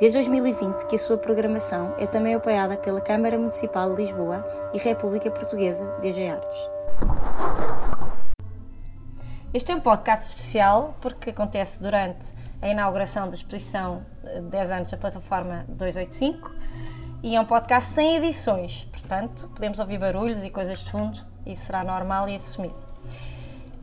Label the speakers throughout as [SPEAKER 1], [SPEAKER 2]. [SPEAKER 1] Desde 2020 que a sua programação é também apoiada pela Câmara Municipal de Lisboa e República Portuguesa DG Artes. Este é um podcast especial porque acontece durante a inauguração da exposição eh, 10 anos da plataforma 285 e é um podcast sem edições, portanto podemos ouvir barulhos e coisas de fundo, isso será normal e assumido.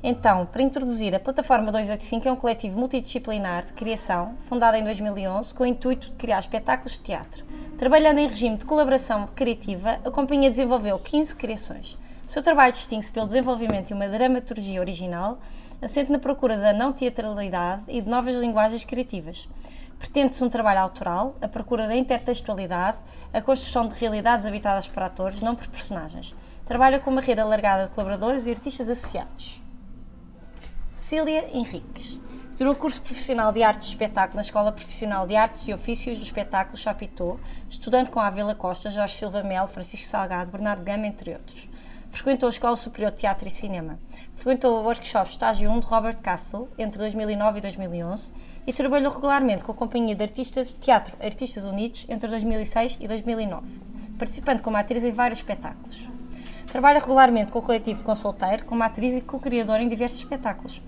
[SPEAKER 1] Então, para introduzir, a Plataforma 285 é um coletivo multidisciplinar de criação, fundado em 2011 com o intuito de criar espetáculos de teatro. Trabalhando em regime de colaboração criativa, a companhia desenvolveu 15 criações. O seu trabalho distingue-se pelo desenvolvimento de uma dramaturgia original, assente na procura da não teatralidade e de novas linguagens criativas. Pretende-se um trabalho autoral, a procura da intertextualidade, a construção de realidades habitadas por atores, não por personagens. Trabalha com uma rede alargada de colaboradores e artistas associados. Cília Henriques. Tirou o curso profissional de artes e espetáculo na Escola Profissional de Artes e Ofícios do Espetáculo Chapitou, estudando com Ávila Costa, Jorge Silva Melo, Francisco Salgado, Bernardo Gama, entre outros. Frequentou a Escola Superior de Teatro e Cinema. Frequentou o workshop Estágio 1 de Robert Castle entre 2009 e 2011 e trabalhou regularmente com a Companhia de Artistas Teatro Artistas Unidos entre 2006 e 2009, participando como atriz em vários espetáculos. Trabalha regularmente com o coletivo Consulteiro, como atriz e co-criadora em diversos espetáculos.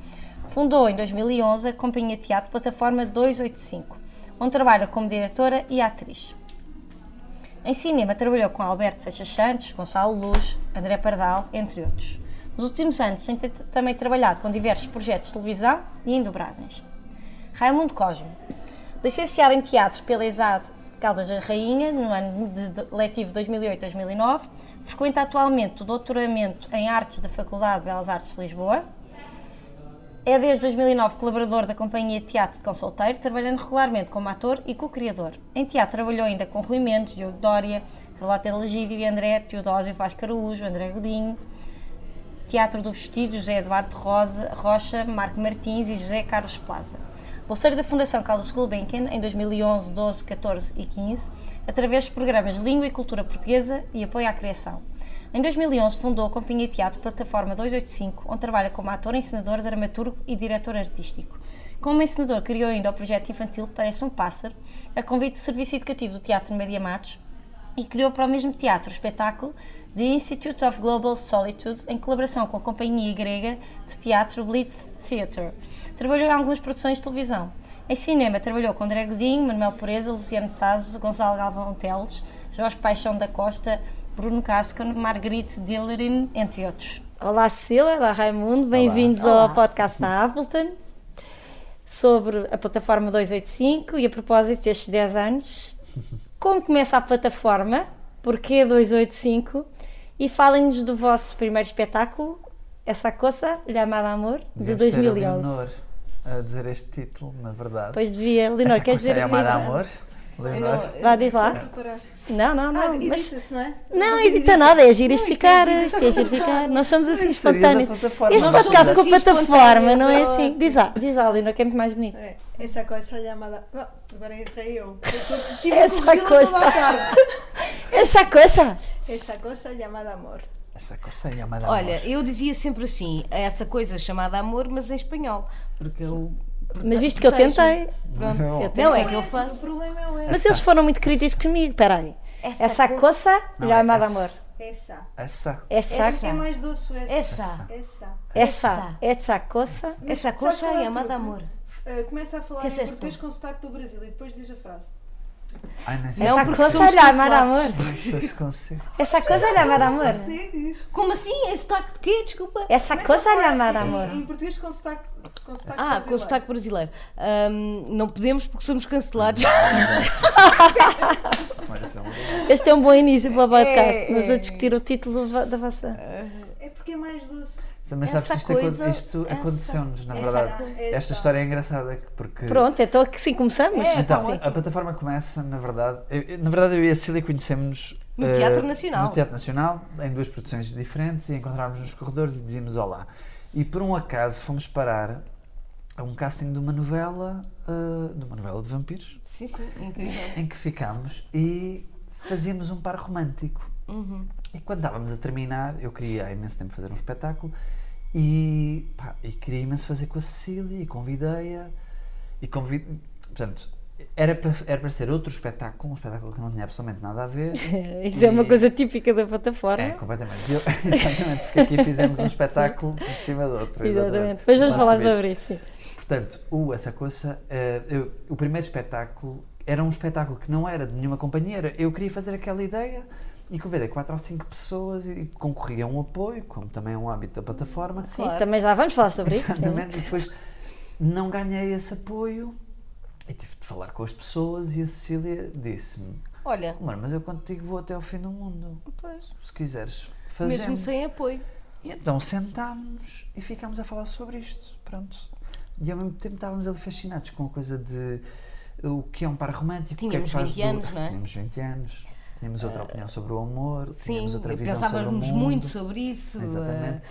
[SPEAKER 1] Fundou em 2011 a Companhia Teatro Plataforma 285, onde trabalha como diretora e atriz. Em cinema trabalhou com Alberto Seixas Santos, Gonçalo Luz, André Pardal, entre outros. Nos últimos anos tem t- também trabalhado com diversos projetos de televisão e em dobragens. Raimundo Cosmo. Licenciado em Teatro pela ESAD de Caldas da Rainha, no ano de de- letivo 2008-2009, frequenta atualmente o doutoramento em Artes da Faculdade de Belas Artes de Lisboa. É desde 2009 colaborador da Companhia de Teatro de Consulteiro, trabalhando regularmente como ator e co-criador. Em teatro trabalhou ainda com Rui Mendes, Diogo Dória, Carlota Elegídio e André Teodósio Vaz Caraújo, André Godinho, Teatro do Vestido, José Eduardo Rosa, Rocha, Marco Martins e José Carlos Plaza. Bolseiro da Fundação Carlos Gulbenkian em 2011, 12, 14 e 15, através dos programas Língua e Cultura Portuguesa e Apoio à Criação. Em 2011 fundou a Companhia de Teatro Plataforma 285, onde trabalha como ator, encenador, dramaturgo e diretor artístico. Como encenador, criou ainda o projeto infantil Parece um Pássaro, a convite do Serviço Educativo do Teatro Maria Matos, e criou para o mesmo teatro o espetáculo The Institute of Global Solitude, em colaboração com a companhia grega de teatro Blitz Theatre. Trabalhou em algumas produções de televisão. Em cinema, trabalhou com André Godinho, Manuel Pureza, Luciano Sazos, Gonçalo Galvão Teles, Jorge Paixão da Costa, Bruno Cascon, Marguerite Dillerin, entre outros. Olá, Cila, olá, Raimundo, bem-vindos ao podcast da Appleton sobre a plataforma 285 e a propósito destes 10 anos. Como começa a plataforma? Porquê 285? E falem-nos do vosso primeiro espetáculo, Essa Coça, Llamada Amor, de
[SPEAKER 2] Devíamos ter a
[SPEAKER 1] 2011.
[SPEAKER 2] Leonor a dizer este título, na verdade.
[SPEAKER 1] Pois devia, Leonor, queres dizer
[SPEAKER 2] é
[SPEAKER 1] o
[SPEAKER 2] amada
[SPEAKER 1] título?
[SPEAKER 2] amor? Leonor?
[SPEAKER 1] Vá, diz lá.
[SPEAKER 3] Parar.
[SPEAKER 1] Não, não,
[SPEAKER 3] Ah,
[SPEAKER 1] não. mas...
[SPEAKER 3] edita-se, não é?
[SPEAKER 1] Não edita nada, é giro isto
[SPEAKER 3] isto é
[SPEAKER 1] ficar,
[SPEAKER 3] giro.
[SPEAKER 1] isto é giro ficar. Nós somos assim
[SPEAKER 2] Isto seria da
[SPEAKER 1] espontâneos.
[SPEAKER 2] plataforma.
[SPEAKER 1] Este
[SPEAKER 2] Nós
[SPEAKER 1] podcast com a
[SPEAKER 3] somos assim
[SPEAKER 1] plataforma, não é
[SPEAKER 3] espontâneos.
[SPEAKER 1] assim? Diz lá, diz lá, Leonor, que é muito mais bonito.
[SPEAKER 3] É, essa coisa chamada. Ah, agora errei eu. Eu tô- Tive
[SPEAKER 1] Essa
[SPEAKER 3] essa coisa.
[SPEAKER 1] coisa.
[SPEAKER 3] toda a tarde.
[SPEAKER 1] Essa coisa!
[SPEAKER 3] Essa coisa chamada amor.
[SPEAKER 2] Essa coisa é amada amor.
[SPEAKER 4] Olha, eu dizia sempre assim, essa coisa chamada amor, mas em espanhol. Porque eu.
[SPEAKER 1] Mas visto que eu tentei.
[SPEAKER 4] Pronto.
[SPEAKER 2] Não.
[SPEAKER 1] Eu
[SPEAKER 4] Não, é
[SPEAKER 3] Não
[SPEAKER 4] que eu
[SPEAKER 3] esse,
[SPEAKER 4] faço.
[SPEAKER 3] O problema é o essa.
[SPEAKER 1] Mas eles foram muito críticos comigo, peraí.
[SPEAKER 4] Essa
[SPEAKER 1] Essa
[SPEAKER 4] coisa-
[SPEAKER 1] coça,
[SPEAKER 2] Não,
[SPEAKER 1] lhe
[SPEAKER 2] é
[SPEAKER 1] amado
[SPEAKER 2] essa.
[SPEAKER 1] amor.
[SPEAKER 3] Essa.
[SPEAKER 2] Essa.
[SPEAKER 1] Essa,
[SPEAKER 4] Essa.
[SPEAKER 3] É mais doce essa.
[SPEAKER 4] Essa.
[SPEAKER 3] Essa.
[SPEAKER 1] essa, essa coça.
[SPEAKER 3] Mas
[SPEAKER 4] Essa
[SPEAKER 3] sabes
[SPEAKER 4] coisa
[SPEAKER 3] qual é o
[SPEAKER 4] é amada
[SPEAKER 3] truque?
[SPEAKER 4] amor.
[SPEAKER 3] Eh, começa a falar
[SPEAKER 4] Que
[SPEAKER 3] em
[SPEAKER 4] és tu?
[SPEAKER 3] português com sotaque do Brasil e depois diz a frase.
[SPEAKER 2] Ai, não sei
[SPEAKER 4] Não,
[SPEAKER 1] Essa
[SPEAKER 4] porque
[SPEAKER 1] coça,
[SPEAKER 4] somos
[SPEAKER 1] lhe amado
[SPEAKER 4] cancelados.
[SPEAKER 1] amor.
[SPEAKER 2] não sei se consigo.
[SPEAKER 1] Essa coisa, lhe amado amor.
[SPEAKER 3] Consegues?
[SPEAKER 4] Como assim? É sotaque de quê? Desculpa.
[SPEAKER 2] É
[SPEAKER 1] Essa
[SPEAKER 3] Começa
[SPEAKER 1] coça,
[SPEAKER 3] a
[SPEAKER 1] lhe
[SPEAKER 3] falar
[SPEAKER 1] amado
[SPEAKER 3] em-
[SPEAKER 1] é amor.
[SPEAKER 2] assim.
[SPEAKER 3] Em português com sotaque. Com sotaque
[SPEAKER 4] Ah, com
[SPEAKER 3] brasileiro.
[SPEAKER 4] o sotaque brasileiro. Ahm, não podemos porque somos cancelados.
[SPEAKER 2] Mas é um-
[SPEAKER 1] Este é um bom início para o podcast.
[SPEAKER 4] É,
[SPEAKER 1] Mas
[SPEAKER 4] é.
[SPEAKER 1] a discutir o título va- da vossa.
[SPEAKER 3] É porque é mais doce.
[SPEAKER 2] Mas sabes
[SPEAKER 4] Essa
[SPEAKER 2] que isto, acon-
[SPEAKER 4] coisa-
[SPEAKER 2] isto
[SPEAKER 4] essa-
[SPEAKER 2] aconteceu-nos, na
[SPEAKER 4] essa
[SPEAKER 2] verdade.
[SPEAKER 3] coisa.
[SPEAKER 2] Esta história é engraçada porque.
[SPEAKER 1] Pronto, então que sim começamos.
[SPEAKER 4] É,
[SPEAKER 2] Então,
[SPEAKER 4] tá bom.
[SPEAKER 2] a plataforma começa, na verdade. eu- eu- na verdade, eu e a Cília conhecemos.
[SPEAKER 4] No
[SPEAKER 2] eh,
[SPEAKER 4] Teatro Nacional.
[SPEAKER 2] No Teatro Nacional, em duas produções diferentes, e encontrámos nos corredores e dizíamos olá. E por um acaso fomos parar a um casting de uma novela. eh, de uma novela de vampiros,
[SPEAKER 4] Sim, sim, incrível.
[SPEAKER 2] em que ficámos e fazíamos um par romântico.
[SPEAKER 1] Uhum.
[SPEAKER 2] E quando estávamos a terminar, eu queria há imenso tempo fazer um espetáculo e, pá, e queria imenso fazer com a Cecília e convidei-a. E convid... Portanto, era para, era para ser outro espetáculo, um espetáculo que não tinha absolutamente nada a ver.
[SPEAKER 1] Isso é uma
[SPEAKER 2] E-
[SPEAKER 1] coisa típica da plataforma.
[SPEAKER 2] É, completamente. Eu- exatamente, porque aqui fizemos um espetáculo por cima do outro.
[SPEAKER 1] Exatamente. Depois vamos
[SPEAKER 2] Lá
[SPEAKER 1] falar
[SPEAKER 2] se vê.
[SPEAKER 1] sobre isso. sim.
[SPEAKER 2] Portanto, o Essa Coça, eh, eu- o primeiro espetáculo era um espetáculo que não era de nenhuma companhia, era- eu queria fazer aquela ideia e convidei quatro ou cinco pessoas e concorria a um apoio, como também é um hábito da plataforma.
[SPEAKER 1] Sim,
[SPEAKER 4] Claro.
[SPEAKER 1] também já vamos falar sobre isso. sim.
[SPEAKER 2] Exatamente, e depois não ganhei esse apoio e tive de falar com as pessoas e a Cecília disse-me:
[SPEAKER 4] Olha,
[SPEAKER 2] Mano, mas eu contigo vou até ao fim do mundo,
[SPEAKER 4] pois,
[SPEAKER 2] se quiseres
[SPEAKER 4] mesmo
[SPEAKER 2] fazemos.
[SPEAKER 4] sem apoio.
[SPEAKER 2] E então sentámos e ficámos a falar sobre isto, pronto. E ao mesmo tempo estávamos ali fascinados com a coisa de o que é um par romântico,
[SPEAKER 4] Tínhamos
[SPEAKER 2] o que é que faz
[SPEAKER 4] 20
[SPEAKER 2] do-
[SPEAKER 4] anos, não é? Ah,
[SPEAKER 2] Tínhamos 20 anos, tínhamos outra opinião sobre o amor,
[SPEAKER 4] Sim,
[SPEAKER 2] tínhamos outra visão sobre o
[SPEAKER 4] pensávamos
[SPEAKER 2] mundo.
[SPEAKER 4] muito sobre ah, isso.
[SPEAKER 2] Exatamente.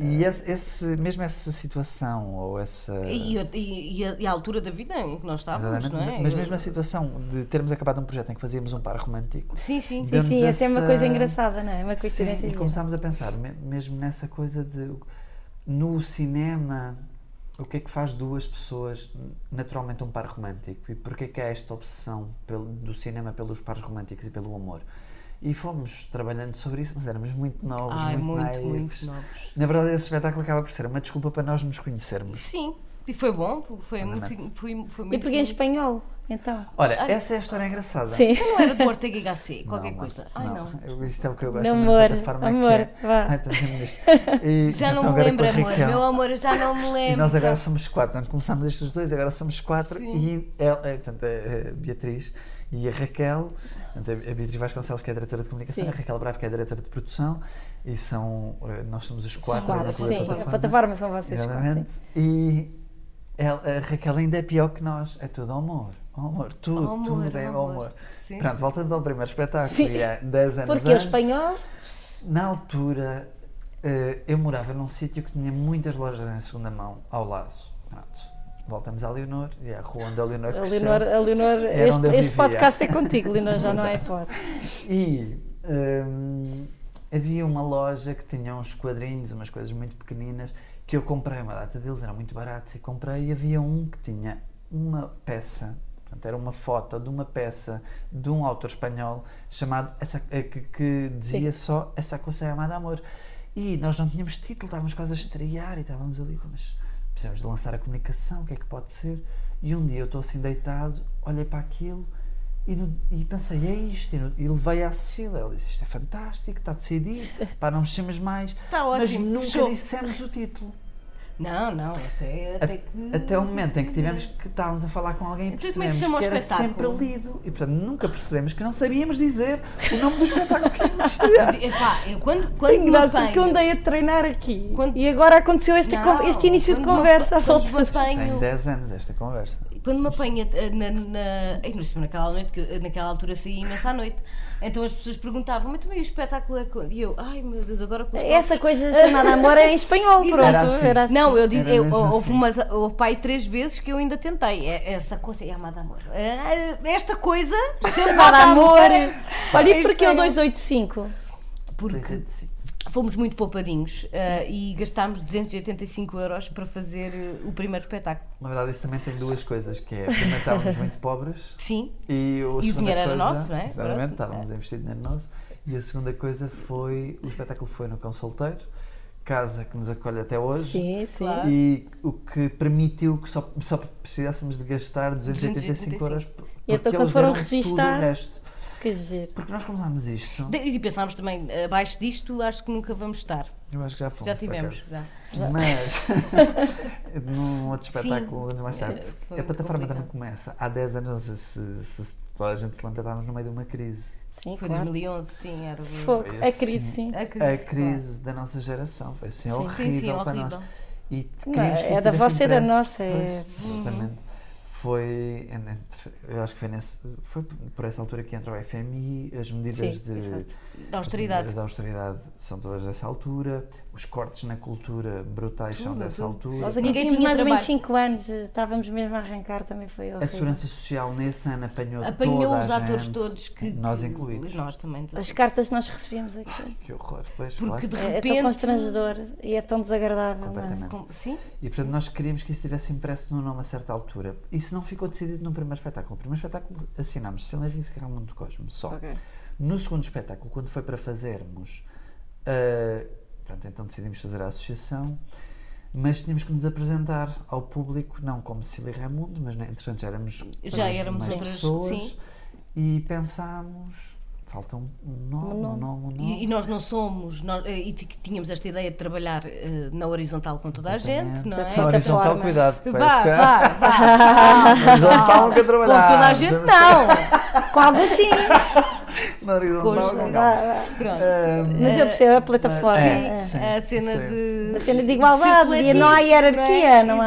[SPEAKER 2] E esse, esse- mesmo essa situação, ou essa...
[SPEAKER 4] eh, E, e- e- e a, e a altura da vida em que nós estávamos,
[SPEAKER 2] Exatamente,
[SPEAKER 4] não é?
[SPEAKER 2] Mas
[SPEAKER 4] Eu-
[SPEAKER 2] mesmo assim, a situação de termos acabado um projeto em que fazíamos um par romântico,
[SPEAKER 4] Sim, sim.
[SPEAKER 1] Sim,
[SPEAKER 2] deu-nos
[SPEAKER 1] sim, essa é uma coisa
[SPEAKER 2] essa-
[SPEAKER 1] engraçada, não é? Uma
[SPEAKER 2] Sim,
[SPEAKER 1] coincidência.
[SPEAKER 2] e
[SPEAKER 1] gira.
[SPEAKER 2] começámos a pensar me- mesmo nessa coisa de no cinema o que é que faz duas pessoas naturalmente um par romântico e porquê que há esta obsessão pelo- do cinema pelos pares românticos e pelo amor e fomos trabalhando sobre isso mas éramos muito novos
[SPEAKER 4] Ai,
[SPEAKER 2] muito,
[SPEAKER 4] muito,
[SPEAKER 2] naivos.
[SPEAKER 4] muito novos.
[SPEAKER 2] na verdade esse espetáculo acaba por ser uma desculpa para nós nos conhecermos
[SPEAKER 4] Sim, e foi bom, foi muito.
[SPEAKER 2] Exatamente.
[SPEAKER 4] Foi, foi muito
[SPEAKER 1] E porquê em espanhol, então?
[SPEAKER 2] olha essa é a história engraçada
[SPEAKER 1] Sim.
[SPEAKER 4] Não era do Ortega y Gasset, qualquer
[SPEAKER 2] Não,
[SPEAKER 4] coisa.
[SPEAKER 2] mano,
[SPEAKER 4] Ai não.
[SPEAKER 2] Eu, isto é o que eu gosto
[SPEAKER 1] Amor,
[SPEAKER 2] muito da plataforma
[SPEAKER 1] amor,
[SPEAKER 2] que é.
[SPEAKER 1] vá.
[SPEAKER 2] Ai, estamos a ver isto. E-
[SPEAKER 4] Já
[SPEAKER 2] então
[SPEAKER 4] não me
[SPEAKER 2] agora
[SPEAKER 4] lembro,
[SPEAKER 2] com a
[SPEAKER 4] amor.
[SPEAKER 2] Raquel.
[SPEAKER 4] Meu amor, eu já não me
[SPEAKER 2] E
[SPEAKER 1] É
[SPEAKER 4] lembro.
[SPEAKER 2] nós agora somos quatro, portanto começámos estes dois, agora somos quatro
[SPEAKER 4] Sim.
[SPEAKER 2] e ela, eh, portanto, a a Beatriz e a Raquel, portanto, a a Beatriz Vasconcelos que é a diretora de comunicação,
[SPEAKER 1] Sim.
[SPEAKER 2] a Raquel Bravo que é a diretora de produção e são, eh, nós somos os quatro.
[SPEAKER 4] quatro,
[SPEAKER 2] da
[SPEAKER 1] Claro, sim. A
[SPEAKER 2] plataforma.
[SPEAKER 1] plataforma são vocês. claro, sim.
[SPEAKER 2] Exatamente. E ela- a Raquel ainda é pior que nós, é tudo amor, amor, tudo,
[SPEAKER 4] Ao amor,
[SPEAKER 2] tudo é
[SPEAKER 4] ao
[SPEAKER 2] amor.
[SPEAKER 4] amor. Sim.
[SPEAKER 2] Pronto, voltando ao primeiro espetáculo,
[SPEAKER 1] Sim.
[SPEAKER 2] e há 10 anos
[SPEAKER 1] Porque o
[SPEAKER 2] antes,
[SPEAKER 1] espanhol,
[SPEAKER 2] na altura, eh, eu morava num sítio que tinha muitas lojas em segunda mão ao lado. Pronto. Voltamos à Leonor e à rua onde a Leonor
[SPEAKER 1] a
[SPEAKER 2] cresceu.
[SPEAKER 1] Leonor, a Leonor
[SPEAKER 2] Era onde eu
[SPEAKER 1] este, este
[SPEAKER 2] vivia.
[SPEAKER 1] podcast é contigo, Leonor, já não é hipótese.
[SPEAKER 2] E hum, havia uma loja que tinha uns quadrinhos, umas coisas muito pequeninas, que eu comprei uma data deles, eram muito baratos, e comprei. E havia um que tinha uma peça, portanto, era uma foto de uma peça de um autor espanhol chamado essa, eh, que, que dizia só Essa coisa chamada amor. E nós não tínhamos título, estávamos quase a estrear e estávamos ali, então, mas precisamos de lançar a comunicação, o que é que pode ser? E um dia eu estou assim deitado, olhei para aquilo e, no- e pensei, é isto, e, no- e levei à Cecília, ela disse, isto é fantástico, está decidido, pá, não mexemos mais,
[SPEAKER 4] Tá
[SPEAKER 2] mas
[SPEAKER 4] ótimo,
[SPEAKER 2] nunca
[SPEAKER 4] fechou.
[SPEAKER 2] dissemos o título,
[SPEAKER 4] Não, não, até,
[SPEAKER 2] A-
[SPEAKER 4] até que.
[SPEAKER 2] até um o momento em que tivemos que estávamos a falar com alguém e
[SPEAKER 4] Então, como é que
[SPEAKER 2] percebemos
[SPEAKER 4] se chama o
[SPEAKER 2] que era sempre
[SPEAKER 4] espetáculo?
[SPEAKER 2] lido, e portanto nunca percebemos que não sabíamos dizer o nome do espetáculo que íamos estrear.
[SPEAKER 4] Epá, eu quando, quando
[SPEAKER 1] Tem graça
[SPEAKER 4] me
[SPEAKER 1] que eu
[SPEAKER 4] apanho-
[SPEAKER 1] andei a treinar aqui.
[SPEAKER 4] Quando-
[SPEAKER 1] E agora aconteceu este,
[SPEAKER 4] Não,
[SPEAKER 1] con- este início de
[SPEAKER 4] quando me-
[SPEAKER 1] conversa à
[SPEAKER 4] quando
[SPEAKER 1] volta.
[SPEAKER 4] me apanho-
[SPEAKER 2] Tem 10 anos esta conversa.
[SPEAKER 4] Quando me apanha eh, na, na, ei, não sei, naquela noite, que eu- naquela altura saía imenso à noite, então as pessoas perguntavam, mas também o espetáculo é quando? E eu, ai meu Deus, agora com os
[SPEAKER 1] É Essa coisa chamada amor é em espanhol, pronto.
[SPEAKER 2] Era assim.
[SPEAKER 1] era assim.
[SPEAKER 4] Não, eu disse,
[SPEAKER 2] Era
[SPEAKER 4] eu,
[SPEAKER 2] mesmo
[SPEAKER 4] houve,
[SPEAKER 2] assim.
[SPEAKER 4] umas, houve pai três vezes que eu ainda tentei. É- Essa coisa é amada amor. É- Esta coisa
[SPEAKER 1] chamada amor. Olha, e
[SPEAKER 4] Em
[SPEAKER 1] porquê o
[SPEAKER 4] espanhol.
[SPEAKER 1] 285?
[SPEAKER 4] Porque
[SPEAKER 2] é.
[SPEAKER 4] fomos muito poupadinhos eh, e gastámos 285 euros para fazer eh, o primeiro espetáculo.
[SPEAKER 2] Na verdade, isso também tem duas coisas, que é, primeiro estávamos muito pobres,
[SPEAKER 4] Sim,
[SPEAKER 2] E, a
[SPEAKER 4] o
[SPEAKER 2] segunda
[SPEAKER 4] dinheiro era
[SPEAKER 2] coisa,
[SPEAKER 4] nosso, não é?
[SPEAKER 2] Exatamente,
[SPEAKER 4] Pronto.
[SPEAKER 2] estávamos a investir dinheiro nosso. E a segunda coisa foi: o espetáculo foi no Cão Solteiro, casa que nos acolhe até hoje.
[SPEAKER 1] Sim, sim.
[SPEAKER 4] Claro.
[SPEAKER 2] E o que permitiu que só, só precisássemos de gastar 285 euros. por-
[SPEAKER 1] E então,
[SPEAKER 2] porque
[SPEAKER 1] quando
[SPEAKER 2] eles
[SPEAKER 1] foram
[SPEAKER 2] deram-nos tudo o
[SPEAKER 1] registar-
[SPEAKER 2] resto.
[SPEAKER 1] Que giro.
[SPEAKER 2] Porque nós começámos isto.
[SPEAKER 4] De- e pensámos também, eh, abaixo disto acho que nunca vamos estar.
[SPEAKER 2] Eu acho que já fomos.
[SPEAKER 4] Já
[SPEAKER 2] por
[SPEAKER 4] tivemos.
[SPEAKER 2] acaso.
[SPEAKER 4] Já.
[SPEAKER 2] Mas, num outro espetáculo,
[SPEAKER 4] Sim.
[SPEAKER 2] anos mais tarde.
[SPEAKER 4] É, foi
[SPEAKER 2] a
[SPEAKER 4] muito
[SPEAKER 2] plataforma
[SPEAKER 4] complicado.
[SPEAKER 2] também começa. Há 10 anos, não sei se, se toda a gente se lembra, estávamos no meio de uma crise.
[SPEAKER 1] Sim,
[SPEAKER 4] Foi
[SPEAKER 1] claro. é
[SPEAKER 4] 2011, sim, era o.
[SPEAKER 1] Fogo.
[SPEAKER 2] Foi
[SPEAKER 1] A crise,
[SPEAKER 2] assim.
[SPEAKER 1] sim.
[SPEAKER 4] A
[SPEAKER 2] A crise da nossa geração foi assim
[SPEAKER 4] Sim, sim,
[SPEAKER 2] horrível
[SPEAKER 4] sim,
[SPEAKER 2] para
[SPEAKER 4] horrível.
[SPEAKER 2] nós. E
[SPEAKER 1] Não,
[SPEAKER 2] queríamos que
[SPEAKER 1] é
[SPEAKER 2] isso
[SPEAKER 1] da
[SPEAKER 2] tivesse
[SPEAKER 1] vossa e da
[SPEAKER 2] impresso.
[SPEAKER 1] nossa, é-
[SPEAKER 2] Pois, Exatamente. Foi, en- entre- eu acho que foi, nesse, foi por essa altura que entra o FMI, as medidas
[SPEAKER 1] Sim, exato.
[SPEAKER 2] de
[SPEAKER 4] Da
[SPEAKER 2] as medidas
[SPEAKER 4] austeridade.
[SPEAKER 2] de austeridade são todas dessa altura, os cortes na cultura brutais são
[SPEAKER 4] Tudo,
[SPEAKER 2] dessa
[SPEAKER 4] tudo.
[SPEAKER 2] altura.
[SPEAKER 1] Nós
[SPEAKER 4] Ninguém
[SPEAKER 1] aqui tínhamos
[SPEAKER 4] tinha
[SPEAKER 1] mais ou menos
[SPEAKER 4] trabalho.
[SPEAKER 1] 5 anos, eh, estávamos mesmo a arrancar, também foi horrível.
[SPEAKER 2] A Segurança Social nesse ano apanhou,
[SPEAKER 4] Apanhou
[SPEAKER 2] toda
[SPEAKER 4] os
[SPEAKER 2] a
[SPEAKER 4] atores
[SPEAKER 2] gente,
[SPEAKER 4] todos que.
[SPEAKER 2] Nós
[SPEAKER 4] que-
[SPEAKER 2] incluídos.
[SPEAKER 4] Nós também.
[SPEAKER 1] As cartas que nós recebíamos aqui.
[SPEAKER 2] Que horror, pois, claro.
[SPEAKER 4] Porque de
[SPEAKER 1] É, é tão
[SPEAKER 4] repente.
[SPEAKER 1] constrangedor e é tão desagradável, não é?
[SPEAKER 2] Completamente.
[SPEAKER 4] Com- Sim?
[SPEAKER 2] E portanto nós queríamos que isso tivesse impresso no nome a certa altura. Isso não ficou decidido no primeiro espetáculo. O primeiro espetáculo assinámos Célia Risco e Raimundo Cosmo, só.
[SPEAKER 1] Ok.
[SPEAKER 2] No segundo espetáculo, quando foi para fazermos, ah, pronto, então decidimos fazer a associação, mas tínhamos que nos apresentar ao público, não como Cecília e Raimundo, mas né, entretanto já éramos,
[SPEAKER 4] Já
[SPEAKER 2] mais-
[SPEAKER 4] éramos
[SPEAKER 2] mais
[SPEAKER 4] outras,
[SPEAKER 2] pessoas
[SPEAKER 4] sim.
[SPEAKER 2] e pensámos, falta um, um nome, um
[SPEAKER 1] nome.
[SPEAKER 2] nome, um nome.
[SPEAKER 4] E, e nós não somos, nós, eh, e t- tínhamos esta ideia de trabalhar eh, na horizontal com toda a gente, não
[SPEAKER 1] Exatamente.
[SPEAKER 4] é?
[SPEAKER 1] Só
[SPEAKER 2] Horizontal,
[SPEAKER 1] forma.
[SPEAKER 2] cuidado.
[SPEAKER 4] Vá,
[SPEAKER 2] parece que-
[SPEAKER 4] vá, vá.
[SPEAKER 2] Horizontal nunca
[SPEAKER 4] Com
[SPEAKER 2] trabalhámos.
[SPEAKER 4] toda a gente, não.
[SPEAKER 1] Com alguns sim,
[SPEAKER 2] Na horizontal,
[SPEAKER 4] Com os-
[SPEAKER 2] calma.
[SPEAKER 4] Pronto.
[SPEAKER 2] Ahm,
[SPEAKER 1] mas eu percebo a plataforma.
[SPEAKER 2] É,
[SPEAKER 1] é.
[SPEAKER 2] sim,
[SPEAKER 4] a cena
[SPEAKER 2] sim.
[SPEAKER 4] de.
[SPEAKER 1] A cena de igualdade,
[SPEAKER 4] Circulativa,
[SPEAKER 1] e não há hierarquia, não há.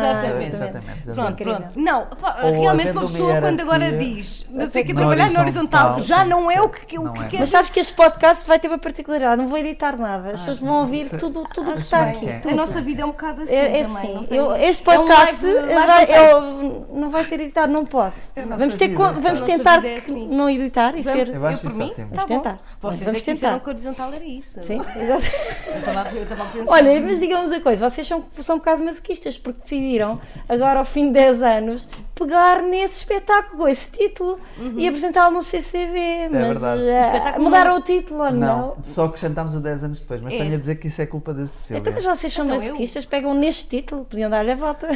[SPEAKER 2] Exatamente,
[SPEAKER 4] Exatamente. Pronto,
[SPEAKER 2] exatamente.
[SPEAKER 1] Incrível.
[SPEAKER 4] pronto. Não, pá,
[SPEAKER 2] Ou
[SPEAKER 4] realmente uma
[SPEAKER 2] Oh, havendo uma
[SPEAKER 4] pessoa quando agora
[SPEAKER 2] hierarquia,
[SPEAKER 4] diz não sei que
[SPEAKER 2] na
[SPEAKER 4] trabalhar na
[SPEAKER 2] horizontal,
[SPEAKER 4] horizontal já não é o que, o
[SPEAKER 2] não
[SPEAKER 4] que
[SPEAKER 2] é.
[SPEAKER 4] quer
[SPEAKER 1] Mas sabes que este podcast vai ter uma particularidade, não vou editar nada, as
[SPEAKER 2] Ah,
[SPEAKER 1] pessoas vão ouvir
[SPEAKER 2] sei.
[SPEAKER 1] tudo tudo o que
[SPEAKER 2] Não
[SPEAKER 1] está
[SPEAKER 2] sei.
[SPEAKER 1] aqui.
[SPEAKER 2] É.
[SPEAKER 1] tudo.
[SPEAKER 4] A nossa vida é um bocado assim.
[SPEAKER 1] É, é
[SPEAKER 4] também,
[SPEAKER 1] assim,
[SPEAKER 4] não tem-
[SPEAKER 1] eu- este
[SPEAKER 4] É um
[SPEAKER 1] podcast
[SPEAKER 4] live- live
[SPEAKER 1] vai-
[SPEAKER 4] não tem.
[SPEAKER 1] eu- não vai ser editado, não pode.
[SPEAKER 2] É a nossa
[SPEAKER 1] Vamos, ter
[SPEAKER 2] vida,
[SPEAKER 1] co-
[SPEAKER 2] sabe?
[SPEAKER 1] vamos
[SPEAKER 4] A nossa
[SPEAKER 1] tentar
[SPEAKER 4] vida é
[SPEAKER 1] que
[SPEAKER 4] assim.
[SPEAKER 1] não editar e ser.
[SPEAKER 2] Eu
[SPEAKER 4] Eu,
[SPEAKER 2] acho
[SPEAKER 4] por
[SPEAKER 2] isso é
[SPEAKER 4] mim,
[SPEAKER 2] ótimo.
[SPEAKER 4] tá
[SPEAKER 1] Vamos
[SPEAKER 4] bom.
[SPEAKER 1] tentar. Vamos
[SPEAKER 4] Vocês é que disseram
[SPEAKER 1] tentar.
[SPEAKER 4] que horizontal era isso.
[SPEAKER 1] Sim, exato.
[SPEAKER 4] Eu estava a- eu estava a pensar.
[SPEAKER 1] Olha, mas digam-nos uma coisa, vocês são, são um bocado masoquistas porque decidiram, agora ao fim de 10 anos, pegar nesse espetáculo, com esse título e apresentá-lo no CCV. Mas
[SPEAKER 2] verdade.
[SPEAKER 1] eh,
[SPEAKER 4] espetáculo
[SPEAKER 1] mudaram
[SPEAKER 4] não-
[SPEAKER 1] o título ou não?
[SPEAKER 2] Não, só acrescentámos o 10 anos depois, mas
[SPEAKER 4] É.
[SPEAKER 2] tenho a dizer que isso é culpa da Cecília.
[SPEAKER 1] Então, mas vocês são
[SPEAKER 4] Então eu-
[SPEAKER 1] masoquistas, pegam neste título, podiam dar-lhe a volta.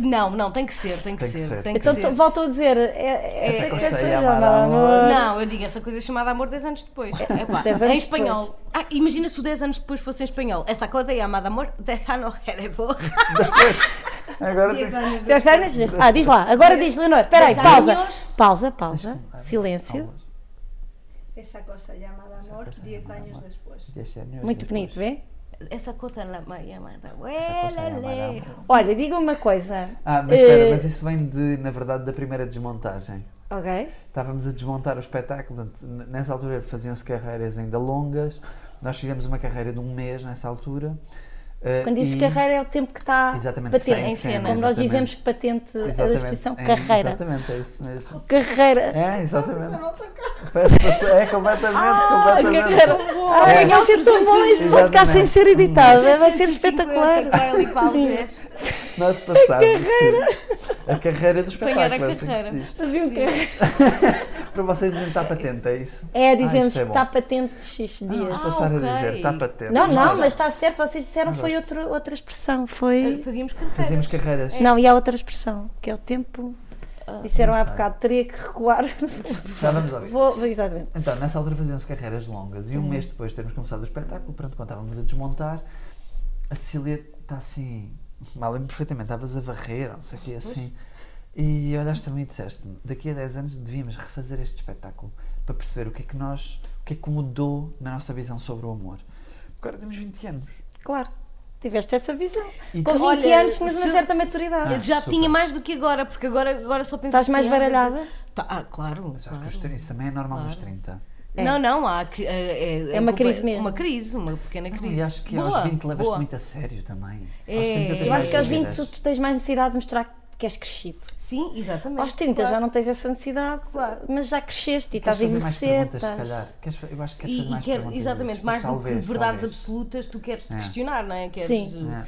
[SPEAKER 4] Não, não, tem que ser, tem que
[SPEAKER 2] Tem que
[SPEAKER 4] ser.
[SPEAKER 2] ser.
[SPEAKER 4] Tem que
[SPEAKER 1] Então,
[SPEAKER 4] ser.
[SPEAKER 1] to- volto a dizer, é, é,
[SPEAKER 2] Essa
[SPEAKER 1] é-
[SPEAKER 2] coisa
[SPEAKER 1] essa-
[SPEAKER 2] aí,
[SPEAKER 1] não,
[SPEAKER 2] amar, amor.
[SPEAKER 4] Não, eu digo essa coisa chamada amor 10 anos depois. Epá,
[SPEAKER 1] É, Dez
[SPEAKER 4] em
[SPEAKER 1] anos
[SPEAKER 4] espanhol. Ah, imagina se o 10 anos depois fosse em espanhol. Essa coisa é chamada amor 10 anos é depois.
[SPEAKER 2] Depois, agora tem...
[SPEAKER 3] anos
[SPEAKER 1] Dez
[SPEAKER 3] depois.
[SPEAKER 1] anos? Ah, diz lá, agora diz, Leonor, espera aí,
[SPEAKER 4] Dez anos.
[SPEAKER 1] pausa. Pausa, pausa, silêncio.
[SPEAKER 3] Esa cosa llamada amor, 10 años después.
[SPEAKER 1] Muito bonito, vê?
[SPEAKER 4] Essa coisa é la- chamada.
[SPEAKER 2] coisa é chamada
[SPEAKER 4] Uelele.
[SPEAKER 2] amor.
[SPEAKER 1] Olha, diga uma coisa.
[SPEAKER 2] Ah, mas espera,
[SPEAKER 1] Eh,
[SPEAKER 2] mas isso vem de, na verdade, da primeira desmontagem.
[SPEAKER 1] Ok.
[SPEAKER 2] Estávamos a desmontar o espetáculo, portanto, n- nessa altura faziam-se carreiras ainda longas, nós fizemos uma carreira de um mês nessa altura. eh,
[SPEAKER 1] Quando dizes
[SPEAKER 2] e-
[SPEAKER 1] carreira é o tempo que está
[SPEAKER 2] Exatamente, que
[SPEAKER 1] patente. É
[SPEAKER 2] está em
[SPEAKER 4] cena,
[SPEAKER 1] Como nós
[SPEAKER 2] exatamente.
[SPEAKER 1] dizemos patente, a
[SPEAKER 2] Exatamente,
[SPEAKER 1] expressão
[SPEAKER 2] é,
[SPEAKER 1] carreira.
[SPEAKER 2] Exatamente, é isso mesmo.
[SPEAKER 1] Carreira.
[SPEAKER 2] É, exatamente. Parece que É completamente,
[SPEAKER 1] Ah,
[SPEAKER 2] completamente.
[SPEAKER 1] carreira.
[SPEAKER 2] É.
[SPEAKER 1] Ai, vai ser tão bom este podcast sem ser editado. Vai ser
[SPEAKER 4] 150
[SPEAKER 1] espetacular.
[SPEAKER 4] qual e qual
[SPEAKER 1] Sim.
[SPEAKER 4] dez.
[SPEAKER 2] Nós passámos sim, a carreira do espetáculo,
[SPEAKER 4] Apanhar
[SPEAKER 2] é assim
[SPEAKER 4] a
[SPEAKER 2] que se
[SPEAKER 4] carreira.
[SPEAKER 2] diz.
[SPEAKER 1] Fazia um carreira.
[SPEAKER 2] Para vocês dizem está patente, é isso?
[SPEAKER 1] É, dizemos
[SPEAKER 2] Ah, isso é
[SPEAKER 1] que
[SPEAKER 2] bom. é
[SPEAKER 1] está patente X dias.
[SPEAKER 2] Vamos passar
[SPEAKER 4] Ah, ok.
[SPEAKER 2] a dizer, está patente.
[SPEAKER 1] Não, não,
[SPEAKER 2] Nós
[SPEAKER 1] mas está certo. Vocês disseram foi outro, outra expressão. Foi.
[SPEAKER 4] Fazíamos carreiras.
[SPEAKER 2] Fazíamos carreiras.
[SPEAKER 1] Não, e há outra expressão, que é o tempo. Disseram há bocado, teria que recuar.
[SPEAKER 2] Já vamos ouvir.
[SPEAKER 1] Vou, vou- exatamente.
[SPEAKER 2] Então, nessa altura faziam-se carreiras longas e um mês depois de termos começado o espetáculo, pronto, quando estávamos a desmontar, a Cecília está assim, mal lembro perfeitamente, estavas a varrer, não sei o quê, assim, e olhaste para mim e disseste-me, daqui a 10 anos devíamos refazer este espetáculo para perceber o que é que nós, o que é que mudou na nossa visão sobre o amor. Porque agora temos 20 anos.
[SPEAKER 1] Claro. Tiveste essa visão.
[SPEAKER 2] E Ah,
[SPEAKER 1] Com 20
[SPEAKER 4] olha,
[SPEAKER 1] anos tinhas uma
[SPEAKER 4] se-
[SPEAKER 1] certa maturidade.
[SPEAKER 4] Eu já
[SPEAKER 2] super.
[SPEAKER 4] tinha mais do que agora, porque agora, agora só penso
[SPEAKER 1] Estás mais
[SPEAKER 4] assim, ah,
[SPEAKER 1] baralhada?
[SPEAKER 4] Tá, ah, claro.
[SPEAKER 2] Mas acho
[SPEAKER 4] claro.
[SPEAKER 2] que os 30, isso também é normal nos
[SPEAKER 4] Claro.
[SPEAKER 2] 30.
[SPEAKER 1] É.
[SPEAKER 4] Não, não, há, que- é,
[SPEAKER 1] É uma
[SPEAKER 4] compa-
[SPEAKER 1] crise mesmo.
[SPEAKER 4] Uma crise, uma pequena crise.
[SPEAKER 2] E acho que
[SPEAKER 4] boa,
[SPEAKER 2] aos 20 levas-te
[SPEAKER 4] boa.
[SPEAKER 2] muito a sério também. Aos
[SPEAKER 4] É.
[SPEAKER 2] 30 tens
[SPEAKER 1] Eu
[SPEAKER 2] mais
[SPEAKER 1] acho que aos 20
[SPEAKER 2] dúvidas.
[SPEAKER 1] tu, tu tens mais necessidade de mostrar que és crescido.
[SPEAKER 4] Sim, exatamente.
[SPEAKER 1] Aos 30
[SPEAKER 4] Claro.
[SPEAKER 1] já não tens essa necessidade, mas já cresceste e estás
[SPEAKER 2] Queres
[SPEAKER 1] a
[SPEAKER 2] fazer mais
[SPEAKER 1] envelhecer.
[SPEAKER 2] perguntas, se
[SPEAKER 1] estás-
[SPEAKER 2] calhar. Queres fa- eu acho que queres fazer
[SPEAKER 4] E, e
[SPEAKER 2] mais
[SPEAKER 4] quero,
[SPEAKER 2] perguntas.
[SPEAKER 4] exatamente,
[SPEAKER 2] isso,
[SPEAKER 4] mais do que
[SPEAKER 2] talvez,
[SPEAKER 4] verdades
[SPEAKER 2] talvez.
[SPEAKER 4] absolutas, tu queres te
[SPEAKER 2] É.
[SPEAKER 4] questionar, não é? Queres,
[SPEAKER 1] Sim.
[SPEAKER 4] uh,
[SPEAKER 2] É. Queres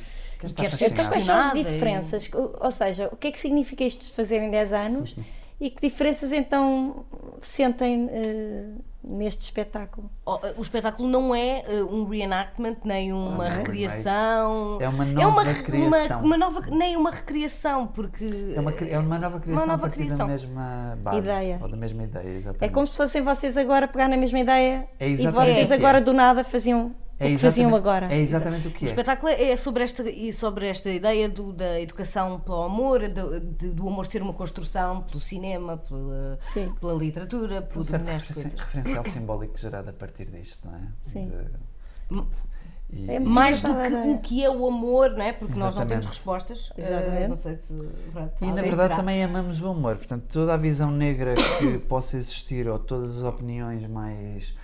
[SPEAKER 2] estar
[SPEAKER 4] Queres-
[SPEAKER 2] fascinado.
[SPEAKER 1] Então, quais são as
[SPEAKER 4] Nada, eu-
[SPEAKER 1] diferenças? O- Ou seja, o que é que significa isto de fazer em 10 anos e que diferenças então sentem eh, neste espetáculo?
[SPEAKER 4] o- eh, O espetáculo não é uh, um reenactment, nem
[SPEAKER 2] não
[SPEAKER 4] uma
[SPEAKER 2] é um
[SPEAKER 4] recriação.
[SPEAKER 2] É uma
[SPEAKER 4] é uma,
[SPEAKER 2] nova
[SPEAKER 4] uma,
[SPEAKER 2] criação.
[SPEAKER 4] uma nova, nem uma recriação, porque
[SPEAKER 2] É uma, cri- é uma nova criação
[SPEAKER 4] nova
[SPEAKER 2] a partir
[SPEAKER 4] criação. É
[SPEAKER 2] da mesma base.
[SPEAKER 1] Ideia.
[SPEAKER 2] Ou da mesma ideia, exatamente.
[SPEAKER 1] É como se fossem vocês agora pegar na mesma ideia
[SPEAKER 2] É
[SPEAKER 1] e
[SPEAKER 2] exatamente
[SPEAKER 1] vocês
[SPEAKER 2] o que é.
[SPEAKER 1] agora do nada faziam O que faziam
[SPEAKER 2] exatamente-
[SPEAKER 1] agora.
[SPEAKER 2] É exatamente o que é.
[SPEAKER 4] O espetáculo é sobre esta, e sobre esta ideia do- da educação pelo amor, do, de- do amor ser uma construção pelo cinema, pela,
[SPEAKER 1] Sim.
[SPEAKER 4] pela literatura, por
[SPEAKER 2] Um certo
[SPEAKER 4] determinadas
[SPEAKER 2] referenci-
[SPEAKER 4] coisas.
[SPEAKER 2] referencial simbólico gerado a partir disto, não é?
[SPEAKER 1] Sim.
[SPEAKER 4] M-
[SPEAKER 2] De- e-
[SPEAKER 1] É muito
[SPEAKER 4] Mais do
[SPEAKER 1] engraçada
[SPEAKER 4] que
[SPEAKER 1] a ideia.
[SPEAKER 4] o que é o amor, não é? Porque nós não
[SPEAKER 2] Exatamente.
[SPEAKER 4] temos respostas. Eh,
[SPEAKER 1] Exatamente.
[SPEAKER 4] não sei se. pronto,
[SPEAKER 2] E na
[SPEAKER 4] alguém
[SPEAKER 2] verdade
[SPEAKER 4] terá.
[SPEAKER 2] também amamos o amor, portanto toda a visão negra que possa existir ou todas as opiniões mais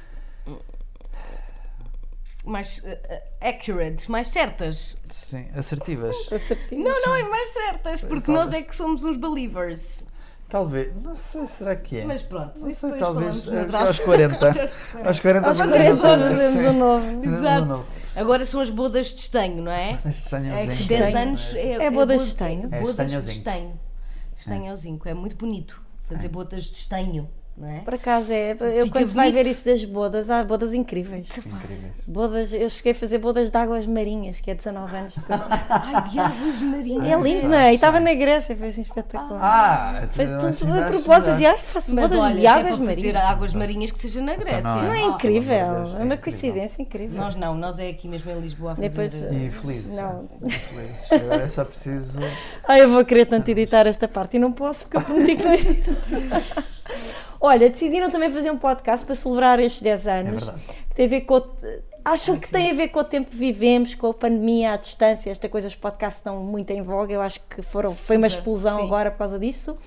[SPEAKER 4] Mais eh, eh, accurate, mais certas.
[SPEAKER 2] sim, assertivas,
[SPEAKER 1] Assertivos.
[SPEAKER 4] Não, não, é mais certas, porque
[SPEAKER 2] Talvez.
[SPEAKER 4] nós é que somos uns believers.
[SPEAKER 2] talvez, não sei, será que é?
[SPEAKER 4] Mas pronto,
[SPEAKER 2] não
[SPEAKER 4] isso
[SPEAKER 2] sei,
[SPEAKER 4] depois
[SPEAKER 2] talvez
[SPEAKER 4] falamos
[SPEAKER 2] eh,
[SPEAKER 4] noutra
[SPEAKER 2] aos
[SPEAKER 4] altura.
[SPEAKER 2] 40, aos 40
[SPEAKER 1] Aos
[SPEAKER 2] fazemos
[SPEAKER 1] 40
[SPEAKER 2] outra,
[SPEAKER 1] fazemos
[SPEAKER 2] sim.
[SPEAKER 1] um novo.
[SPEAKER 2] Fazemos um
[SPEAKER 4] Exato.
[SPEAKER 2] novo.
[SPEAKER 4] Agora são as bodas de estanho, não é?
[SPEAKER 2] Este desenho
[SPEAKER 4] É
[SPEAKER 2] é
[SPEAKER 4] que
[SPEAKER 2] zinco,
[SPEAKER 4] 10
[SPEAKER 2] não é?
[SPEAKER 4] anos é,
[SPEAKER 1] É bodas de estanho.
[SPEAKER 2] É
[SPEAKER 4] bodas de
[SPEAKER 2] estanhozinho.
[SPEAKER 4] estanho. Estanhozinho, é muito bonito fazer bodas de estanho, não é?
[SPEAKER 1] Por acaso é. Eu,
[SPEAKER 4] Fica
[SPEAKER 1] quando se vai
[SPEAKER 4] bonito.
[SPEAKER 1] ver isso das bodas, há bodas incríveis.
[SPEAKER 2] Incríveis.
[SPEAKER 1] Bodas, eu cheguei a fazer bodas de águas marinhas, que é 19 anos de casal.
[SPEAKER 4] Ai, diabos marinhos.
[SPEAKER 1] É lindo, não é? E estava na Grécia, foi assim espetacular.
[SPEAKER 2] Ah,
[SPEAKER 1] Foi
[SPEAKER 2] então, assim,
[SPEAKER 1] tudo a
[SPEAKER 2] dá-se-
[SPEAKER 1] propósito,
[SPEAKER 2] dá-se-
[SPEAKER 1] e ai, faço
[SPEAKER 4] Mas
[SPEAKER 1] bodas
[SPEAKER 4] olha, se
[SPEAKER 1] de
[SPEAKER 4] é
[SPEAKER 1] águas
[SPEAKER 4] para fazer
[SPEAKER 1] marinhas.
[SPEAKER 4] águas marinhas que seja na Grécia.
[SPEAKER 2] não é.
[SPEAKER 1] Não é
[SPEAKER 4] Ah,
[SPEAKER 1] incrível,
[SPEAKER 2] pelo amor de Deus,
[SPEAKER 1] é
[SPEAKER 2] é
[SPEAKER 1] uma
[SPEAKER 2] incrível.
[SPEAKER 1] coincidência incrível.
[SPEAKER 4] Nós não, nós é aqui mesmo em Lisboa a fazer.
[SPEAKER 1] Depois-
[SPEAKER 4] eh,
[SPEAKER 2] E felizes.
[SPEAKER 1] Não.
[SPEAKER 2] é, Felizes. Agora é só preciso.
[SPEAKER 1] Ah, eu vou querer tanto editar esta parte e não posso porque eu prometi que não ia editar. Olha, decidiram também fazer um podcast para celebrar estes 10 anos.
[SPEAKER 2] É verdade.
[SPEAKER 1] que tem a ver com. o- Acham que tem a ver com o tempo que vivemos, com a pandemia, à distância, esta coisa, os podcasts estão muito em voga, eu acho que foram, foi uma
[SPEAKER 4] Super,
[SPEAKER 1] explosão
[SPEAKER 4] sim.
[SPEAKER 1] agora por causa disso.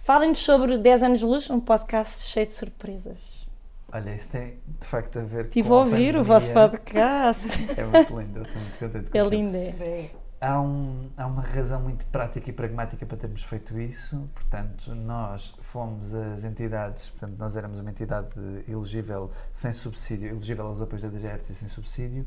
[SPEAKER 1] Falem-nos sobre 10 anos de luz, um podcast cheio de surpresas.
[SPEAKER 2] Olha, isso tem de facto a ver
[SPEAKER 1] Estive
[SPEAKER 2] com.
[SPEAKER 1] a ouvir o vosso
[SPEAKER 2] pandemia.
[SPEAKER 1] podcast.
[SPEAKER 2] É muito lindo, eu estou muito contente com
[SPEAKER 1] É
[SPEAKER 2] aquilo.
[SPEAKER 1] lindo, é.
[SPEAKER 2] Há, um- há uma razão muito prática e pragmática para termos feito isso. Portanto, nós fomos as entidades, portanto, nós éramos uma entidade elegível sem subsídio, elegível aos apoios da DGRT sem subsídio,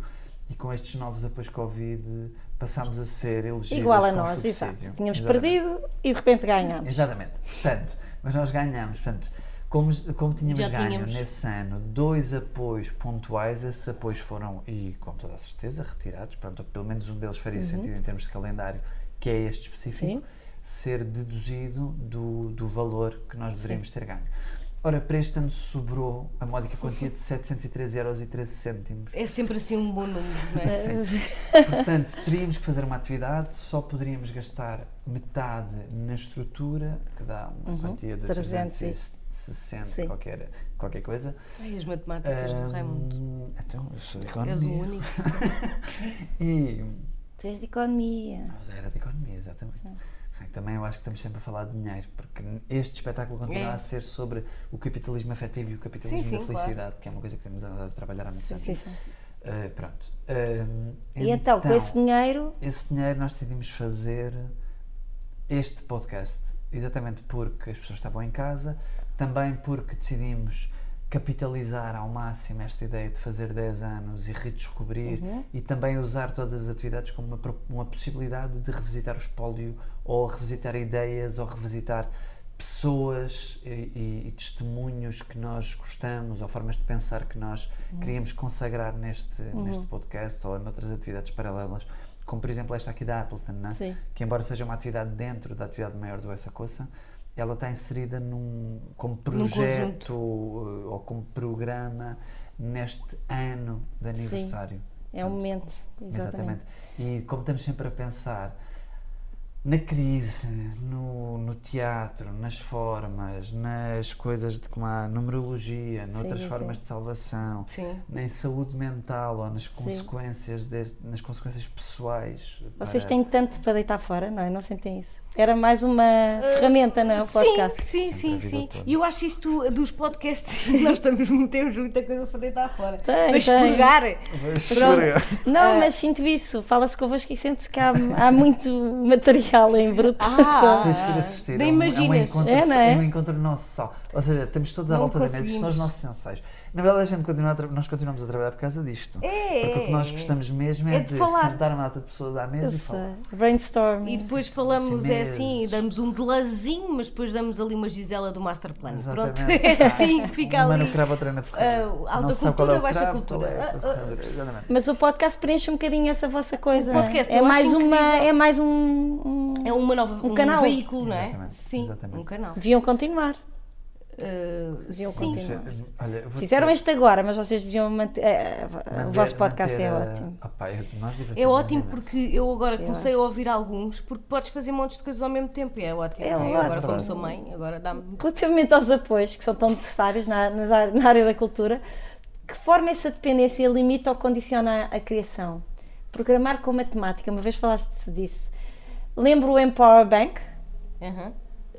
[SPEAKER 2] e com estes novos apoios Covid passámos a ser elegíveis
[SPEAKER 1] Igual a
[SPEAKER 2] com
[SPEAKER 1] nós,
[SPEAKER 2] subsídio.
[SPEAKER 1] exato. Tínhamos
[SPEAKER 2] Exatamente. É.
[SPEAKER 1] perdido e de repente ganhámos.
[SPEAKER 2] Exatamente. Portanto, mas nós ganhámos, portanto, como, como tínhamos
[SPEAKER 4] Já
[SPEAKER 2] ganho
[SPEAKER 4] tínhamos.
[SPEAKER 2] nesse ano dois apoios pontuais, esses apoios foram, e com toda a certeza, retirados, pronto, pelo menos um deles
[SPEAKER 4] Uhum.
[SPEAKER 2] faria sentido em termos de calendário, que é este específico,
[SPEAKER 1] Sim.
[SPEAKER 2] ser deduzido do, do valor que nós deveríamos ter ganho. Ora, para este ano sobrou a módica quantia de 713,13€.
[SPEAKER 4] É sempre assim um bom número, não é?
[SPEAKER 2] Portanto, teríamos que fazer uma atividade, só poderíamos gastar metade na estrutura, que dá uma quantia de
[SPEAKER 1] 300 Uhum. e-
[SPEAKER 2] 360,
[SPEAKER 1] Sim.
[SPEAKER 2] qualquer, qualquer coisa.
[SPEAKER 4] Ai, as matemáticas
[SPEAKER 2] Ehm,
[SPEAKER 4] do Raimundo.
[SPEAKER 2] Ahm, então, eu sou de
[SPEAKER 4] És o
[SPEAKER 2] economia.
[SPEAKER 4] único.
[SPEAKER 2] E.
[SPEAKER 1] Tu és de economia.
[SPEAKER 2] Mas era de economia, exatamente. Bem, Também eu acho que estamos sempre a falar de dinheiro, porque este espetáculo continua
[SPEAKER 4] É.
[SPEAKER 2] a ser sobre o capitalismo afetivo e o capitalismo
[SPEAKER 4] Sim, sim,
[SPEAKER 2] da
[SPEAKER 4] claro.
[SPEAKER 2] felicidade, que é uma coisa que temos andado a trabalhar há muitos anos.
[SPEAKER 1] Sim, sim.
[SPEAKER 2] Ah, pronto. Ahm,
[SPEAKER 1] E então, com esse dinheiro,
[SPEAKER 2] esse dinheiro nós decidimos fazer este podcast, exatamente porque as pessoas estavam em casa, também porque decidimos capitalizar ao máximo esta ideia de fazer 10 anos e redescobrir e também usar todas as atividades como uma, pro- uma possibilidade de revisitar o espólio ou revisitar ideias ou revisitar pessoas e, e- e testemunhos que nós gostamos ou formas de pensar que nós queríamos consagrar neste, neste podcast ou noutras atividades paralelas, como por exemplo esta aqui da Appleton, não é?
[SPEAKER 1] Sim.
[SPEAKER 2] que embora seja uma atividade dentro da atividade maior do Essa Coça, ela está inserida num, como projeto eh, ou como programa neste ano de
[SPEAKER 1] Sim.
[SPEAKER 2] aniversário.
[SPEAKER 1] é um
[SPEAKER 2] Portanto,
[SPEAKER 1] momento. Exatamente.
[SPEAKER 2] Exatamente. E como estamos sempre a pensar na crise, no, no teatro, nas formas, nas coisas de como a numerologia, noutras
[SPEAKER 1] sim,
[SPEAKER 2] formas
[SPEAKER 1] sim.
[SPEAKER 2] de salvação,
[SPEAKER 4] Sim.
[SPEAKER 2] em saúde mental ou nas consequências, deste- nas consequências pessoais.
[SPEAKER 1] Vocês
[SPEAKER 2] para-
[SPEAKER 1] têm tanto para deitar fora, não é? Não sentem isso? Era mais uma ferramenta, não é? O podcast.
[SPEAKER 4] Ah, Sim,
[SPEAKER 2] Sempre é
[SPEAKER 4] sim,
[SPEAKER 2] a vida
[SPEAKER 4] sim.
[SPEAKER 2] toda.
[SPEAKER 4] E eu acho isto dos podcasts, nós estamos metemos muita coisa para deitar fora.
[SPEAKER 1] Tem,
[SPEAKER 4] para
[SPEAKER 1] tem.
[SPEAKER 4] expurgar.
[SPEAKER 1] Não,
[SPEAKER 4] É.
[SPEAKER 1] mas sinto isso. Fala-se convosco e sente-se que há, há muito material em bruto.
[SPEAKER 4] Ah,
[SPEAKER 2] Tens que ir assistir. é um- É
[SPEAKER 4] nem
[SPEAKER 2] um,
[SPEAKER 4] imaginas.
[SPEAKER 2] encontro,
[SPEAKER 1] É, não é?
[SPEAKER 2] é um encontro nosso só. Ou seja, estamos todos à
[SPEAKER 4] Não
[SPEAKER 2] volta da mesa. Isto
[SPEAKER 4] conseguimos.
[SPEAKER 2] são os nossos senseios. Na verdade, a gente continua a tra- nós continuamos a trabalhar por causa disto.
[SPEAKER 4] É,
[SPEAKER 2] Porque o que nós gostamos mesmo é,
[SPEAKER 4] É de
[SPEAKER 2] de,
[SPEAKER 4] falar.
[SPEAKER 2] sentar uma data de pessoas à mesa
[SPEAKER 1] Eu
[SPEAKER 2] e
[SPEAKER 1] sei.
[SPEAKER 2] falar.
[SPEAKER 1] Brainstorm.
[SPEAKER 4] E depois falamos,
[SPEAKER 2] Assim
[SPEAKER 4] é assim,
[SPEAKER 2] mesmo.
[SPEAKER 4] damos um delazinho, mas depois damos ali uma gisela do masterplan.
[SPEAKER 2] Exatamente.
[SPEAKER 4] Pronto, é assim que fica
[SPEAKER 2] Uma
[SPEAKER 4] ali.
[SPEAKER 2] no cravo, outra na ferreira.
[SPEAKER 4] Ah,
[SPEAKER 2] Não
[SPEAKER 4] alta
[SPEAKER 2] se sabe
[SPEAKER 4] cultura,
[SPEAKER 2] qual é o
[SPEAKER 4] baixa
[SPEAKER 2] cravo,
[SPEAKER 4] cultura.
[SPEAKER 2] qual é a
[SPEAKER 4] Ah, ah,
[SPEAKER 2] ferreira. Exatamente.
[SPEAKER 1] Mas o podcast preenche um bocadinho essa vossa coisa.
[SPEAKER 4] O
[SPEAKER 1] não é?
[SPEAKER 4] podcast,
[SPEAKER 1] é?
[SPEAKER 4] eu acho
[SPEAKER 1] mais uma,
[SPEAKER 4] incrível.
[SPEAKER 1] é mais um, um-
[SPEAKER 4] É uma nova,
[SPEAKER 1] Um
[SPEAKER 4] um,
[SPEAKER 1] canal.
[SPEAKER 4] veículo, não é?
[SPEAKER 2] Exatamente,
[SPEAKER 4] Sim,
[SPEAKER 2] exatamente.
[SPEAKER 4] um canal.
[SPEAKER 1] Deviam continuar.
[SPEAKER 4] eh,
[SPEAKER 1] Deviam
[SPEAKER 4] sim.
[SPEAKER 1] continuar.
[SPEAKER 2] Olha, eu vou
[SPEAKER 1] Fizeram
[SPEAKER 2] dizer,
[SPEAKER 1] este agora, mas vocês deviam manter. eh, o
[SPEAKER 2] manter-
[SPEAKER 1] vosso podcast
[SPEAKER 2] manter
[SPEAKER 1] é
[SPEAKER 2] a-
[SPEAKER 1] ótimo.
[SPEAKER 2] Ah pá, eu- nós
[SPEAKER 4] É
[SPEAKER 2] divertimos
[SPEAKER 4] ótimo
[SPEAKER 2] imenso.
[SPEAKER 4] porque eu agora comecei
[SPEAKER 1] acho.
[SPEAKER 4] a ouvir alguns, porque podes fazer montes de coisas ao mesmo tempo e é ótimo.
[SPEAKER 1] É
[SPEAKER 4] não Eu agora,
[SPEAKER 1] ótimo.
[SPEAKER 4] como sou mãe, agora dá-me.
[SPEAKER 1] Relativamente aos apoios que são tão necessários na, nas ar- na área da cultura, que forma essa dependência limita ou condiciona a, a criação? Programar com matemática, uma vez falaste disso. Lembro o Empower Bank,
[SPEAKER 4] Aham.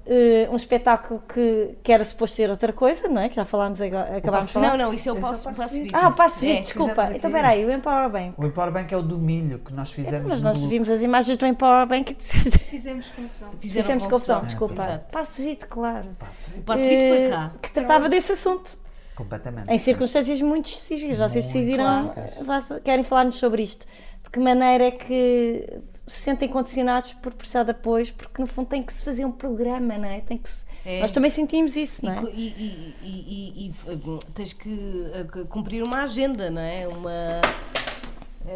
[SPEAKER 1] eh, um espetáculo que, que era suposto ser outra coisa, não é? Que já falámos agora, acabámos de falar.
[SPEAKER 4] Não, não, isso eu
[SPEAKER 3] Eu
[SPEAKER 4] posso,
[SPEAKER 3] só
[SPEAKER 4] posso,
[SPEAKER 3] posso
[SPEAKER 4] posso
[SPEAKER 3] vir.
[SPEAKER 4] vir.
[SPEAKER 1] Ah, o passo
[SPEAKER 4] É, um
[SPEAKER 1] vídeo, desculpa.
[SPEAKER 3] fizemos aqui.
[SPEAKER 1] Então peraí, o Empower Bank.
[SPEAKER 2] O Empower Bank é o do milho que nós fizemos.
[SPEAKER 1] Então, mas
[SPEAKER 2] no
[SPEAKER 1] nós
[SPEAKER 2] loop.
[SPEAKER 1] vimos as imagens do Empower Bank e disseste-
[SPEAKER 3] Fizemos confusão.
[SPEAKER 4] Fizeram
[SPEAKER 1] fizemos confusão,
[SPEAKER 2] É,
[SPEAKER 1] desculpa.
[SPEAKER 4] exato.
[SPEAKER 1] Passo vídeo, claro.
[SPEAKER 4] O passo vídeo foi
[SPEAKER 1] Eh,
[SPEAKER 4] cá.
[SPEAKER 1] Que tratava desse assunto.
[SPEAKER 2] Completamente.
[SPEAKER 1] Em circunstâncias muito específicas, vocês
[SPEAKER 2] Muito
[SPEAKER 1] decidiram,
[SPEAKER 2] claras.
[SPEAKER 1] vá- querem falar-nos sobre isto. De que maneira é que se sentem condicionados por precisar de apoios, porque no fundo tem que se fazer um programa, não é? Tem que se-
[SPEAKER 4] É.
[SPEAKER 1] Nós também sentimos isso, não é?
[SPEAKER 4] E, co- e- e- e- e- e, hum, tens que uh, cumprir uma agenda, não é? Uma.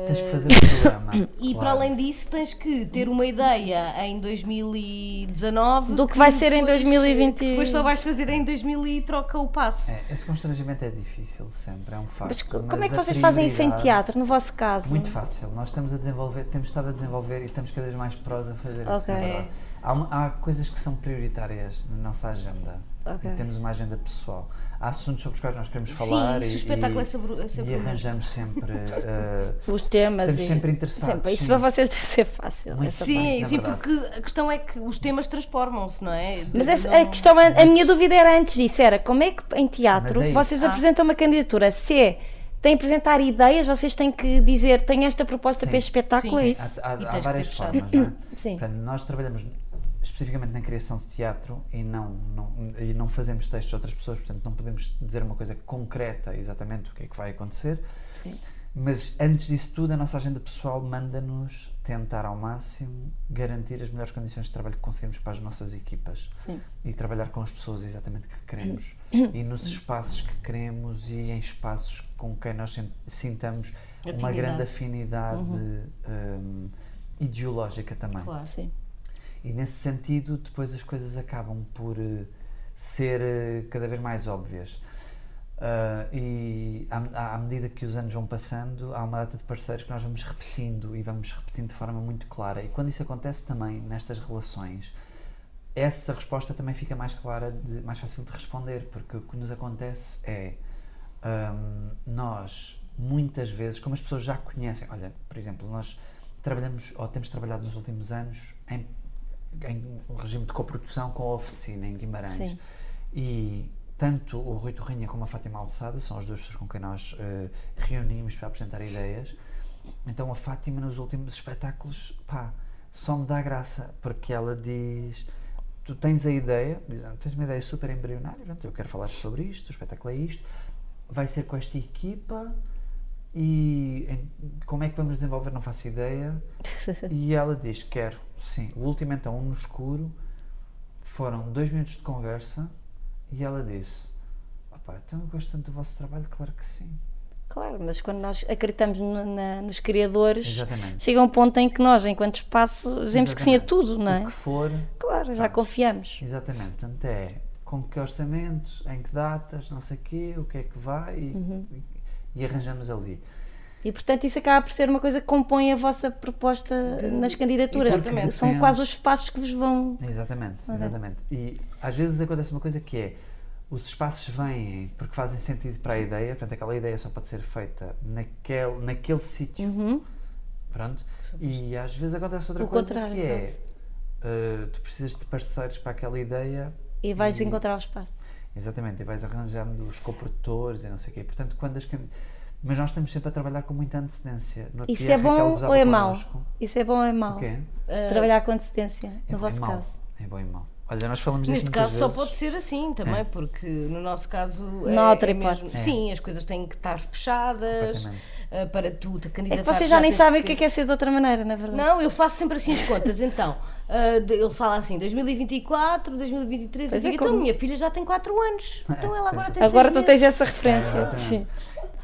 [SPEAKER 2] Tens que fazer um programa.
[SPEAKER 4] Ah. E para além disso tens que ter uma ideia em 2019
[SPEAKER 1] Do que vai ser em
[SPEAKER 4] depois-
[SPEAKER 1] 2020.
[SPEAKER 4] que Depois só vais fazer em 2000 e troca o passo.
[SPEAKER 2] É, esse constrangimento é difícil sempre, é um facto.
[SPEAKER 1] Mas co-
[SPEAKER 2] mas
[SPEAKER 1] como é que
[SPEAKER 2] a
[SPEAKER 1] vocês fazem isso em
[SPEAKER 2] prioridade-
[SPEAKER 1] teatro, no vosso caso?
[SPEAKER 2] Muito fácil. Nós estamos a desenvolver, temos estado a desenvolver e estamos cada vez mais prós a fazer isso.
[SPEAKER 1] Ok.
[SPEAKER 2] na verdade. Há, uma- há coisas que são prioritárias na nossa agenda.
[SPEAKER 1] Ok.
[SPEAKER 2] E temos uma agenda pessoal. Há assuntos sobre os quais nós queremos falar
[SPEAKER 4] Sim,
[SPEAKER 2] e,
[SPEAKER 4] isso, o espetáculo
[SPEAKER 2] e-
[SPEAKER 4] é sobre- é sempre
[SPEAKER 2] e
[SPEAKER 4] o mesmo.
[SPEAKER 2] arranjamos sempre. eh,
[SPEAKER 1] Os temas
[SPEAKER 2] Estamos
[SPEAKER 1] e...
[SPEAKER 2] sempre interessados,
[SPEAKER 1] Sempre. Isso
[SPEAKER 2] sim.
[SPEAKER 1] para vocês deve ser fácil.
[SPEAKER 2] Muito
[SPEAKER 1] essa
[SPEAKER 2] sim.
[SPEAKER 1] parte.
[SPEAKER 4] Sim,
[SPEAKER 2] na
[SPEAKER 4] sim,
[SPEAKER 2] Tá é verdade.
[SPEAKER 4] porque a questão é que os temas transformam-se, não é?
[SPEAKER 1] Mas
[SPEAKER 4] Não-
[SPEAKER 1] essa- a questão, an- a minha dúvida era antes disso, era como é que em teatro
[SPEAKER 2] Mas é isso.
[SPEAKER 1] vocês
[SPEAKER 4] Ah.
[SPEAKER 1] apresentam uma candidatura? Se é, têm que apresentar ideias, vocês têm que dizer, tenho esta proposta
[SPEAKER 2] Sim. Ah,
[SPEAKER 1] para este espetáculo,
[SPEAKER 4] Sim.
[SPEAKER 1] é
[SPEAKER 2] há-
[SPEAKER 1] isso?
[SPEAKER 2] há,
[SPEAKER 4] E tens
[SPEAKER 2] há
[SPEAKER 4] que ter
[SPEAKER 2] várias
[SPEAKER 4] fechado.
[SPEAKER 2] formas, não é?
[SPEAKER 1] Sim.
[SPEAKER 2] Portanto, nós trabalhamos especificamente na criação de teatro e não, não- e não fazemos textos de outras pessoas, portanto, não podemos dizer uma coisa concreta exatamente o que é que vai acontecer.
[SPEAKER 1] Sim.
[SPEAKER 2] Mas antes disso tudo, a nossa agenda pessoal manda-nos tentar ao máximo garantir as melhores condições de trabalho que conseguimos para as nossas equipas
[SPEAKER 1] Sim.
[SPEAKER 2] e trabalhar com as pessoas exatamente que queremos e nos espaços que queremos e em espaços com quem nós sen- sintamos uma
[SPEAKER 4] Afinidade.
[SPEAKER 2] grande afinidade hum, ideológica também.
[SPEAKER 4] Claro.
[SPEAKER 1] Sim.
[SPEAKER 2] E nesse sentido, depois as coisas acabam por eh, ser eh, cada vez mais óbvias. Ah, e à, à- à medida que os anos vão passando, há uma data de parceiros que nós vamos repetindo e vamos repetindo de forma muito clara. E quando isso acontece também nestas relações, essa resposta também fica mais clara, de- mais fácil de responder, porque o que nos acontece é hum, nós muitas vezes, como as pessoas já conhecem, olha, por exemplo, nós trabalhamos ou temos trabalhado nos últimos anos em, em um regime de coprodução com a oficina em Guimarães.
[SPEAKER 1] Sim.
[SPEAKER 2] E tanto o Rui Torrinha como a Fátima Alçada são as duas pessoas com quem nós eh, reunimos para apresentar ideias. Então a Fátima nos últimos espetáculos, pá, só me dá graça, porque ela diz: Tu tens a ideia, diz, "Ah, tens uma ideia super embrionária, pronto, eu quero falar sobre isto, o espetáculo é isto, vai ser com esta equipa e em- como é que vamos desenvolver, não faço ideia. E ela diz: Quero, sim. O último, então, um no escuro, foram dois minutos de conversa e ela disse: Opá, então eu gosto tanto do vosso trabalho, claro que sim.
[SPEAKER 1] Claro, mas quando nós acreditamos no- na- nos criadores,
[SPEAKER 2] Exatamente.
[SPEAKER 1] chega um ponto em que nós, enquanto espaço, dizemos que sim a
[SPEAKER 2] Exatamente.
[SPEAKER 1] tudo, não
[SPEAKER 2] O que
[SPEAKER 1] é?
[SPEAKER 2] for,
[SPEAKER 1] Claro, já confiamos.
[SPEAKER 2] exatamente. Portanto, é com que orçamento, em que datas, não sei o quê, o que é que vai e,
[SPEAKER 1] Uhum.
[SPEAKER 2] e arranjamos ali.
[SPEAKER 1] E portanto isso acaba por ser uma coisa que compõe a vossa proposta nas candidaturas,
[SPEAKER 4] Exatamente.
[SPEAKER 1] porque são
[SPEAKER 2] Depende.
[SPEAKER 1] quase os passos que vos vão.
[SPEAKER 2] Exatamente, exatamente. E às vezes acontece uma coisa que é os espaços vêm porque fazem sentido para a ideia, portanto aquela ideia só pode ser feita naquele, naquele sítio,
[SPEAKER 1] Uhum. Hum.
[SPEAKER 2] pronto. E às vezes acontece outra
[SPEAKER 1] O
[SPEAKER 2] coisa
[SPEAKER 1] contrário,
[SPEAKER 2] que é eh, tu precisas de parceiros para aquela ideia,
[SPEAKER 1] E vais encontrar o espaço.
[SPEAKER 2] exatamente, e vais arranjando os coprodutores e não sei o quê. Portanto, quando as can- mas nós estamos sempre a trabalhar com muita antecedência. No outro
[SPEAKER 1] Isso
[SPEAKER 2] dia
[SPEAKER 1] é
[SPEAKER 2] a Raquel
[SPEAKER 1] bom
[SPEAKER 2] gozava
[SPEAKER 1] ou é mau?
[SPEAKER 2] connosco.
[SPEAKER 1] Isso é bom ou é mau?
[SPEAKER 2] O quê?
[SPEAKER 4] Eh,
[SPEAKER 1] Trabalhar com antecedência,
[SPEAKER 2] É
[SPEAKER 1] no
[SPEAKER 2] bom e
[SPEAKER 1] vosso
[SPEAKER 2] mau.
[SPEAKER 1] caso.
[SPEAKER 2] É bom e mau. Olha, nós falamos disso
[SPEAKER 4] Neste
[SPEAKER 2] muitas
[SPEAKER 4] caso só
[SPEAKER 2] vezes.
[SPEAKER 4] pode ser assim também, porque no nosso caso
[SPEAKER 1] Não há outra
[SPEAKER 4] mesmo-
[SPEAKER 1] hipótese.
[SPEAKER 2] É.
[SPEAKER 4] Sim, as coisas têm que estar fechadas
[SPEAKER 2] Completamente.
[SPEAKER 4] eh, para tu te
[SPEAKER 1] É que
[SPEAKER 4] candidatar.
[SPEAKER 1] vocês já nem
[SPEAKER 4] tens
[SPEAKER 1] sabem o que é que é ser de outra maneira, na verdade.
[SPEAKER 4] Não, eu faço sempre assim as contas. Então, ah, de- ele fala assim: 2024, 2023.
[SPEAKER 1] Pois
[SPEAKER 4] eu
[SPEAKER 1] é,
[SPEAKER 4] digo, então,
[SPEAKER 1] como-
[SPEAKER 4] minha filha já tem 4 anos.
[SPEAKER 2] É,
[SPEAKER 4] Então, ela agora tem
[SPEAKER 1] Agora
[SPEAKER 4] seis
[SPEAKER 1] tu tens
[SPEAKER 4] meses."
[SPEAKER 1] essa referência.
[SPEAKER 2] Exatamente.
[SPEAKER 1] Sim.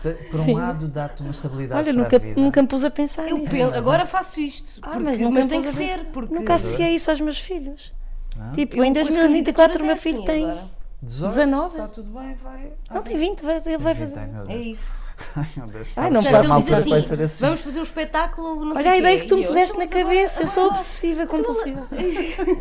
[SPEAKER 2] Te- Por um lado, dá-te uma estabilidade.
[SPEAKER 1] Olha,
[SPEAKER 2] para
[SPEAKER 1] nunca,
[SPEAKER 2] a vida.
[SPEAKER 1] nunca me pus a pensar
[SPEAKER 4] Eu
[SPEAKER 1] nisso.
[SPEAKER 4] penso, agora faço isto.
[SPEAKER 1] Ah,
[SPEAKER 4] porque-
[SPEAKER 1] mas nunca me
[SPEAKER 4] tem
[SPEAKER 1] pus
[SPEAKER 4] que
[SPEAKER 1] a pensar-
[SPEAKER 4] ser, porque.
[SPEAKER 1] Nunca associei isso aos meus filhos.
[SPEAKER 2] Ah.
[SPEAKER 1] Tipo,
[SPEAKER 4] eu
[SPEAKER 1] em
[SPEAKER 4] com as
[SPEAKER 1] 2024 o meu
[SPEAKER 4] candidaturas é
[SPEAKER 1] filho
[SPEAKER 4] assim
[SPEAKER 1] tem
[SPEAKER 4] agora.
[SPEAKER 2] 18,
[SPEAKER 1] 19?
[SPEAKER 2] Está tudo bem, vai.
[SPEAKER 1] Não tem 20, vai, vai fazer.
[SPEAKER 2] Ai, meu
[SPEAKER 4] É
[SPEAKER 2] Deus.
[SPEAKER 4] isso.
[SPEAKER 2] Ai, meu Deus.
[SPEAKER 1] Ai, não
[SPEAKER 2] Há
[SPEAKER 1] posso.
[SPEAKER 2] pessoas que
[SPEAKER 1] Então diz
[SPEAKER 2] pensam
[SPEAKER 1] assim,
[SPEAKER 2] ser assim.
[SPEAKER 4] Vamos fazer um espetáculo. Não
[SPEAKER 1] Olha
[SPEAKER 4] sei
[SPEAKER 1] a ideia
[SPEAKER 4] quê.
[SPEAKER 1] que tu
[SPEAKER 4] E
[SPEAKER 1] me
[SPEAKER 4] eu,
[SPEAKER 1] puseste na
[SPEAKER 4] então, mas
[SPEAKER 1] cabeça, eu sou
[SPEAKER 4] agora-
[SPEAKER 1] obsessiva, compulsiva.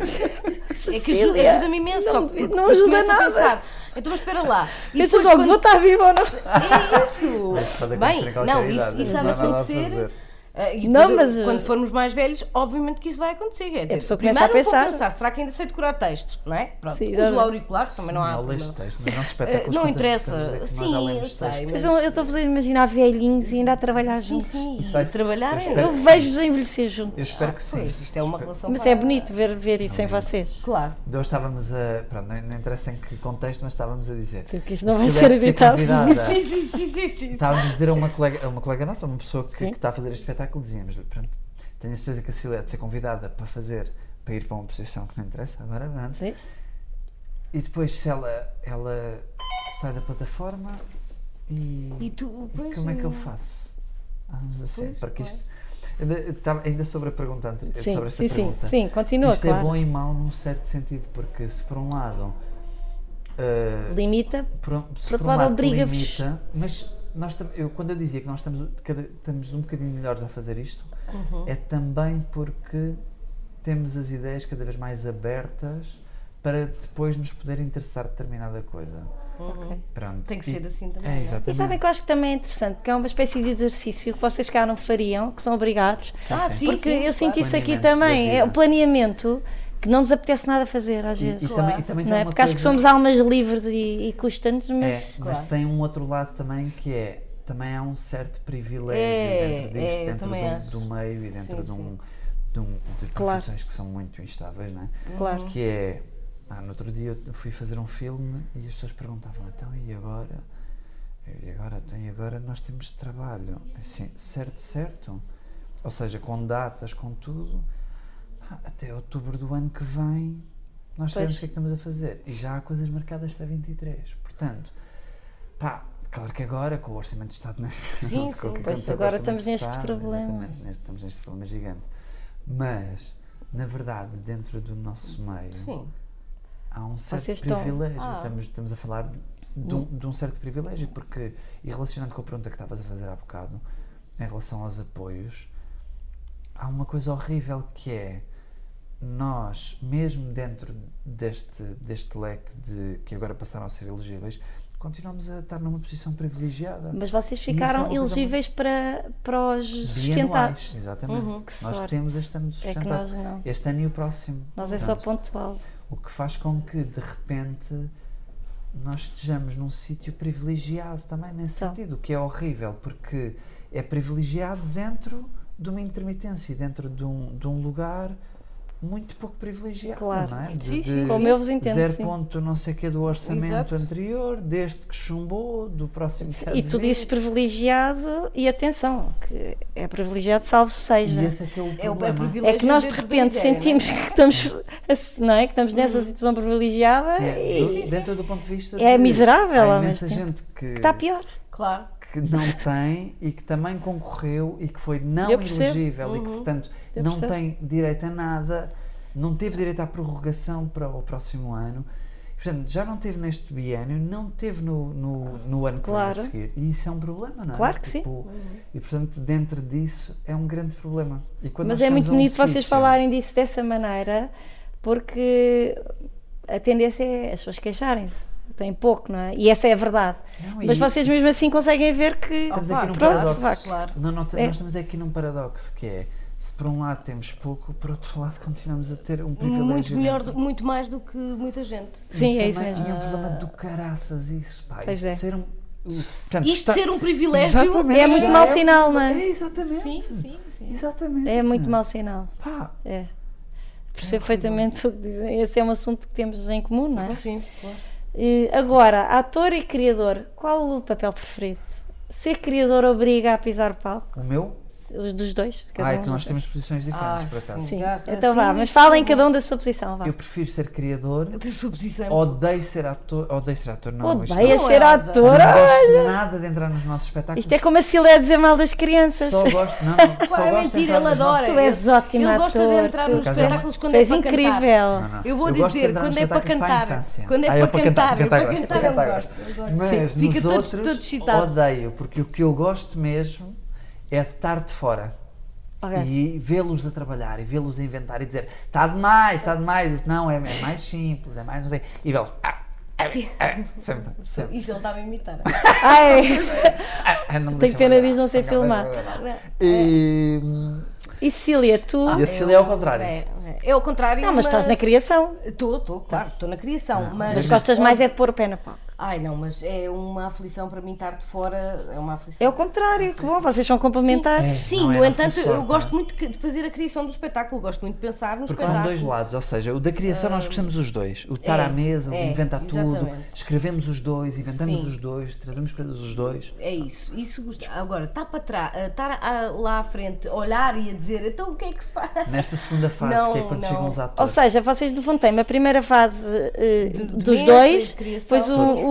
[SPEAKER 4] É que ajuda-
[SPEAKER 1] Cecília,
[SPEAKER 4] ajuda-me imenso,
[SPEAKER 1] não-
[SPEAKER 4] só que
[SPEAKER 1] não
[SPEAKER 4] depois
[SPEAKER 1] ajuda
[SPEAKER 4] começo a
[SPEAKER 1] nada.
[SPEAKER 4] pensar, Então, mas espera lá. E
[SPEAKER 1] Pensas
[SPEAKER 4] depois
[SPEAKER 1] logo,
[SPEAKER 4] quando-
[SPEAKER 1] vou estar viva ou não?
[SPEAKER 4] É isso!
[SPEAKER 2] Isso pode acontecer em
[SPEAKER 4] Bem,
[SPEAKER 2] qualquer
[SPEAKER 4] não,
[SPEAKER 2] idade,
[SPEAKER 4] isso, isso
[SPEAKER 2] não
[SPEAKER 4] há de
[SPEAKER 2] há nada a
[SPEAKER 4] acontecer.
[SPEAKER 2] fazer.
[SPEAKER 4] eh, e
[SPEAKER 1] Não,
[SPEAKER 4] depois,
[SPEAKER 1] mas,
[SPEAKER 4] Quando
[SPEAKER 1] eh,
[SPEAKER 4] formos mais velhos, obviamente que isso vai acontecer. Quer dizer,
[SPEAKER 1] pessoa começa
[SPEAKER 4] primeiro
[SPEAKER 1] a
[SPEAKER 4] eu vou
[SPEAKER 1] pensar.
[SPEAKER 4] pensar, será que ainda sei decorar texto? Não é? Pronto,
[SPEAKER 1] Sim,
[SPEAKER 4] uso
[SPEAKER 1] exatamente.
[SPEAKER 4] o auricular, também não há.
[SPEAKER 2] Não leste
[SPEAKER 4] problema.
[SPEAKER 2] texto, mas é um não
[SPEAKER 4] Eh,
[SPEAKER 2] espetáculos.
[SPEAKER 4] Não
[SPEAKER 2] quantas
[SPEAKER 4] interessa.
[SPEAKER 2] vezes é que nós já
[SPEAKER 4] Sim, eu
[SPEAKER 2] lemos
[SPEAKER 4] sei.
[SPEAKER 1] Mas
[SPEAKER 2] textos?
[SPEAKER 4] mas-
[SPEAKER 1] eu eu estou a fazer imaginar velhinhos e ainda a trabalhar
[SPEAKER 4] Sim,
[SPEAKER 1] juntos.
[SPEAKER 4] sim,
[SPEAKER 2] Isso
[SPEAKER 4] e
[SPEAKER 2] vai ser- eu
[SPEAKER 4] trabalhar em-
[SPEAKER 2] espero
[SPEAKER 1] Eu vejo-os a envelhecer
[SPEAKER 2] Eu
[SPEAKER 1] juntos.
[SPEAKER 2] espero que sim.
[SPEAKER 4] Pois, isto é uma relação.
[SPEAKER 1] Mas
[SPEAKER 4] para-
[SPEAKER 1] é bonito ver, ver isso em vocês.
[SPEAKER 4] Claro.
[SPEAKER 2] Nós estávamos a. Pronto, não, não interessa em que contexto, mas estávamos a dizer.
[SPEAKER 1] Sim, porque isto não vai
[SPEAKER 2] Cecília
[SPEAKER 1] ser
[SPEAKER 2] é de
[SPEAKER 1] editado.
[SPEAKER 2] convidada.
[SPEAKER 4] Sim, sim, sim, sim, sim.
[SPEAKER 2] Estávamos a dizer a uma colega, a uma colega nossa, uma pessoa que, que
[SPEAKER 1] Sim.
[SPEAKER 2] está a fazer este espetáculo, dizíamos-lhe: pronto, tenho a certeza que a Cecília é de ser convidada para fazer, para ir para uma posição que não interessa, agora não.
[SPEAKER 1] Sim.
[SPEAKER 2] E depois, se ela, ela sai da plataforma e.
[SPEAKER 4] E tu,
[SPEAKER 2] E
[SPEAKER 4] pois,
[SPEAKER 2] como é que eu
[SPEAKER 4] eh,
[SPEAKER 2] faço? Vamos assim,
[SPEAKER 4] Pois,
[SPEAKER 2] para que
[SPEAKER 4] claro.
[SPEAKER 2] isto. Ainda, estava- ainda sobre a pergunta anterior, É sobre
[SPEAKER 1] Sim,
[SPEAKER 2] esta
[SPEAKER 1] sim, sim,
[SPEAKER 2] pergunta.
[SPEAKER 1] sim, continua,
[SPEAKER 2] Isto é
[SPEAKER 1] claro.
[SPEAKER 2] bom e mau num certo sentido, porque se por um lado. eh,
[SPEAKER 1] Limita.
[SPEAKER 2] por, um- se
[SPEAKER 1] Por outro
[SPEAKER 2] por um
[SPEAKER 1] lado,
[SPEAKER 2] lado
[SPEAKER 1] obriga-vos.
[SPEAKER 2] limita, Mas nós, tam- eu, quando eu dizia que nós estamos, de cada- estamos um bocadinho melhores a fazer isto,
[SPEAKER 1] Uhum.
[SPEAKER 2] é também porque temos as ideias cada vez mais abertas para depois nos poder interessar determinada coisa.
[SPEAKER 1] Ok.
[SPEAKER 2] Pronto.
[SPEAKER 4] Tem que
[SPEAKER 2] E-
[SPEAKER 4] ser assim também.
[SPEAKER 2] É,
[SPEAKER 4] não é?
[SPEAKER 2] exatamente.
[SPEAKER 1] E sabem que eu acho que também é interessante, porque é uma espécie de exercício que vocês cá não fariam, que são obrigados.
[SPEAKER 4] Ah, sim,
[SPEAKER 1] porque
[SPEAKER 4] sim,
[SPEAKER 1] eu sinto
[SPEAKER 4] claro.
[SPEAKER 1] isso aqui
[SPEAKER 2] Planeamento da
[SPEAKER 1] também, é
[SPEAKER 2] vida.
[SPEAKER 1] o planeamento que não nos apetece nada fazer às
[SPEAKER 2] E, e
[SPEAKER 1] vezes.
[SPEAKER 2] também, e também
[SPEAKER 1] não
[SPEAKER 2] tem
[SPEAKER 1] é?
[SPEAKER 2] uma
[SPEAKER 1] Porque acho que
[SPEAKER 2] coisa-
[SPEAKER 1] somos almas livres e, e custa-nos,
[SPEAKER 2] É,
[SPEAKER 1] mas.
[SPEAKER 4] Claro.
[SPEAKER 2] mas tem um outro lado também que é também há um certo privilégio
[SPEAKER 4] É,
[SPEAKER 2] dentro disto,
[SPEAKER 4] é, eu
[SPEAKER 2] dentro um,
[SPEAKER 4] também acho.
[SPEAKER 2] do, do meio e dentro
[SPEAKER 4] Sim,
[SPEAKER 2] de, um,
[SPEAKER 4] sim.
[SPEAKER 2] de, um, de
[SPEAKER 1] Claro.
[SPEAKER 2] profissões que são muito instáveis, não é?
[SPEAKER 4] Uhum.
[SPEAKER 1] Claro.
[SPEAKER 2] Que é, ah, no outro dia eu fui fazer um filme e as pessoas perguntavam, então e agora? E agora, então, e agora nós temos trabalho. Assim, certo, certo. Ou seja, com datas, com tudo. Ah, até outubro do ano que vem nós sabemos o que é que estamos a fazer. E já há coisas marcadas para 23. Portanto, pá, claro que agora com o Orçamento de Estado neste.
[SPEAKER 4] Sim,
[SPEAKER 2] com o que
[SPEAKER 4] sim.
[SPEAKER 1] Pois,
[SPEAKER 2] aconteceu com o
[SPEAKER 1] agora
[SPEAKER 2] Orçamento
[SPEAKER 1] estamos
[SPEAKER 2] de
[SPEAKER 1] neste
[SPEAKER 2] Estado,
[SPEAKER 1] problema.
[SPEAKER 2] exatamente, neste- estamos neste problema gigante. Mas, na verdade, dentro do nosso meio
[SPEAKER 4] Sim.
[SPEAKER 2] há um certo
[SPEAKER 1] Vocês estão- Hum.
[SPEAKER 2] privilégio.
[SPEAKER 4] Ah.
[SPEAKER 2] Estamos, estamos a falar de um, de um certo privilégio, porque, e relacionando com a pergunta que estavas a fazer há bocado, em relação aos apoios, há uma coisa horrível que é nós, mesmo dentro deste, deste leque de que agora passaram a ser elegíveis, continuamos a estar numa posição privilegiada.
[SPEAKER 1] Mas vocês
[SPEAKER 2] E isso é uma
[SPEAKER 1] ficaram
[SPEAKER 2] coisa muito-
[SPEAKER 1] elegíveis para, para os
[SPEAKER 2] Bianuais,
[SPEAKER 1] sustentados.
[SPEAKER 2] Exatamente.
[SPEAKER 1] Uhum, Que
[SPEAKER 2] Nós
[SPEAKER 1] sorte.
[SPEAKER 2] temos este ano de
[SPEAKER 1] É que
[SPEAKER 2] sustentado.
[SPEAKER 1] nós não.
[SPEAKER 2] Este ano e o próximo.
[SPEAKER 1] Nós é só
[SPEAKER 2] Portanto,
[SPEAKER 1] pontual.
[SPEAKER 2] o que faz com que, de repente, nós estejamos num sítio privilegiado também, nesse
[SPEAKER 1] Então.
[SPEAKER 2] sentido, o que é horrível, porque é privilegiado dentro de uma intermitência, e dentro de um, de um lugar muito pouco privilegiado,
[SPEAKER 1] Claro.
[SPEAKER 2] não é? De,
[SPEAKER 4] Sim,
[SPEAKER 2] de
[SPEAKER 4] sim.
[SPEAKER 1] Como eu vos entendo,
[SPEAKER 2] zero
[SPEAKER 1] sim.
[SPEAKER 2] ponto não sei o que do orçamento
[SPEAKER 4] Exato.
[SPEAKER 2] anterior, deste que chumbou, do próximo que há
[SPEAKER 1] E
[SPEAKER 2] de
[SPEAKER 1] tu
[SPEAKER 2] vir.
[SPEAKER 1] dizes privilegiado e atenção, que é privilegiado salvo seja.
[SPEAKER 2] E esse é que é o
[SPEAKER 4] É o
[SPEAKER 2] problema.
[SPEAKER 4] é privilégio.
[SPEAKER 1] É que nós de
[SPEAKER 4] dentro do
[SPEAKER 1] repente
[SPEAKER 4] miséria,
[SPEAKER 1] sentimos
[SPEAKER 2] né?
[SPEAKER 1] que estamos, assim, não é? que estamos nessa situação privilegiada
[SPEAKER 2] Uhum. É,
[SPEAKER 1] e
[SPEAKER 2] do- dentro do ponto de vista
[SPEAKER 1] É
[SPEAKER 2] de-
[SPEAKER 1] miserável
[SPEAKER 2] há
[SPEAKER 1] ao
[SPEAKER 2] imensa
[SPEAKER 1] mesmo
[SPEAKER 2] gente que,
[SPEAKER 1] que está pior.
[SPEAKER 4] não é? Claro.
[SPEAKER 2] que não tem e que também concorreu e que foi não
[SPEAKER 1] Eu percebo. Uhum.
[SPEAKER 2] elegível e que, portanto,
[SPEAKER 1] Eu
[SPEAKER 2] não
[SPEAKER 1] percebo.
[SPEAKER 2] tem direito a nada, não teve direito à prorrogação para o próximo ano. Portanto, já não teve neste biênio, não teve no, no, no ano que
[SPEAKER 1] Claro.
[SPEAKER 2] vai a seguir. E isso é um problema, não é?
[SPEAKER 1] Claro que sim.
[SPEAKER 2] sim. E, portanto, dentro disso é um grande problema. E quando
[SPEAKER 1] Mas
[SPEAKER 2] nós
[SPEAKER 1] é muito
[SPEAKER 2] chegamos a um
[SPEAKER 1] bonito vocês
[SPEAKER 2] sítio-
[SPEAKER 1] falarem disso dessa maneira, porque a tendência é as pessoas queixarem-se. Tem pouco, não é? E essa é a verdade.
[SPEAKER 2] Não, e-
[SPEAKER 1] Mas vocês mesmo assim conseguem ver que.
[SPEAKER 2] Estamos
[SPEAKER 4] Ah,
[SPEAKER 2] aqui num
[SPEAKER 4] claro,
[SPEAKER 2] paradoxo.
[SPEAKER 1] claro,
[SPEAKER 4] claro.
[SPEAKER 2] Não, não,
[SPEAKER 1] É.
[SPEAKER 2] Nós estamos aqui num paradoxo que é se por um lado temos pouco, por outro lado continuamos a ter um privilégio.
[SPEAKER 4] Muito
[SPEAKER 1] né?
[SPEAKER 4] melhor, do-
[SPEAKER 2] dentro.
[SPEAKER 4] muito mais do que muita gente.
[SPEAKER 1] Sim,
[SPEAKER 2] E
[SPEAKER 1] é isso
[SPEAKER 2] também
[SPEAKER 1] mesmo.
[SPEAKER 2] É um problema do caraças isso, pá.
[SPEAKER 1] Pois
[SPEAKER 2] Isto
[SPEAKER 1] é.
[SPEAKER 2] de ser um. o- portanto,
[SPEAKER 4] Isto
[SPEAKER 2] está-
[SPEAKER 4] ser um privilégio
[SPEAKER 2] Exatamente.
[SPEAKER 1] É muito
[SPEAKER 2] Já
[SPEAKER 1] mau
[SPEAKER 2] é-
[SPEAKER 1] sinal, não é?
[SPEAKER 2] É, exatamente.
[SPEAKER 4] Sim, sim, sim.
[SPEAKER 2] Exatamente.
[SPEAKER 1] É muito mau sinal.
[SPEAKER 2] Pá,
[SPEAKER 1] É. Percebo perfeitamente o que dizem. Esse é um assunto que temos em comum, não é?
[SPEAKER 4] Sim, claro.
[SPEAKER 1] E agora, ator e criador, qual o papel preferido? Ser criador obriga a pisar o palco?
[SPEAKER 2] O meu?
[SPEAKER 1] Os dos dois?
[SPEAKER 2] Ah,
[SPEAKER 1] um,
[SPEAKER 2] então
[SPEAKER 1] não
[SPEAKER 2] nós
[SPEAKER 1] sei.
[SPEAKER 2] temos posições diferentes,
[SPEAKER 4] Ah,
[SPEAKER 2] por acaso.
[SPEAKER 1] Sim.
[SPEAKER 4] Ah,
[SPEAKER 1] Então
[SPEAKER 4] sim,
[SPEAKER 1] vá,
[SPEAKER 4] mas
[SPEAKER 1] mas falem
[SPEAKER 4] tudo
[SPEAKER 1] cada um da sua posição, vá.
[SPEAKER 2] Eu prefiro ser criador.
[SPEAKER 4] De suposição.
[SPEAKER 2] Odeio ser ator. Odeio ser ator, não. isto
[SPEAKER 1] Odeia
[SPEAKER 4] não é
[SPEAKER 1] ser
[SPEAKER 4] nada.
[SPEAKER 2] não, não
[SPEAKER 1] atora?
[SPEAKER 2] gosto nada de entrar nos nossos espetáculos.
[SPEAKER 1] Isto é como a Cilé dizer mal das crianças.
[SPEAKER 2] Só gosto, não, não,
[SPEAKER 4] Pá,
[SPEAKER 2] só
[SPEAKER 4] é
[SPEAKER 2] gosto de entrar
[SPEAKER 4] mentira, ele
[SPEAKER 2] nos
[SPEAKER 4] adora.
[SPEAKER 2] nossos...
[SPEAKER 1] Tu és ótimo
[SPEAKER 4] Ele gosta de
[SPEAKER 1] ator,
[SPEAKER 4] entrar
[SPEAKER 1] tu-
[SPEAKER 4] nos
[SPEAKER 2] Por acaso é uma-
[SPEAKER 4] espetáculos quando
[SPEAKER 1] Tu
[SPEAKER 4] é
[SPEAKER 1] és
[SPEAKER 4] para
[SPEAKER 1] incrível.
[SPEAKER 4] cantar.
[SPEAKER 2] Não, não.
[SPEAKER 4] Eu vou
[SPEAKER 2] gosto de
[SPEAKER 4] dizer,
[SPEAKER 2] entrar nos
[SPEAKER 4] quando é para
[SPEAKER 2] espetáculos a
[SPEAKER 4] cantar.
[SPEAKER 2] infância.
[SPEAKER 4] Quando é
[SPEAKER 2] Ah, eu
[SPEAKER 4] para cantar, eu para
[SPEAKER 2] gosto,
[SPEAKER 4] cantar, eu
[SPEAKER 2] gosto,
[SPEAKER 4] gosto,
[SPEAKER 2] eu
[SPEAKER 4] eu
[SPEAKER 2] gosto.
[SPEAKER 4] gosto.
[SPEAKER 2] Mas
[SPEAKER 4] Sim, fica
[SPEAKER 2] nos
[SPEAKER 4] todo-
[SPEAKER 2] outros
[SPEAKER 4] todo excitado.
[SPEAKER 2] odeio, porque o que eu gosto mesmo é de estar de fora.
[SPEAKER 1] Ok.
[SPEAKER 2] E vê-los a trabalhar e vê-los a inventar e dizer está demais, está demais. Não, é, é mais simples, é mais não sei. E vê-los. Ah, ah, ah, sempre, sempre.
[SPEAKER 4] Isso ele estava a imitar.
[SPEAKER 1] Ai,
[SPEAKER 2] Ah, ah, não
[SPEAKER 1] Tenho
[SPEAKER 2] me deixa
[SPEAKER 1] pena
[SPEAKER 2] olhar.
[SPEAKER 1] disto não ser
[SPEAKER 2] Não,
[SPEAKER 1] filmado.
[SPEAKER 2] não, não, não. E.
[SPEAKER 1] e Cília, tu.
[SPEAKER 2] E a Cecília é ao contrário.
[SPEAKER 4] É, é. é ao contrário.
[SPEAKER 1] Não, mas estás na criação.
[SPEAKER 4] Estou, estou, claro, estou na criação.
[SPEAKER 2] Ah,
[SPEAKER 4] mas
[SPEAKER 1] Mas gostas mais é de pôr o pé na palco.
[SPEAKER 4] Ai não, mas é uma aflição para mim estar de fora, é uma aflição.
[SPEAKER 1] É o contrário, que bom, vocês são complementares.
[SPEAKER 4] Sim,
[SPEAKER 2] não é
[SPEAKER 4] no
[SPEAKER 2] nossa
[SPEAKER 4] entanto, eu
[SPEAKER 2] sorte,
[SPEAKER 4] gosto
[SPEAKER 2] não
[SPEAKER 4] muito que- de fazer a criação do espetáculo, gosto muito de pensar no
[SPEAKER 2] Porque são
[SPEAKER 4] espetáculo.
[SPEAKER 2] dois lados, ou seja, o da criação nós gostamos os dois. O de estar
[SPEAKER 4] Ah, É,
[SPEAKER 2] à mesa, o de
[SPEAKER 4] é,
[SPEAKER 2] inventar tudo,
[SPEAKER 4] exatamente.
[SPEAKER 2] escrevemos os dois, inventamos
[SPEAKER 4] Sim.
[SPEAKER 2] os dois, trazemos coisas os dois.
[SPEAKER 4] É isso, isso gosto. Agora, está para trás, ah, estar ah, lá à frente, olhar e a dizer, então o que é que se faz?
[SPEAKER 2] Nesta segunda fase,
[SPEAKER 4] Não,
[SPEAKER 2] que é quando
[SPEAKER 4] não.
[SPEAKER 2] chegam os
[SPEAKER 1] Ou
[SPEAKER 2] atores.
[SPEAKER 1] seis seja, vocês no fundo têm uma primeira fase eh, dos
[SPEAKER 4] mesa,
[SPEAKER 1] dois,
[SPEAKER 4] de criação.
[SPEAKER 1] depois o- o-
[SPEAKER 2] Todos.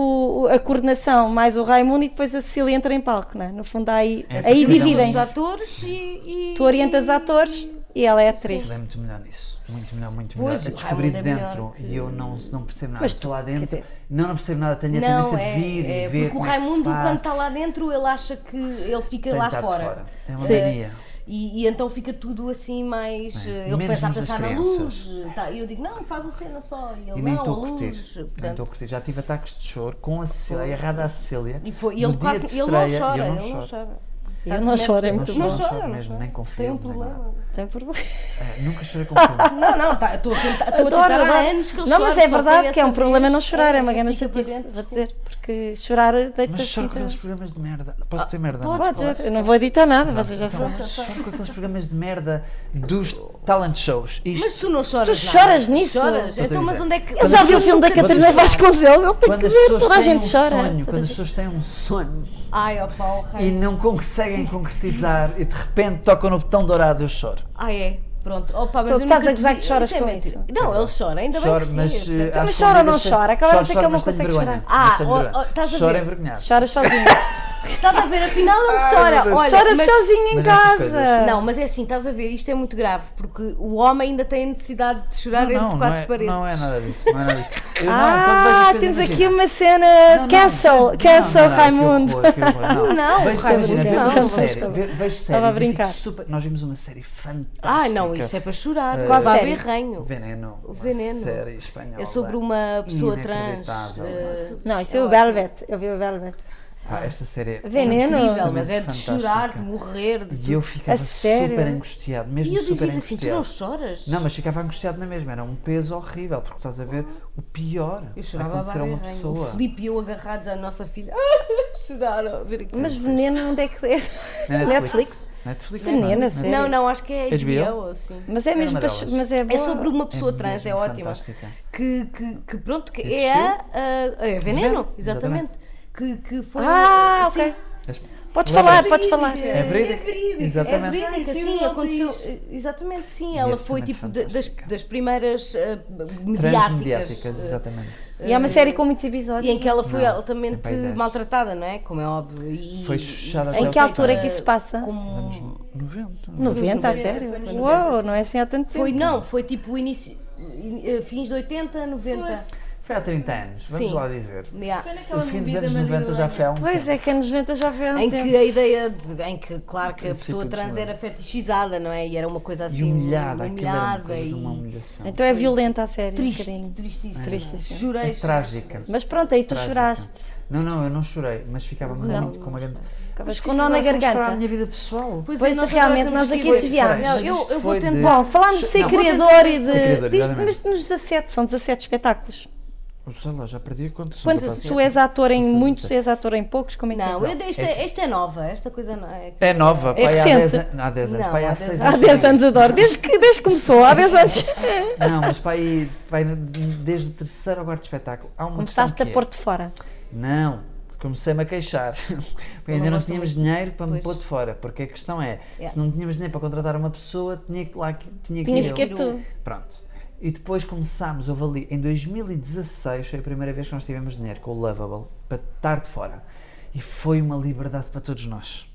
[SPEAKER 1] a coordenação mais o Raimundo e depois a Cecília entra em palco, não é? No fundo há aí,
[SPEAKER 2] É,
[SPEAKER 1] aí
[SPEAKER 2] sim, mas é um
[SPEAKER 4] Os
[SPEAKER 1] dividem-se.
[SPEAKER 2] desafio.
[SPEAKER 4] atores e. e-
[SPEAKER 1] Tu orientas atores e ela é atriz.
[SPEAKER 2] Ele é muito melhor nisso, muito melhor, muito
[SPEAKER 4] Pois,
[SPEAKER 2] melhor.
[SPEAKER 4] o
[SPEAKER 2] eu descobri
[SPEAKER 4] Raimundo
[SPEAKER 2] de
[SPEAKER 4] é
[SPEAKER 2] dentro
[SPEAKER 4] melhor que-
[SPEAKER 2] e eu não, não percebo nada.
[SPEAKER 1] Mas
[SPEAKER 2] Estou
[SPEAKER 1] tu,
[SPEAKER 2] lá
[SPEAKER 1] quer
[SPEAKER 2] dentro,
[SPEAKER 1] dizer-
[SPEAKER 2] não, não percebo nada, tenho a
[SPEAKER 4] Não,
[SPEAKER 2] tendência
[SPEAKER 4] é,
[SPEAKER 2] de vir
[SPEAKER 4] é,
[SPEAKER 2] e ver.
[SPEAKER 4] porque o
[SPEAKER 2] como é que se
[SPEAKER 4] Raimundo,
[SPEAKER 2] faz.
[SPEAKER 4] quando está lá dentro, ele acha que ele fica
[SPEAKER 2] Tem
[SPEAKER 4] lá
[SPEAKER 2] que estar de
[SPEAKER 4] fora.
[SPEAKER 2] fora. É uma
[SPEAKER 1] Sim.
[SPEAKER 2] mania.
[SPEAKER 4] E, e então fica tudo assim mais.
[SPEAKER 2] É,
[SPEAKER 4] eh, Ele
[SPEAKER 2] menos
[SPEAKER 4] começa a
[SPEAKER 2] nos das
[SPEAKER 4] pensar na
[SPEAKER 2] crianças.
[SPEAKER 4] luz. tá, e eu digo, não, faz a cena só. E ele,
[SPEAKER 2] E nem
[SPEAKER 4] não, a
[SPEAKER 2] estou a curtir.
[SPEAKER 4] luz.
[SPEAKER 2] nem estou a
[SPEAKER 4] Portanto,
[SPEAKER 2] curtir. Já tive ataques de choro com a Cecília, errada a Cecília.
[SPEAKER 4] e foi,
[SPEAKER 2] no
[SPEAKER 4] ele,
[SPEAKER 2] dia
[SPEAKER 4] quase,
[SPEAKER 2] de
[SPEAKER 4] ele não
[SPEAKER 2] estreia,
[SPEAKER 4] chora,
[SPEAKER 2] e eu não
[SPEAKER 4] ele não
[SPEAKER 2] choro.
[SPEAKER 4] chora.
[SPEAKER 1] Eu não choro, é
[SPEAKER 2] Não
[SPEAKER 1] muito
[SPEAKER 2] choro,
[SPEAKER 1] bom.
[SPEAKER 2] não choro mesmo, nem confio.
[SPEAKER 4] Tem um problema.
[SPEAKER 1] Tem problema.
[SPEAKER 2] É, nunca chorei com filme.
[SPEAKER 4] Não, não, tá, estou a tentar, estou a
[SPEAKER 1] Adoro,
[SPEAKER 4] tentar há
[SPEAKER 1] adoro.
[SPEAKER 4] anos que ele
[SPEAKER 1] Não,
[SPEAKER 4] chora,
[SPEAKER 1] mas é
[SPEAKER 4] só foi
[SPEAKER 1] verdade que é um
[SPEAKER 4] essa
[SPEAKER 1] problema
[SPEAKER 4] vez.
[SPEAKER 1] não chorar, é uma
[SPEAKER 4] Ele
[SPEAKER 1] grande
[SPEAKER 4] fica para
[SPEAKER 1] chatice,
[SPEAKER 4] dentro.
[SPEAKER 1] vou dizer, porque chorar eh, deita-se.
[SPEAKER 2] Mas choro com aqueles programas de merda. Posso dizer merda? não?
[SPEAKER 1] Pode, tá. Ah, eu não vou editar nada, vocês já
[SPEAKER 2] Então,
[SPEAKER 1] sabem.
[SPEAKER 2] mas choro com aqueles programas de merda dos talent shows. Isto,
[SPEAKER 4] Mas tu não choras.
[SPEAKER 1] Tu
[SPEAKER 4] nada.
[SPEAKER 1] choras nisso?
[SPEAKER 4] Choras.
[SPEAKER 2] Estou a
[SPEAKER 4] Então, mas
[SPEAKER 2] dizer.
[SPEAKER 4] onde é que.
[SPEAKER 1] Ele já viu o filme da Catarina Vasconcelos, ele tem
[SPEAKER 2] quando
[SPEAKER 1] que
[SPEAKER 2] as
[SPEAKER 1] ver,
[SPEAKER 2] pessoas
[SPEAKER 1] toda a
[SPEAKER 2] têm
[SPEAKER 1] gente
[SPEAKER 2] um
[SPEAKER 1] chora.
[SPEAKER 2] sonho,
[SPEAKER 1] Toda
[SPEAKER 2] quando
[SPEAKER 1] a
[SPEAKER 2] as
[SPEAKER 1] gente-
[SPEAKER 2] pessoas têm um sonho
[SPEAKER 4] Ai, ó pau, raio.
[SPEAKER 2] e não conseguem concretizar e de repente tocam no botão dourado, eu choro.
[SPEAKER 4] Ah, é? Pronto. Opa, mas
[SPEAKER 1] Tu
[SPEAKER 4] eu
[SPEAKER 1] estás
[SPEAKER 4] nunca
[SPEAKER 1] a gozar
[SPEAKER 4] te-
[SPEAKER 1] que choras
[SPEAKER 4] Isso é
[SPEAKER 1] com
[SPEAKER 4] mentira.
[SPEAKER 1] isso.
[SPEAKER 4] Não, ele chora, ainda
[SPEAKER 2] Choro,
[SPEAKER 4] bem
[SPEAKER 2] mas.
[SPEAKER 4] que sim.
[SPEAKER 2] eh,
[SPEAKER 4] portanto.
[SPEAKER 1] Então, mas
[SPEAKER 2] às
[SPEAKER 1] chora ou não
[SPEAKER 2] escondidas sei-
[SPEAKER 1] chora? Acaba de
[SPEAKER 2] choro,
[SPEAKER 1] dizer que
[SPEAKER 2] choro,
[SPEAKER 1] ele não
[SPEAKER 2] mas tenho
[SPEAKER 1] consegue
[SPEAKER 2] vergonha,
[SPEAKER 1] chorar. oh,
[SPEAKER 2] mas
[SPEAKER 4] Ah,
[SPEAKER 2] tenho
[SPEAKER 4] ó, ó,
[SPEAKER 2] vergonha.
[SPEAKER 4] estás a
[SPEAKER 2] Choro
[SPEAKER 4] ver.
[SPEAKER 2] envergonhado.
[SPEAKER 1] Chora sozinho.
[SPEAKER 4] Estás a ver, afinal
[SPEAKER 2] Ai,
[SPEAKER 4] ele
[SPEAKER 2] meu
[SPEAKER 4] chora.
[SPEAKER 2] Deus.
[SPEAKER 4] Olha,
[SPEAKER 1] Choras
[SPEAKER 4] mas-
[SPEAKER 1] sozinho em
[SPEAKER 2] Mas essas
[SPEAKER 1] casa.
[SPEAKER 2] coisas-
[SPEAKER 4] Não, mas é assim, estás a ver, isto é muito grave, porque o homem ainda tem a necessidade de chorar entre
[SPEAKER 2] não,
[SPEAKER 4] quatro
[SPEAKER 2] é,
[SPEAKER 4] paredes.
[SPEAKER 2] não é nada disso. Não é nada disso. Eu não, quando vejo as
[SPEAKER 1] Ah,
[SPEAKER 2] coisas, assim,
[SPEAKER 1] temos aqui
[SPEAKER 2] imagina,
[SPEAKER 1] uma cena
[SPEAKER 2] Não, não,
[SPEAKER 1] de Castle,
[SPEAKER 2] não,
[SPEAKER 1] Castle
[SPEAKER 2] não, não,
[SPEAKER 1] Raimundo.
[SPEAKER 2] que horror, que horror,
[SPEAKER 4] Não,
[SPEAKER 2] vejo,
[SPEAKER 4] Raimundo,
[SPEAKER 2] imagina,
[SPEAKER 4] não.
[SPEAKER 2] vemos uma
[SPEAKER 4] Vamos
[SPEAKER 2] série,
[SPEAKER 1] com-
[SPEAKER 2] ve- vejo
[SPEAKER 1] Estava a
[SPEAKER 2] séries e fico
[SPEAKER 1] brincar.
[SPEAKER 2] super- Nós vimos uma série fantástica.
[SPEAKER 4] Ah, não, isso é para chorar.
[SPEAKER 2] Eh,
[SPEAKER 4] Quase
[SPEAKER 1] sério?
[SPEAKER 4] berrenho.
[SPEAKER 2] Veneno. uma
[SPEAKER 4] Veneno.
[SPEAKER 2] série espanhola.
[SPEAKER 4] É sobre uma pessoa trans.
[SPEAKER 2] Inacreditável.
[SPEAKER 4] eh,
[SPEAKER 1] Não, isso é o Velvet. Eu vi o Velvet.
[SPEAKER 2] Pá, esta série é
[SPEAKER 1] Veneno.
[SPEAKER 4] Incrível, mas é de
[SPEAKER 2] fantástica.
[SPEAKER 4] chorar, de morrer, de
[SPEAKER 2] E
[SPEAKER 4] tudo.
[SPEAKER 2] eu ficava
[SPEAKER 1] A sério?
[SPEAKER 2] super angustiado, mesmo
[SPEAKER 4] E eu
[SPEAKER 2] super
[SPEAKER 4] dizia assim, tu não
[SPEAKER 2] angustiado.
[SPEAKER 4] choras?
[SPEAKER 2] não, mas ficava angustiado na mesma, era um peso horrível, porque estás a ver o pior
[SPEAKER 4] Eu
[SPEAKER 2] a
[SPEAKER 4] chorava a
[SPEAKER 2] acontecer a uma pessoa.
[SPEAKER 4] O Filipe e eu agarrados à nossa filha. Ah, chorar, a ver aquilo.
[SPEAKER 1] Mas veneno onde é que é?
[SPEAKER 2] Na
[SPEAKER 1] Netflix?
[SPEAKER 2] Netflix.
[SPEAKER 1] Veneno,
[SPEAKER 2] não é?
[SPEAKER 1] a
[SPEAKER 2] Netflix.
[SPEAKER 1] sério?
[SPEAKER 4] Não, não, acho que é
[SPEAKER 2] HBO?
[SPEAKER 4] HBO, ou assim.
[SPEAKER 1] Mas é mesmo
[SPEAKER 2] uma
[SPEAKER 1] para.
[SPEAKER 2] delas.
[SPEAKER 1] Mas é
[SPEAKER 4] É
[SPEAKER 1] boa.
[SPEAKER 4] sobre uma pessoa
[SPEAKER 2] É
[SPEAKER 4] trans, é
[SPEAKER 2] mesmo
[SPEAKER 4] ótima.
[SPEAKER 2] fantástica.
[SPEAKER 4] Que, que, que pronto, que é
[SPEAKER 2] Existiu?
[SPEAKER 4] a, a- é Veneno,
[SPEAKER 2] Veneno,
[SPEAKER 4] exatamente. Que, que foi. um-
[SPEAKER 1] Ah,
[SPEAKER 4] sim,
[SPEAKER 1] ok. Podes
[SPEAKER 2] Lembra?
[SPEAKER 1] falar, podes Ah, falar.
[SPEAKER 2] É verídica.
[SPEAKER 3] É verídica.
[SPEAKER 4] É
[SPEAKER 2] Exatamente.
[SPEAKER 4] verídica,
[SPEAKER 3] Sim,
[SPEAKER 4] sim,
[SPEAKER 3] ele
[SPEAKER 4] aconteceu.
[SPEAKER 3] diz.
[SPEAKER 4] Exatamente, sim.
[SPEAKER 2] E
[SPEAKER 4] Ela
[SPEAKER 2] é
[SPEAKER 4] foi tipo de- das,
[SPEAKER 2] fantástica.
[SPEAKER 4] das primeiras eh, mediáticas.
[SPEAKER 2] Transmediáticas,
[SPEAKER 4] eh,
[SPEAKER 2] exatamente.
[SPEAKER 1] E é uma série com muitos
[SPEAKER 4] E em
[SPEAKER 1] episódios.
[SPEAKER 4] que ela foi
[SPEAKER 2] Não, tem
[SPEAKER 4] altamente
[SPEAKER 2] para aí dez.
[SPEAKER 4] maltratada, não é? Como é óbvio. E,
[SPEAKER 2] Foi chuchada até
[SPEAKER 1] Em
[SPEAKER 2] ao
[SPEAKER 1] que
[SPEAKER 2] fim,
[SPEAKER 1] altura
[SPEAKER 2] não
[SPEAKER 1] é que isso passa?
[SPEAKER 4] Como...
[SPEAKER 1] um
[SPEAKER 2] Anos é? 90.
[SPEAKER 1] 90, a
[SPEAKER 4] Foi
[SPEAKER 1] sério?
[SPEAKER 3] nos
[SPEAKER 1] Uou, não é assim há tanto tempo.
[SPEAKER 4] Foi, não, foi tipo o início. in- eh, Fins de 80, 90.
[SPEAKER 2] Foi há 30 anos, vamos
[SPEAKER 4] Sim.
[SPEAKER 2] lá dizer.
[SPEAKER 4] Yeah.
[SPEAKER 1] é
[SPEAKER 3] Foi naquela
[SPEAKER 2] O fim dos
[SPEAKER 3] movida
[SPEAKER 2] anos 90 já
[SPEAKER 3] madrilenha.
[SPEAKER 2] foi há um
[SPEAKER 1] Pois é,
[SPEAKER 2] tempo.
[SPEAKER 1] que anos 90 já foi há um
[SPEAKER 4] Em
[SPEAKER 1] tempo.
[SPEAKER 4] que a ideia de, em que, claro que a
[SPEAKER 2] princípio
[SPEAKER 4] pessoa
[SPEAKER 2] de
[SPEAKER 4] trans
[SPEAKER 2] semana.
[SPEAKER 4] era fetichizada, não é? E era uma coisa assim.
[SPEAKER 2] E humilhada, aquilo era uma
[SPEAKER 4] humilhada
[SPEAKER 2] coisa de
[SPEAKER 4] e
[SPEAKER 2] uma humilhação.
[SPEAKER 1] Então é violenta a série. um
[SPEAKER 4] triste,
[SPEAKER 1] bocadinho.
[SPEAKER 4] tristíssima.
[SPEAKER 1] Tristíssima.
[SPEAKER 4] Jurei.
[SPEAKER 2] É trágica.
[SPEAKER 1] Mas pronto, aí tu
[SPEAKER 2] Trágica.
[SPEAKER 1] choraste.
[SPEAKER 2] Não, não, eu não chorei, mas ficava realmente com uma grande.
[SPEAKER 1] Acabas com um nó na
[SPEAKER 2] Agora vamos chorar a
[SPEAKER 1] garganta.
[SPEAKER 2] minha vida pessoal.
[SPEAKER 4] Pois,
[SPEAKER 1] Pois,
[SPEAKER 4] é, nós
[SPEAKER 1] realmente,
[SPEAKER 4] agora
[SPEAKER 1] nós
[SPEAKER 4] temos
[SPEAKER 1] aqui
[SPEAKER 4] que ir-
[SPEAKER 1] desviámos.
[SPEAKER 4] Não,
[SPEAKER 2] Mas
[SPEAKER 4] eu,
[SPEAKER 2] isto
[SPEAKER 4] eu vou
[SPEAKER 2] foi de-
[SPEAKER 4] tentar.
[SPEAKER 1] Bom, falando de ser
[SPEAKER 4] Não, vou
[SPEAKER 1] criador e
[SPEAKER 2] Ser
[SPEAKER 1] de.
[SPEAKER 2] criador,
[SPEAKER 1] diz-
[SPEAKER 2] exatamente.
[SPEAKER 1] Mas nos 17, são 17 espetáculos.
[SPEAKER 2] Sei lá, já perdi a conta.
[SPEAKER 1] Quando tu és ator em
[SPEAKER 2] Isso é
[SPEAKER 1] muitos, és
[SPEAKER 2] verdade.
[SPEAKER 1] ator em poucos, como é que
[SPEAKER 4] Não,
[SPEAKER 1] é?
[SPEAKER 4] eu dei- esta, esta é nova, esta coisa não é.
[SPEAKER 2] É nova,
[SPEAKER 1] É
[SPEAKER 2] pai, há
[SPEAKER 1] recente.
[SPEAKER 2] 10 anos. Há 10 anos,
[SPEAKER 4] Não,
[SPEAKER 2] pai,
[SPEAKER 4] há
[SPEAKER 2] há
[SPEAKER 4] 10
[SPEAKER 2] 6
[SPEAKER 1] Há
[SPEAKER 2] anos.
[SPEAKER 1] 10 anos adoro, desde que, desde que começou, há 10 anos.
[SPEAKER 2] Não, mas pai, pai, desde o terceiro ou quarto espetáculo. Há uma
[SPEAKER 1] Começaste a
[SPEAKER 2] questão que é-
[SPEAKER 1] pôr-te fora.
[SPEAKER 2] Não, comecei-me a queixar. Porque ainda
[SPEAKER 4] não
[SPEAKER 2] não
[SPEAKER 4] gostam
[SPEAKER 2] tínhamos
[SPEAKER 4] muito.
[SPEAKER 2] dinheiro para me
[SPEAKER 4] Pois.
[SPEAKER 2] pôr de fora. Porque a questão é,
[SPEAKER 4] Yeah.
[SPEAKER 2] se não tínhamos dinheiro para contratar uma pessoa, tinha que lá tinha que,
[SPEAKER 1] Tinhas
[SPEAKER 2] eu.
[SPEAKER 1] que ir tu.
[SPEAKER 2] Pronto. E depois começámos, houve ali, em 2016 foi a primeira vez que nós tivemos dinheiro com o Lovable para estar de fora. E foi uma liberdade para todos nós.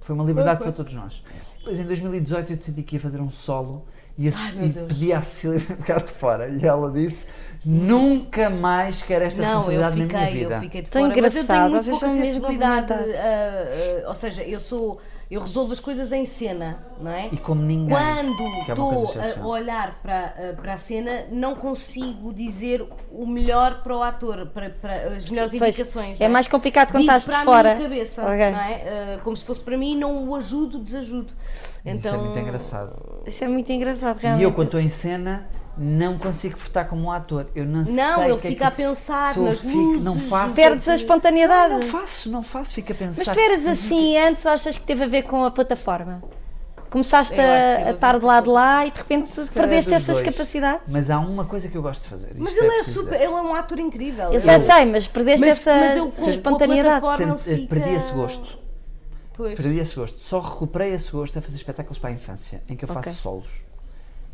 [SPEAKER 2] Foi uma liberdade para todos nós. Depois em 2018 eu decidi que ia fazer um solo e, a,
[SPEAKER 4] Ai, meu
[SPEAKER 2] e
[SPEAKER 4] Deus.
[SPEAKER 2] pedi à Cecília para ficar de fora. E ela disse: Nunca mais quero esta
[SPEAKER 4] Não, eu
[SPEAKER 2] responsabilidade na minha
[SPEAKER 4] fiquei,
[SPEAKER 2] vida.
[SPEAKER 4] eu fiquei de
[SPEAKER 1] Tão
[SPEAKER 4] fora. mas eu
[SPEAKER 1] engraçado,
[SPEAKER 4] tenho muito
[SPEAKER 1] vocês
[SPEAKER 4] pouca
[SPEAKER 1] são mesmo
[SPEAKER 4] sensibilidade.
[SPEAKER 1] complementares.
[SPEAKER 4] ah, ah, ou seja, eu sou. Eu resolvo as coisas em cena, não é?
[SPEAKER 2] E como ninguém.
[SPEAKER 4] Quando eh,
[SPEAKER 2] que é uma coisa
[SPEAKER 4] estou a
[SPEAKER 2] excepcional.
[SPEAKER 4] olhar para, ah, para a cena, não consigo dizer o melhor para o ator, para, para as melhores
[SPEAKER 1] Pois,
[SPEAKER 4] indicações.
[SPEAKER 1] É
[SPEAKER 4] não
[SPEAKER 1] mais complicado quando
[SPEAKER 4] Digo
[SPEAKER 1] estás
[SPEAKER 4] para
[SPEAKER 1] de
[SPEAKER 4] a
[SPEAKER 1] fora.
[SPEAKER 4] minha cabeça,
[SPEAKER 1] Ok.
[SPEAKER 4] não é? Ah, como se fosse para mim, não o ajudo, desajudo. Então,
[SPEAKER 2] Isso é muito engraçado.
[SPEAKER 1] Isso é muito engraçado,
[SPEAKER 2] E
[SPEAKER 1] realmente.
[SPEAKER 2] eu, quando estou em cena, não consigo portar como um ator. Eu não, sei.
[SPEAKER 4] Não,
[SPEAKER 2] o
[SPEAKER 4] ele
[SPEAKER 2] que é
[SPEAKER 4] fica
[SPEAKER 2] que-
[SPEAKER 4] a pensar
[SPEAKER 2] Tu
[SPEAKER 4] nas
[SPEAKER 2] fica-
[SPEAKER 4] luzes.
[SPEAKER 2] não faço.
[SPEAKER 1] Perdes a espontaneidade.
[SPEAKER 2] Não faço, não faço, fica a pensar.
[SPEAKER 1] Mas tu eras assim antes ou achas que teve a ver com a plataforma? Começaste
[SPEAKER 4] Eu acho que
[SPEAKER 1] a,
[SPEAKER 4] teve
[SPEAKER 1] a
[SPEAKER 4] a ver
[SPEAKER 1] estar de
[SPEAKER 4] com
[SPEAKER 1] lado
[SPEAKER 4] tudo.
[SPEAKER 1] lá e de repente
[SPEAKER 2] Se calhar
[SPEAKER 1] perdeste
[SPEAKER 2] dos
[SPEAKER 1] essas
[SPEAKER 2] dois.
[SPEAKER 1] capacidades?
[SPEAKER 2] Mas há uma coisa que eu gosto de fazer.
[SPEAKER 4] Mas
[SPEAKER 2] isto
[SPEAKER 4] ele é,
[SPEAKER 2] preciso
[SPEAKER 4] super,
[SPEAKER 2] dizer.
[SPEAKER 4] ele é um ator incrível.
[SPEAKER 1] Eu
[SPEAKER 4] Ele-
[SPEAKER 2] um
[SPEAKER 1] já sei, mas perdeste
[SPEAKER 4] Mas-
[SPEAKER 1] essa
[SPEAKER 4] mas eu com- com a
[SPEAKER 1] espontaneidade.
[SPEAKER 4] plataforma- ele
[SPEAKER 2] Sempre- eh,
[SPEAKER 4] fica-
[SPEAKER 2] Perdi esse gosto.
[SPEAKER 4] Pois.
[SPEAKER 2] Perdi esse gosto. Só recuperei esse gosto a fazer espetáculos para a infância, em que eu faço
[SPEAKER 1] Ok.
[SPEAKER 2] solos.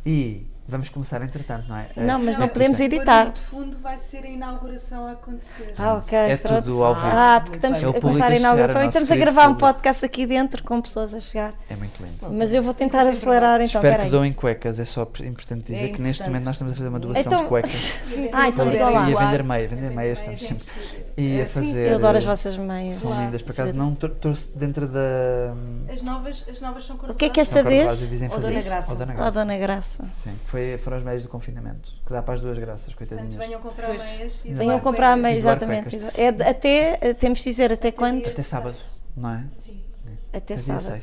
[SPEAKER 2] E vamos começar entretanto, não é?
[SPEAKER 1] Não,
[SPEAKER 2] Eh,
[SPEAKER 1] mas não
[SPEAKER 2] eh,
[SPEAKER 1] podemos
[SPEAKER 2] isto é-
[SPEAKER 1] editar.
[SPEAKER 3] O de fundo vai ser a inauguração a acontecer.
[SPEAKER 1] Ah, ok,
[SPEAKER 2] É
[SPEAKER 1] pronto.
[SPEAKER 2] tudo ao vivo.
[SPEAKER 1] Ah, porque
[SPEAKER 4] Muito
[SPEAKER 1] estamos
[SPEAKER 4] bem.
[SPEAKER 2] É o
[SPEAKER 1] a
[SPEAKER 2] público
[SPEAKER 1] começar
[SPEAKER 2] a
[SPEAKER 1] a
[SPEAKER 2] chegar,
[SPEAKER 1] inauguração
[SPEAKER 2] o
[SPEAKER 1] e
[SPEAKER 2] nosso
[SPEAKER 1] estamos a
[SPEAKER 2] querido
[SPEAKER 1] gravar um
[SPEAKER 2] público.
[SPEAKER 1] podcast aqui dentro com pessoas a chegar.
[SPEAKER 2] É muito lindo.
[SPEAKER 1] Mas eu vou tentar acelerar então,
[SPEAKER 2] Espero que
[SPEAKER 1] peraí.
[SPEAKER 2] doem em cuecas, é só importante dizer que neste
[SPEAKER 4] É importante.
[SPEAKER 2] momento nós estamos a fazer uma doação
[SPEAKER 1] Então-
[SPEAKER 2] de cuecas.
[SPEAKER 1] Ah, então digam lá.
[SPEAKER 2] E a
[SPEAKER 4] Claro.
[SPEAKER 2] vender meia, vender meia estamos
[SPEAKER 3] Bem,
[SPEAKER 2] sempre. E a
[SPEAKER 4] Sim, sim,
[SPEAKER 2] fazer.
[SPEAKER 1] É, Eu adoro as
[SPEAKER 2] eh,
[SPEAKER 1] vossas meias.
[SPEAKER 2] São lindas, por acaso
[SPEAKER 1] Juro.
[SPEAKER 2] não tro- trouxe dentro da.
[SPEAKER 3] As novas, as novas são
[SPEAKER 1] O que é que esta
[SPEAKER 2] São Carnavais e
[SPEAKER 1] vez?
[SPEAKER 2] dizem
[SPEAKER 4] Ou
[SPEAKER 2] fazer
[SPEAKER 4] Dona
[SPEAKER 2] isso.
[SPEAKER 4] Graça.
[SPEAKER 2] Ou Dona
[SPEAKER 1] Oh,
[SPEAKER 2] Graça.
[SPEAKER 1] Dona Graça.
[SPEAKER 2] Sim, foi, foram as meias do confinamento, que dá para as duas graças, coitadinhas.
[SPEAKER 3] Portanto, venham comprar
[SPEAKER 4] Pois.
[SPEAKER 3] meias. e
[SPEAKER 1] Venham
[SPEAKER 3] doar
[SPEAKER 1] comprar a
[SPEAKER 3] meias.
[SPEAKER 1] meia,
[SPEAKER 2] Eduardo
[SPEAKER 1] exatamente.
[SPEAKER 2] é? Cuecas.
[SPEAKER 1] É de- até, eh, temos de dizer até quando?
[SPEAKER 2] Até sábado, não é?
[SPEAKER 3] Sim.
[SPEAKER 1] Até
[SPEAKER 2] dia
[SPEAKER 1] sábado.
[SPEAKER 2] 6.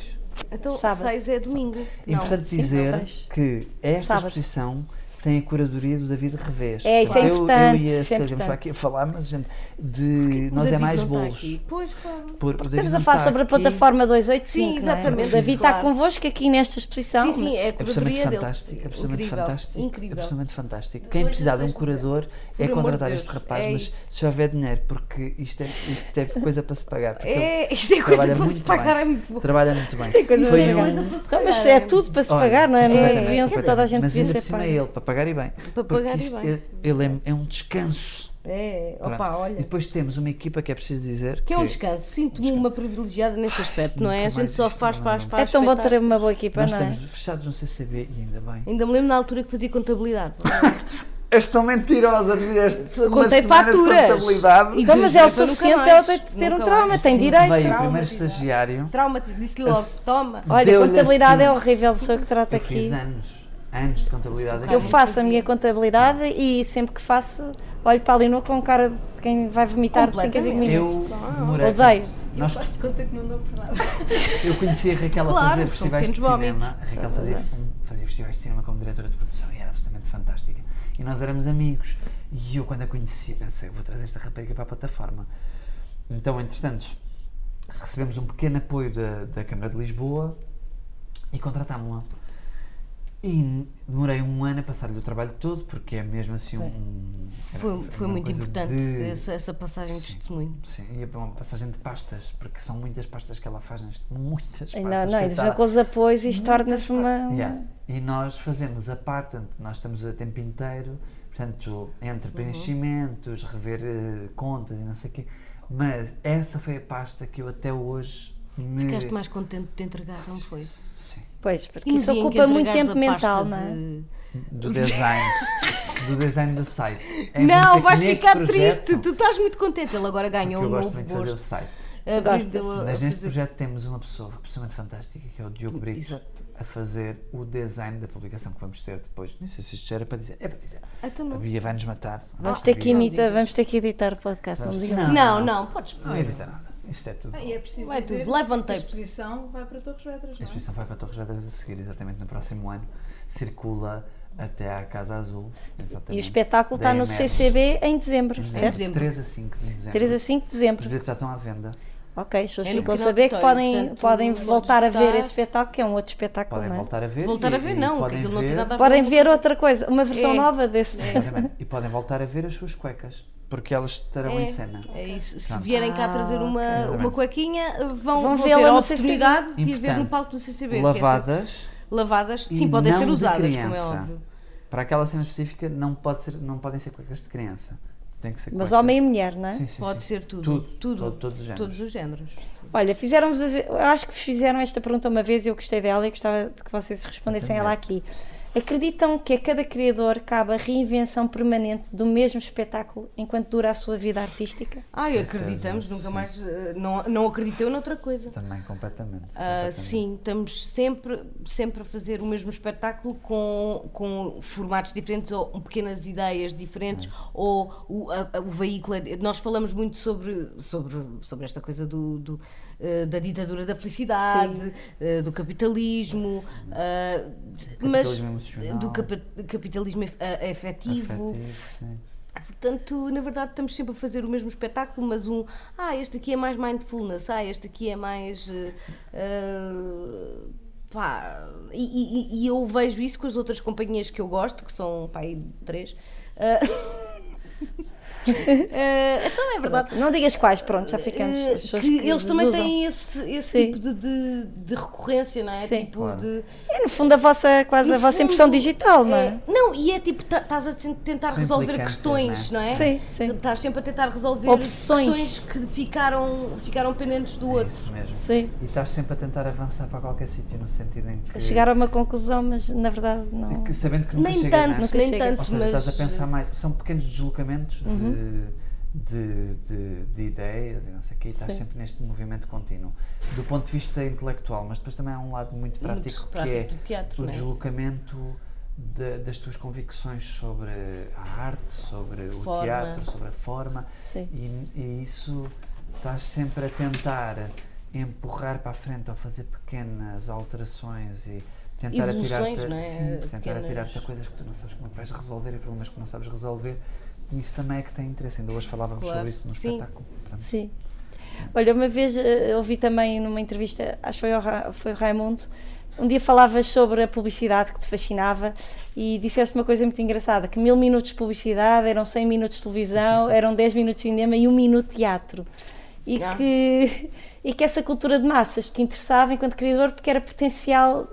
[SPEAKER 4] Então,
[SPEAKER 1] Sábado.
[SPEAKER 4] 6 é domingo. Não.
[SPEAKER 2] Importante
[SPEAKER 1] sim,
[SPEAKER 2] dizer
[SPEAKER 1] seis.
[SPEAKER 2] que esta
[SPEAKER 1] Sábado.
[SPEAKER 2] exposição tem a curadoria do David Revés.
[SPEAKER 1] É, isso é
[SPEAKER 2] Eu- Eu,
[SPEAKER 1] importante,
[SPEAKER 2] e
[SPEAKER 1] isso
[SPEAKER 2] a
[SPEAKER 1] é
[SPEAKER 2] Célia vamos
[SPEAKER 1] importante.
[SPEAKER 2] para aqui a falar, mas gente, de
[SPEAKER 4] O
[SPEAKER 2] nós é
[SPEAKER 4] David
[SPEAKER 2] mais
[SPEAKER 4] não está
[SPEAKER 2] bolos.
[SPEAKER 4] aqui. Pois, claro.
[SPEAKER 2] Por- o David
[SPEAKER 1] tá Estamos a
[SPEAKER 2] não
[SPEAKER 1] falar
[SPEAKER 2] está
[SPEAKER 1] sobre a
[SPEAKER 2] aqui.
[SPEAKER 1] plataforma 285,
[SPEAKER 4] Sim,
[SPEAKER 1] não é?
[SPEAKER 4] exatamente,
[SPEAKER 1] O David está
[SPEAKER 4] claro.
[SPEAKER 1] convosco aqui nesta exposição.
[SPEAKER 4] Sim, sim,
[SPEAKER 1] mas-
[SPEAKER 4] é a
[SPEAKER 2] É absolutamente
[SPEAKER 4] curadoria dele.
[SPEAKER 2] fantástico, absolutamente
[SPEAKER 4] Incrível,
[SPEAKER 2] fantástico, é
[SPEAKER 4] Incrível.
[SPEAKER 2] absolutamente fantástico.
[SPEAKER 3] De
[SPEAKER 2] Quem
[SPEAKER 3] dois a
[SPEAKER 2] precisar de um
[SPEAKER 3] seis de
[SPEAKER 2] curador é
[SPEAKER 4] Por amor
[SPEAKER 2] contratar
[SPEAKER 4] de
[SPEAKER 2] este
[SPEAKER 4] Deus,
[SPEAKER 2] rapaz,
[SPEAKER 4] é
[SPEAKER 2] mas
[SPEAKER 4] isso.
[SPEAKER 2] se houver dinheiro, porque isto é, isto é coisa para se pagar. porque ele
[SPEAKER 4] É, isto é coisa
[SPEAKER 2] trabalha
[SPEAKER 4] para
[SPEAKER 2] muito
[SPEAKER 4] se pagar,
[SPEAKER 2] bem.
[SPEAKER 4] é muito bom.
[SPEAKER 2] Trabalha muito bem.
[SPEAKER 1] é coisa para
[SPEAKER 2] Foi
[SPEAKER 1] se
[SPEAKER 2] um-
[SPEAKER 1] pagar.
[SPEAKER 4] para se
[SPEAKER 1] Então, mas
[SPEAKER 4] pagar,
[SPEAKER 1] é
[SPEAKER 4] é
[SPEAKER 1] tudo para se
[SPEAKER 2] Olha,
[SPEAKER 1] pagar, não é? Não é
[SPEAKER 4] completamente,
[SPEAKER 1] deviam ser, toda a gente
[SPEAKER 2] Mas
[SPEAKER 1] devia
[SPEAKER 2] ainda por
[SPEAKER 1] ser
[SPEAKER 2] cima
[SPEAKER 1] paga.
[SPEAKER 2] é ele, para pagar e bem. Porque
[SPEAKER 4] pagar e
[SPEAKER 2] isto-
[SPEAKER 4] bem.
[SPEAKER 2] Ele, ele é, é um descanso.
[SPEAKER 4] É,
[SPEAKER 2] Pronto.
[SPEAKER 4] opa,
[SPEAKER 2] E
[SPEAKER 4] olha.
[SPEAKER 2] depois temos uma equipa que é preciso dizer.
[SPEAKER 4] Que é um descanso. Sinto-me uma privilegiada nesse aspecto, não é? A
[SPEAKER 2] nunca
[SPEAKER 4] gente
[SPEAKER 2] mais
[SPEAKER 4] só
[SPEAKER 2] isto,
[SPEAKER 4] faz,
[SPEAKER 2] não,
[SPEAKER 4] faz,
[SPEAKER 2] não.
[SPEAKER 1] É
[SPEAKER 4] faz.
[SPEAKER 1] tão bom
[SPEAKER 4] espetáculo.
[SPEAKER 1] ter uma boa equipa,
[SPEAKER 2] Nós
[SPEAKER 1] não é?
[SPEAKER 2] estamos fechados no CCB e ainda bem.
[SPEAKER 4] Ainda me lembro na altura que fazia contabilidade.
[SPEAKER 2] És tão mentirosa, tu fizeste
[SPEAKER 4] Contei
[SPEAKER 2] uma semana
[SPEAKER 4] faturas.
[SPEAKER 2] de contabilidade.
[SPEAKER 4] E
[SPEAKER 1] Então, mas é o
[SPEAKER 4] Deus, nunca
[SPEAKER 1] suficiente
[SPEAKER 4] mais,
[SPEAKER 1] ela de ter um
[SPEAKER 4] nunca
[SPEAKER 1] trauma,
[SPEAKER 4] mais.
[SPEAKER 1] tem
[SPEAKER 2] Assim que Veio o
[SPEAKER 1] direito.
[SPEAKER 2] primeiro estagiário.
[SPEAKER 1] Tá
[SPEAKER 4] Trauma, disse-lhe
[SPEAKER 2] Esse-
[SPEAKER 4] logo, toma.
[SPEAKER 1] Olha,
[SPEAKER 2] Deu-lhe
[SPEAKER 1] contabilidade é
[SPEAKER 2] assim.
[SPEAKER 1] horrível, sou eu que trato
[SPEAKER 2] Eu fiz
[SPEAKER 1] aqui.
[SPEAKER 2] anos, anos de contabilidade.
[SPEAKER 1] Eu
[SPEAKER 4] Não
[SPEAKER 1] faço a
[SPEAKER 4] fazia.
[SPEAKER 1] minha contabilidade e sempre que faço, olho para a Lino com cara de quem vai vomitar de 5 a 5
[SPEAKER 4] Completamente.
[SPEAKER 1] minutos.
[SPEAKER 2] Eu demorei.
[SPEAKER 1] Odeio.
[SPEAKER 3] Eu
[SPEAKER 2] Nós,
[SPEAKER 3] faço conta que não dou para nada.
[SPEAKER 2] eu conheci a Raquel a
[SPEAKER 4] Claro,
[SPEAKER 2] fazer
[SPEAKER 4] são
[SPEAKER 2] festivais de
[SPEAKER 4] pequenos
[SPEAKER 2] cinema. A Raquel fazia, um, fazia festivais de cinema como diretora de produção e era absolutamente fantástica. E nós éramos amigos. E eu, quando a conheci, pensei, vou trazer esta rapariga para a plataforma. Então, entretanto, recebemos um pequeno apoio da, da Câmara de Lisboa e contratámo-la. E demorei um ano a passar-lhe o trabalho todo, porque é mesmo assim um. era-
[SPEAKER 4] Foi, foi
[SPEAKER 2] uma
[SPEAKER 4] muito
[SPEAKER 2] coisa
[SPEAKER 4] importante
[SPEAKER 2] de-
[SPEAKER 4] essa, essa passagem de
[SPEAKER 2] Sim.
[SPEAKER 4] testemunho.
[SPEAKER 2] Sim, e é para uma passagem de pastas, porque são muitas pastas que ela faz neste. Muitas pastas.
[SPEAKER 1] Não, não, e
[SPEAKER 2] coitada.
[SPEAKER 1] já com os apoios isto torna-se uma.
[SPEAKER 2] Yeah. E nós fazemos a parte, portanto, nós estamos o tempo inteiro, portanto, entre
[SPEAKER 4] Uhum.
[SPEAKER 2] preenchimentos, rever eh, contas e não sei o quê. Mas essa foi a pasta que eu até hoje me.
[SPEAKER 4] Ficaste mais contente de te entregar, não foi?
[SPEAKER 2] Sim.
[SPEAKER 1] Pois, porque
[SPEAKER 4] E no
[SPEAKER 1] isso
[SPEAKER 4] dia em que
[SPEAKER 1] ocupa muito
[SPEAKER 4] entregares
[SPEAKER 1] tempo
[SPEAKER 4] a
[SPEAKER 1] mental,
[SPEAKER 4] pasta
[SPEAKER 1] não é?
[SPEAKER 4] de- Ah,
[SPEAKER 2] Do design. do design do site. É
[SPEAKER 4] Não,
[SPEAKER 2] dizer que
[SPEAKER 4] vais
[SPEAKER 2] neste
[SPEAKER 4] ficar
[SPEAKER 2] projeto-
[SPEAKER 4] triste. Tu estás muito contente. Ele agora
[SPEAKER 2] porque
[SPEAKER 4] ganhou
[SPEAKER 2] Eu
[SPEAKER 4] um
[SPEAKER 2] gosto
[SPEAKER 4] novo
[SPEAKER 2] muito de fazer o
[SPEAKER 4] gosto.
[SPEAKER 2] site.
[SPEAKER 4] Abriu a-
[SPEAKER 2] Mas
[SPEAKER 4] a
[SPEAKER 2] neste
[SPEAKER 4] fazer-
[SPEAKER 2] projeto temos uma pessoa absolutamente fantástica, que é o Diogo Brito,
[SPEAKER 4] Exato.
[SPEAKER 2] a fazer o design da publicação que vamos ter depois. Não sei se isto já era para dizer. É para dizer.
[SPEAKER 4] Então
[SPEAKER 2] A
[SPEAKER 4] não.
[SPEAKER 2] Bia vai-nos matar.
[SPEAKER 1] Vamos
[SPEAKER 2] Ah,
[SPEAKER 1] ter
[SPEAKER 2] a
[SPEAKER 1] que
[SPEAKER 2] Bia vai-
[SPEAKER 1] imitar, vamos ter que editar o podcast, um não digam.
[SPEAKER 4] Não, não, podes.
[SPEAKER 2] Não edita nada. Isto é tudo.
[SPEAKER 3] Ah, e é preciso
[SPEAKER 4] Vai
[SPEAKER 3] dizer
[SPEAKER 4] tudo, leva um
[SPEAKER 3] que a
[SPEAKER 4] tape.
[SPEAKER 3] exposição vai para Torres Vedras,
[SPEAKER 2] A
[SPEAKER 3] não é?
[SPEAKER 2] exposição vai para Torres Vedras a seguir, exatamente no próximo ano. Circula até à Casa Azul.
[SPEAKER 1] E o
[SPEAKER 2] exatamente.
[SPEAKER 1] espetáculo está
[SPEAKER 2] Da
[SPEAKER 1] no
[SPEAKER 2] IMF.
[SPEAKER 1] CCB em dezembro,
[SPEAKER 2] Em
[SPEAKER 1] certo?
[SPEAKER 2] dezembro, De 3 a 5 de dezembro.
[SPEAKER 1] 3 a 5 de
[SPEAKER 2] Os
[SPEAKER 1] dezembro.
[SPEAKER 2] bilhetes já estão à venda.
[SPEAKER 1] Ok, as pessoas
[SPEAKER 4] É no
[SPEAKER 1] ficam a
[SPEAKER 4] pequeno
[SPEAKER 1] saber que
[SPEAKER 4] auditório,
[SPEAKER 1] podem,
[SPEAKER 4] portanto,
[SPEAKER 1] podem
[SPEAKER 4] podes
[SPEAKER 1] voltar a ver
[SPEAKER 4] votar.
[SPEAKER 1] esse espetáculo, que é um outro espetáculo,
[SPEAKER 2] Podem
[SPEAKER 1] não é?
[SPEAKER 2] voltar a ver.
[SPEAKER 4] Voltar
[SPEAKER 2] e-
[SPEAKER 4] a ver,
[SPEAKER 2] e
[SPEAKER 4] não, que
[SPEAKER 2] podem
[SPEAKER 4] aquilo não tem
[SPEAKER 2] ver-
[SPEAKER 4] nada a ver.
[SPEAKER 1] Podem ver outra coisa, uma versão
[SPEAKER 4] É.
[SPEAKER 1] nova desse.
[SPEAKER 2] Exatamente. E podem voltar a ver as suas cuecas. porque elas estarão em cena.
[SPEAKER 4] É isso. Se
[SPEAKER 2] Pronto.
[SPEAKER 4] vierem cá trazer uma,
[SPEAKER 2] Ah, ok.
[SPEAKER 4] uma cuequinha, vão,
[SPEAKER 1] Vão
[SPEAKER 4] vão ter
[SPEAKER 1] vê-la
[SPEAKER 4] a
[SPEAKER 1] no CCB.
[SPEAKER 4] oportunidade de ir ver no
[SPEAKER 2] Importante,
[SPEAKER 4] palco do CCB. que é
[SPEAKER 2] Lavadas,
[SPEAKER 4] assim. Lavadas,
[SPEAKER 2] e
[SPEAKER 4] sim, podem
[SPEAKER 2] não
[SPEAKER 4] ser
[SPEAKER 2] de
[SPEAKER 4] usadas, como é
[SPEAKER 2] criança.
[SPEAKER 4] óbvio.
[SPEAKER 2] para aquela cena específica, não, pode ser, não podem ser cuecas de criança. Tem que ser
[SPEAKER 1] Mas
[SPEAKER 2] cuecas-
[SPEAKER 1] homem e mulher, não é?
[SPEAKER 2] Sim, sim,
[SPEAKER 4] Pode
[SPEAKER 2] sim.
[SPEAKER 4] ser tudo.
[SPEAKER 2] Tudo,
[SPEAKER 4] tudo.
[SPEAKER 2] todo- todos os géneros.
[SPEAKER 4] Todos os géneros.
[SPEAKER 1] Olha, fizeram-vos, eu acho que vos fizeram esta pergunta uma vez e eu gostei dela e gostava de que vocês respondessem ela aqui. Acreditam que a cada criador cabe a reinvenção permanente do mesmo espetáculo enquanto dura a sua vida artística?
[SPEAKER 4] Ai,
[SPEAKER 2] Certeza,
[SPEAKER 4] acreditamos, nunca
[SPEAKER 2] sim.
[SPEAKER 4] mais. eh, Não, não acreditei noutra coisa.
[SPEAKER 2] Também, completamente.
[SPEAKER 4] Ah,
[SPEAKER 2] completamente.
[SPEAKER 4] sim, estamos sempre, sempre a fazer o mesmo espetáculo com, com formatos diferentes ou com pequenas ideias diferentes
[SPEAKER 2] Hum.
[SPEAKER 4] ou o, a- a- o veículo. é- Nós falamos muito sobre, sobre, sobre esta coisa do, do, eh, da ditadura da felicidade, eh, do capitalismo, ah, de-
[SPEAKER 2] Hum. Capitalismo emocional.
[SPEAKER 4] do capa- capitalismo ef- a- afetivo.
[SPEAKER 2] Afetivo, sim.
[SPEAKER 4] Portanto, na verdade, estamos sempre a fazer o mesmo espetáculo, mas um. Ah, este aqui é mais mindfulness, ah, este aqui é mais. eh, eh, pá. E, e- e eu vejo isso com as outras companhias que eu gosto, que são, pá, aí três. eh, eh, então, é verdade.
[SPEAKER 1] Não digas quais, pronto, já ficamos.
[SPEAKER 4] Eh,
[SPEAKER 1] As pessoas
[SPEAKER 4] que
[SPEAKER 1] que
[SPEAKER 4] eles também
[SPEAKER 1] usam.
[SPEAKER 4] têm esse, esse
[SPEAKER 1] Sim.
[SPEAKER 4] tipo de, de- de recorrência, não é?
[SPEAKER 1] Sim.
[SPEAKER 4] Tipo
[SPEAKER 2] Claro.
[SPEAKER 4] de.
[SPEAKER 1] É, no fundo, a vossa, quase a
[SPEAKER 4] No
[SPEAKER 1] vossa
[SPEAKER 4] fundo,
[SPEAKER 1] impressão digital, não é?
[SPEAKER 4] É, não, e é tipo, ta- estás a sen- tentar
[SPEAKER 2] São
[SPEAKER 4] resolver
[SPEAKER 2] implicâncias,
[SPEAKER 4] questões, não é?
[SPEAKER 1] Sim, sim.
[SPEAKER 4] Estás sempre a tentar resolver
[SPEAKER 1] Obsessões.
[SPEAKER 4] questões que ficaram, ficaram pendentes do
[SPEAKER 2] É
[SPEAKER 4] outro.
[SPEAKER 2] isso mesmo.
[SPEAKER 1] Sim.
[SPEAKER 2] E estás sempre a tentar avançar para qualquer sítio, no sentido em que.
[SPEAKER 1] A chegar a uma conclusão, mas na verdade não.
[SPEAKER 2] E É. que- sabendo que nunca
[SPEAKER 4] Nem
[SPEAKER 2] chegas, não é?
[SPEAKER 4] tanto,
[SPEAKER 1] Nunca
[SPEAKER 4] nem
[SPEAKER 1] chegas.
[SPEAKER 4] tanto,
[SPEAKER 2] Ou seja,
[SPEAKER 4] mas.
[SPEAKER 2] estás a
[SPEAKER 4] né?
[SPEAKER 2] pensar mais. São pequenos deslocamentos de-
[SPEAKER 1] Uhum.
[SPEAKER 2] de, de- de ideias e não sei o quê, e estás
[SPEAKER 1] Sim.
[SPEAKER 2] sempre neste movimento contínuo. Do ponto de vista intelectual, mas depois também há um lado muito
[SPEAKER 4] Muito
[SPEAKER 2] prático,
[SPEAKER 4] prático
[SPEAKER 2] que é
[SPEAKER 4] do teatro,
[SPEAKER 2] o
[SPEAKER 4] não é?
[SPEAKER 2] deslocamento da- das tuas convicções sobre a arte, sobre o
[SPEAKER 4] Forma.
[SPEAKER 2] teatro, sobre a forma.
[SPEAKER 1] Sim.
[SPEAKER 2] E, e isso estás sempre a tentar empurrar para a frente ou fazer pequenas alterações e tentar
[SPEAKER 4] Evoluções,
[SPEAKER 2] atirar-te
[SPEAKER 4] não é?
[SPEAKER 2] sim, tentar
[SPEAKER 4] Pequenas.
[SPEAKER 2] atirar-te a coisas que tu não sabes como é que vais resolver e problemas que não sabes resolver. E isso também é que tem interesse. Ainda hoje falávamos
[SPEAKER 4] Claro,
[SPEAKER 2] sobre isso no
[SPEAKER 4] sim.
[SPEAKER 2] espetáculo. Pronto.
[SPEAKER 1] Sim. Olha, uma vez eh, ouvi também numa entrevista, acho que foi, ao Ra- foi o Raimundo, um dia falavas sobre a publicidade que te fascinava e disseste uma coisa muito engraçada, que mil minutos de publicidade eram 100 minutos de televisão, eram 10 minutos de cinema e um minuto de teatro. E,
[SPEAKER 4] Ah.
[SPEAKER 1] que, e que essa cultura de massas te interessava enquanto criador porque era potencial,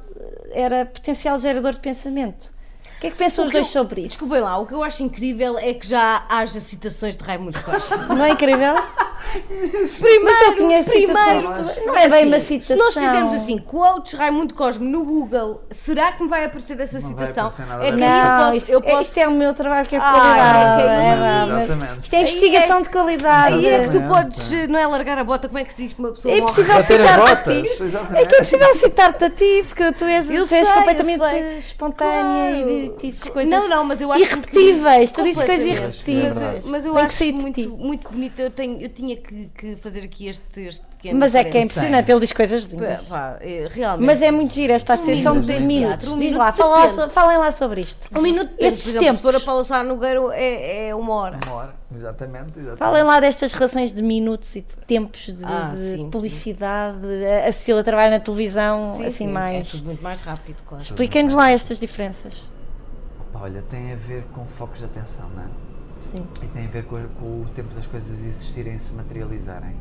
[SPEAKER 1] era potencial gerador de pensamento. O que é que pensam
[SPEAKER 4] O
[SPEAKER 1] os
[SPEAKER 4] que eu-
[SPEAKER 1] dois sobre isso?
[SPEAKER 4] Desculpem lá, o que eu acho incrível é que já haja citações de Raimundo Costa.
[SPEAKER 1] Não é incrível? Primeiro, Mas eu tinha citações.
[SPEAKER 4] Primeiro,
[SPEAKER 1] tu- Não é bem uma
[SPEAKER 4] assim,
[SPEAKER 1] citação.
[SPEAKER 4] Se nós fizermos assim, quotes Raimundo Cosme no Google, será que me vai aparecer essa
[SPEAKER 2] Não vai
[SPEAKER 4] citação?
[SPEAKER 2] aparecer nada
[SPEAKER 4] é que
[SPEAKER 2] dessas.
[SPEAKER 4] eu
[SPEAKER 1] Não,
[SPEAKER 4] posso.
[SPEAKER 1] isto,
[SPEAKER 4] eu
[SPEAKER 1] é-
[SPEAKER 4] posso
[SPEAKER 1] isto é o meu trabalho que é de
[SPEAKER 4] Ah,
[SPEAKER 1] qualidade.
[SPEAKER 4] ok.
[SPEAKER 1] é, vá, mas-
[SPEAKER 2] Exatamente.
[SPEAKER 1] isto é investigação de qualidade.
[SPEAKER 4] Aí é que tu
[SPEAKER 2] Exatamente.
[SPEAKER 4] podes, eh, não é largar a bota, como é que se diz que uma pessoa
[SPEAKER 1] É
[SPEAKER 4] morre?
[SPEAKER 1] impossível
[SPEAKER 2] Bater as
[SPEAKER 1] citar-te a
[SPEAKER 2] botas,
[SPEAKER 1] ti.
[SPEAKER 2] exatamente.
[SPEAKER 1] É que é possível citar-te a ti, porque tu és,
[SPEAKER 4] Eu
[SPEAKER 1] tu és
[SPEAKER 4] sei, eu sei.
[SPEAKER 1] completamente espontânea
[SPEAKER 4] Claro.
[SPEAKER 1] e dizes coisas
[SPEAKER 4] Não, não, mas eu acho
[SPEAKER 1] irrepetíveis. Tu dizes coisas
[SPEAKER 4] Completamente.
[SPEAKER 1] irrepetíveis.
[SPEAKER 4] Mas, mas eu
[SPEAKER 1] Tem que
[SPEAKER 4] acho
[SPEAKER 1] sair de ti.
[SPEAKER 4] muito, muito bonito. Eu, tenho, eu tinha que, que fazer aqui este, este pequeno.
[SPEAKER 1] Mas é que é
[SPEAKER 4] parênteses.
[SPEAKER 1] impressionante, ele diz coisas lindas.
[SPEAKER 4] Pá, é, realmente.
[SPEAKER 1] Mas é muito giro esta associação
[SPEAKER 2] minuto
[SPEAKER 1] de
[SPEAKER 2] de
[SPEAKER 1] minutos.
[SPEAKER 4] teatro, um
[SPEAKER 1] Diz
[SPEAKER 4] minuto
[SPEAKER 1] lá,
[SPEAKER 4] Um de
[SPEAKER 1] fala lá
[SPEAKER 4] tempo.
[SPEAKER 1] so- falem lá sobre isto.
[SPEAKER 4] Um minuto de tempo,
[SPEAKER 1] Estes
[SPEAKER 4] por exemplo, se for a
[SPEAKER 1] tempos.
[SPEAKER 4] Paula Sá Nogueiro é, é uma hora.
[SPEAKER 2] Uma hora, exatamente. exatamente.
[SPEAKER 1] Falem lá destas relações de minutos e de tempos de,
[SPEAKER 4] Ah,
[SPEAKER 1] de
[SPEAKER 4] sim.
[SPEAKER 1] publicidade. A- A Cecília trabalha na televisão,
[SPEAKER 4] Sim,
[SPEAKER 1] assim
[SPEAKER 4] sim, É
[SPEAKER 1] mais.
[SPEAKER 4] tudo muito mais rápido, claro.
[SPEAKER 1] Expliquem-nos lá estas diferenças.
[SPEAKER 2] Opa, Olha, tem a ver com focos de atenção, não é?
[SPEAKER 1] Sim.
[SPEAKER 2] E tem a ver com, com o tempo das coisas existirem e se materializarem.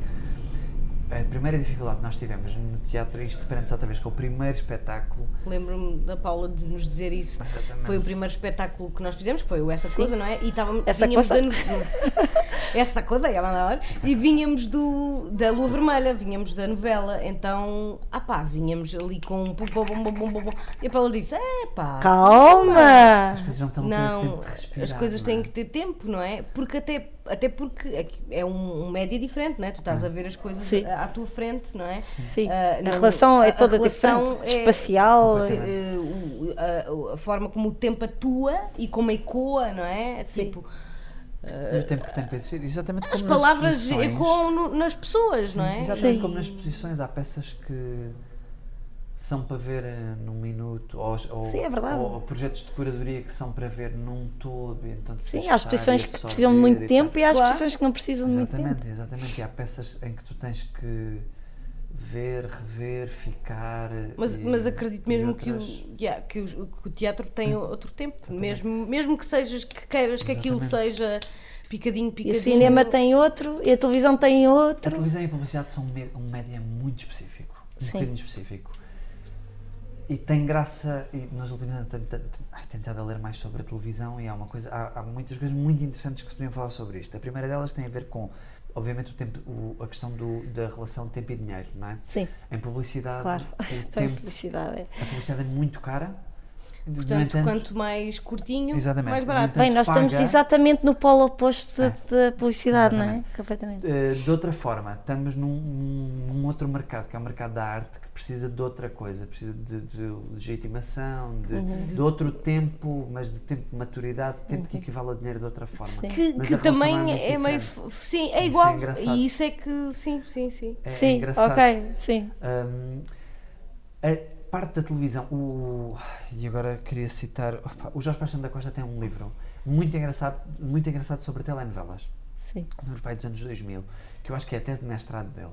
[SPEAKER 2] A primeira dificuldade que nós tivemos no teatro, é isto perante outra vez com o primeiro espetáculo,
[SPEAKER 4] Lembro-me da Paula de nos dizer isso.
[SPEAKER 2] Exatamente.
[SPEAKER 4] Foi o primeiro espetáculo que nós fizemos, foi o Essa
[SPEAKER 1] Sim.
[SPEAKER 4] Coisa, não é? E estávamos.
[SPEAKER 1] Essa
[SPEAKER 4] vínhamos
[SPEAKER 1] coisa.
[SPEAKER 4] Da... Essa coisa, ela na hora. E vínhamos do, da Lua Vermelha, vínhamos da novela. Então, ah pá, vínhamos ali com. um Pum, pum, pum, pum, pum, pum, pum. E a Paula disse: é pá.
[SPEAKER 1] Calma!
[SPEAKER 2] as coisas não estão a ter tempo
[SPEAKER 4] Não,
[SPEAKER 2] de respirar.
[SPEAKER 4] as coisas
[SPEAKER 2] não
[SPEAKER 4] têm
[SPEAKER 2] é?
[SPEAKER 4] que ter tempo, não é? Porque até, até porque é que é um, um média diferente, não é? Tu estás a ver as coisas
[SPEAKER 1] Sim.
[SPEAKER 4] à, à tua frente, não é?
[SPEAKER 1] Sim.
[SPEAKER 4] Ah,
[SPEAKER 1] a
[SPEAKER 4] não-
[SPEAKER 1] relação
[SPEAKER 4] a-
[SPEAKER 1] é
[SPEAKER 4] a
[SPEAKER 1] toda
[SPEAKER 4] relação
[SPEAKER 1] diferente,
[SPEAKER 4] é-
[SPEAKER 1] espacial.
[SPEAKER 4] Te- eh, o- a- a, forma como o tempo atua e como ecoa, não é?
[SPEAKER 1] Sim.
[SPEAKER 4] Tipo,
[SPEAKER 2] E o tempo que tem para existir, exatamente
[SPEAKER 4] eh, as
[SPEAKER 2] como nas
[SPEAKER 4] palavras
[SPEAKER 2] exposições.
[SPEAKER 4] ecoam no- nas pessoas, não é?
[SPEAKER 2] Exatamente
[SPEAKER 1] Sim.
[SPEAKER 2] como nas exposições, há peças que são para ver eh, num minuto, ou, ou,
[SPEAKER 1] Sim, é verdade.
[SPEAKER 2] ou projetos de curadoria que são para ver num todo. e Então,
[SPEAKER 1] Sim,
[SPEAKER 2] tens
[SPEAKER 1] há as
[SPEAKER 2] estar e
[SPEAKER 1] pessoas que
[SPEAKER 2] absorver
[SPEAKER 1] precisam de muito
[SPEAKER 2] e
[SPEAKER 1] tempo e há as
[SPEAKER 4] Claro.
[SPEAKER 1] pessoas que não precisam de muito tempo.
[SPEAKER 2] Exatamente, exatamente. E há peças em que tu tens que ver, rever, ficar.
[SPEAKER 4] Mas,
[SPEAKER 2] e-
[SPEAKER 4] mas acredito
[SPEAKER 2] e
[SPEAKER 4] mesmo que o,
[SPEAKER 2] outras.
[SPEAKER 4] yeah, que, os- que o teatro tem outro tempo, mesmo, mesmo que sejas que queiras que aquilo
[SPEAKER 2] Exatamente.
[SPEAKER 4] seja Picadinho,
[SPEAKER 1] E o
[SPEAKER 4] picadinho.
[SPEAKER 1] cinema tem outro, e a televisão tem
[SPEAKER 2] A
[SPEAKER 1] outro.
[SPEAKER 2] televisão e a publicidade são um mé- um média muito específico. Um
[SPEAKER 1] Sim.
[SPEAKER 2] bocadinho específico. E tem graça, e nos últimos anos tenho ten- ten- ai, tentado a ler mais sobre a televisão e há, uma coisa, há, há muitas coisas muito interessantes que se podiam falar sobre isto. A primeira delas tem a ver com, obviamente, o tempo, o- a questão do- da relação de tempo e dinheiro, não é?
[SPEAKER 1] Sim,
[SPEAKER 2] Em publicidade,
[SPEAKER 1] claro.
[SPEAKER 2] o
[SPEAKER 1] Então, a
[SPEAKER 2] tempo-
[SPEAKER 1] publicidade. é.
[SPEAKER 2] a publicidade é muito cara. No
[SPEAKER 4] Portanto,
[SPEAKER 2] entanto,
[SPEAKER 4] quanto mais curtinho,
[SPEAKER 2] Exatamente.
[SPEAKER 4] mais
[SPEAKER 2] No
[SPEAKER 4] barato.
[SPEAKER 2] entanto,
[SPEAKER 1] Bem, nós estamos
[SPEAKER 2] paga-
[SPEAKER 1] exatamente no polo oposto
[SPEAKER 2] É.
[SPEAKER 1] de- da publicidade, não é?
[SPEAKER 2] Exatamente.
[SPEAKER 1] Completamente.
[SPEAKER 2] Eh, de outra forma, estamos num, num outro mercado, que é o mercado da arte, que precisa de outra coisa, precisa de, de legitimação, de,
[SPEAKER 1] Uhum.
[SPEAKER 2] de outro tempo, mas de tempo de maturidade, de tempo que equivale a dinheiro de outra forma.
[SPEAKER 1] Sim.
[SPEAKER 4] que,
[SPEAKER 2] Mas
[SPEAKER 4] que
[SPEAKER 2] a relação é
[SPEAKER 4] também
[SPEAKER 2] muito
[SPEAKER 4] é, meio.
[SPEAKER 2] diferente.
[SPEAKER 4] f- Sim, é
[SPEAKER 2] é
[SPEAKER 4] igual.
[SPEAKER 2] engraçado.
[SPEAKER 4] e isso é que. Sim, sim, sim.
[SPEAKER 2] É
[SPEAKER 1] sim,
[SPEAKER 2] engraçado.
[SPEAKER 1] ok, sim.
[SPEAKER 2] Hum, a parte da televisão, o- e agora queria citar, opa, o Jorge Paixão da Costa tem um livro muito engraçado, muito engraçado sobre telenovelas.
[SPEAKER 1] Sim.
[SPEAKER 2] livro pai dos anos 2000, que eu acho que é a tese de mestrado dele.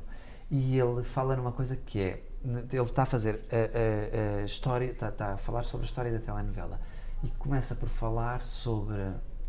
[SPEAKER 2] E ele fala numa coisa que é: n- ele está a fazer a, a- a história, está, está a falar sobre a história da telenovela. E começa por falar sobre,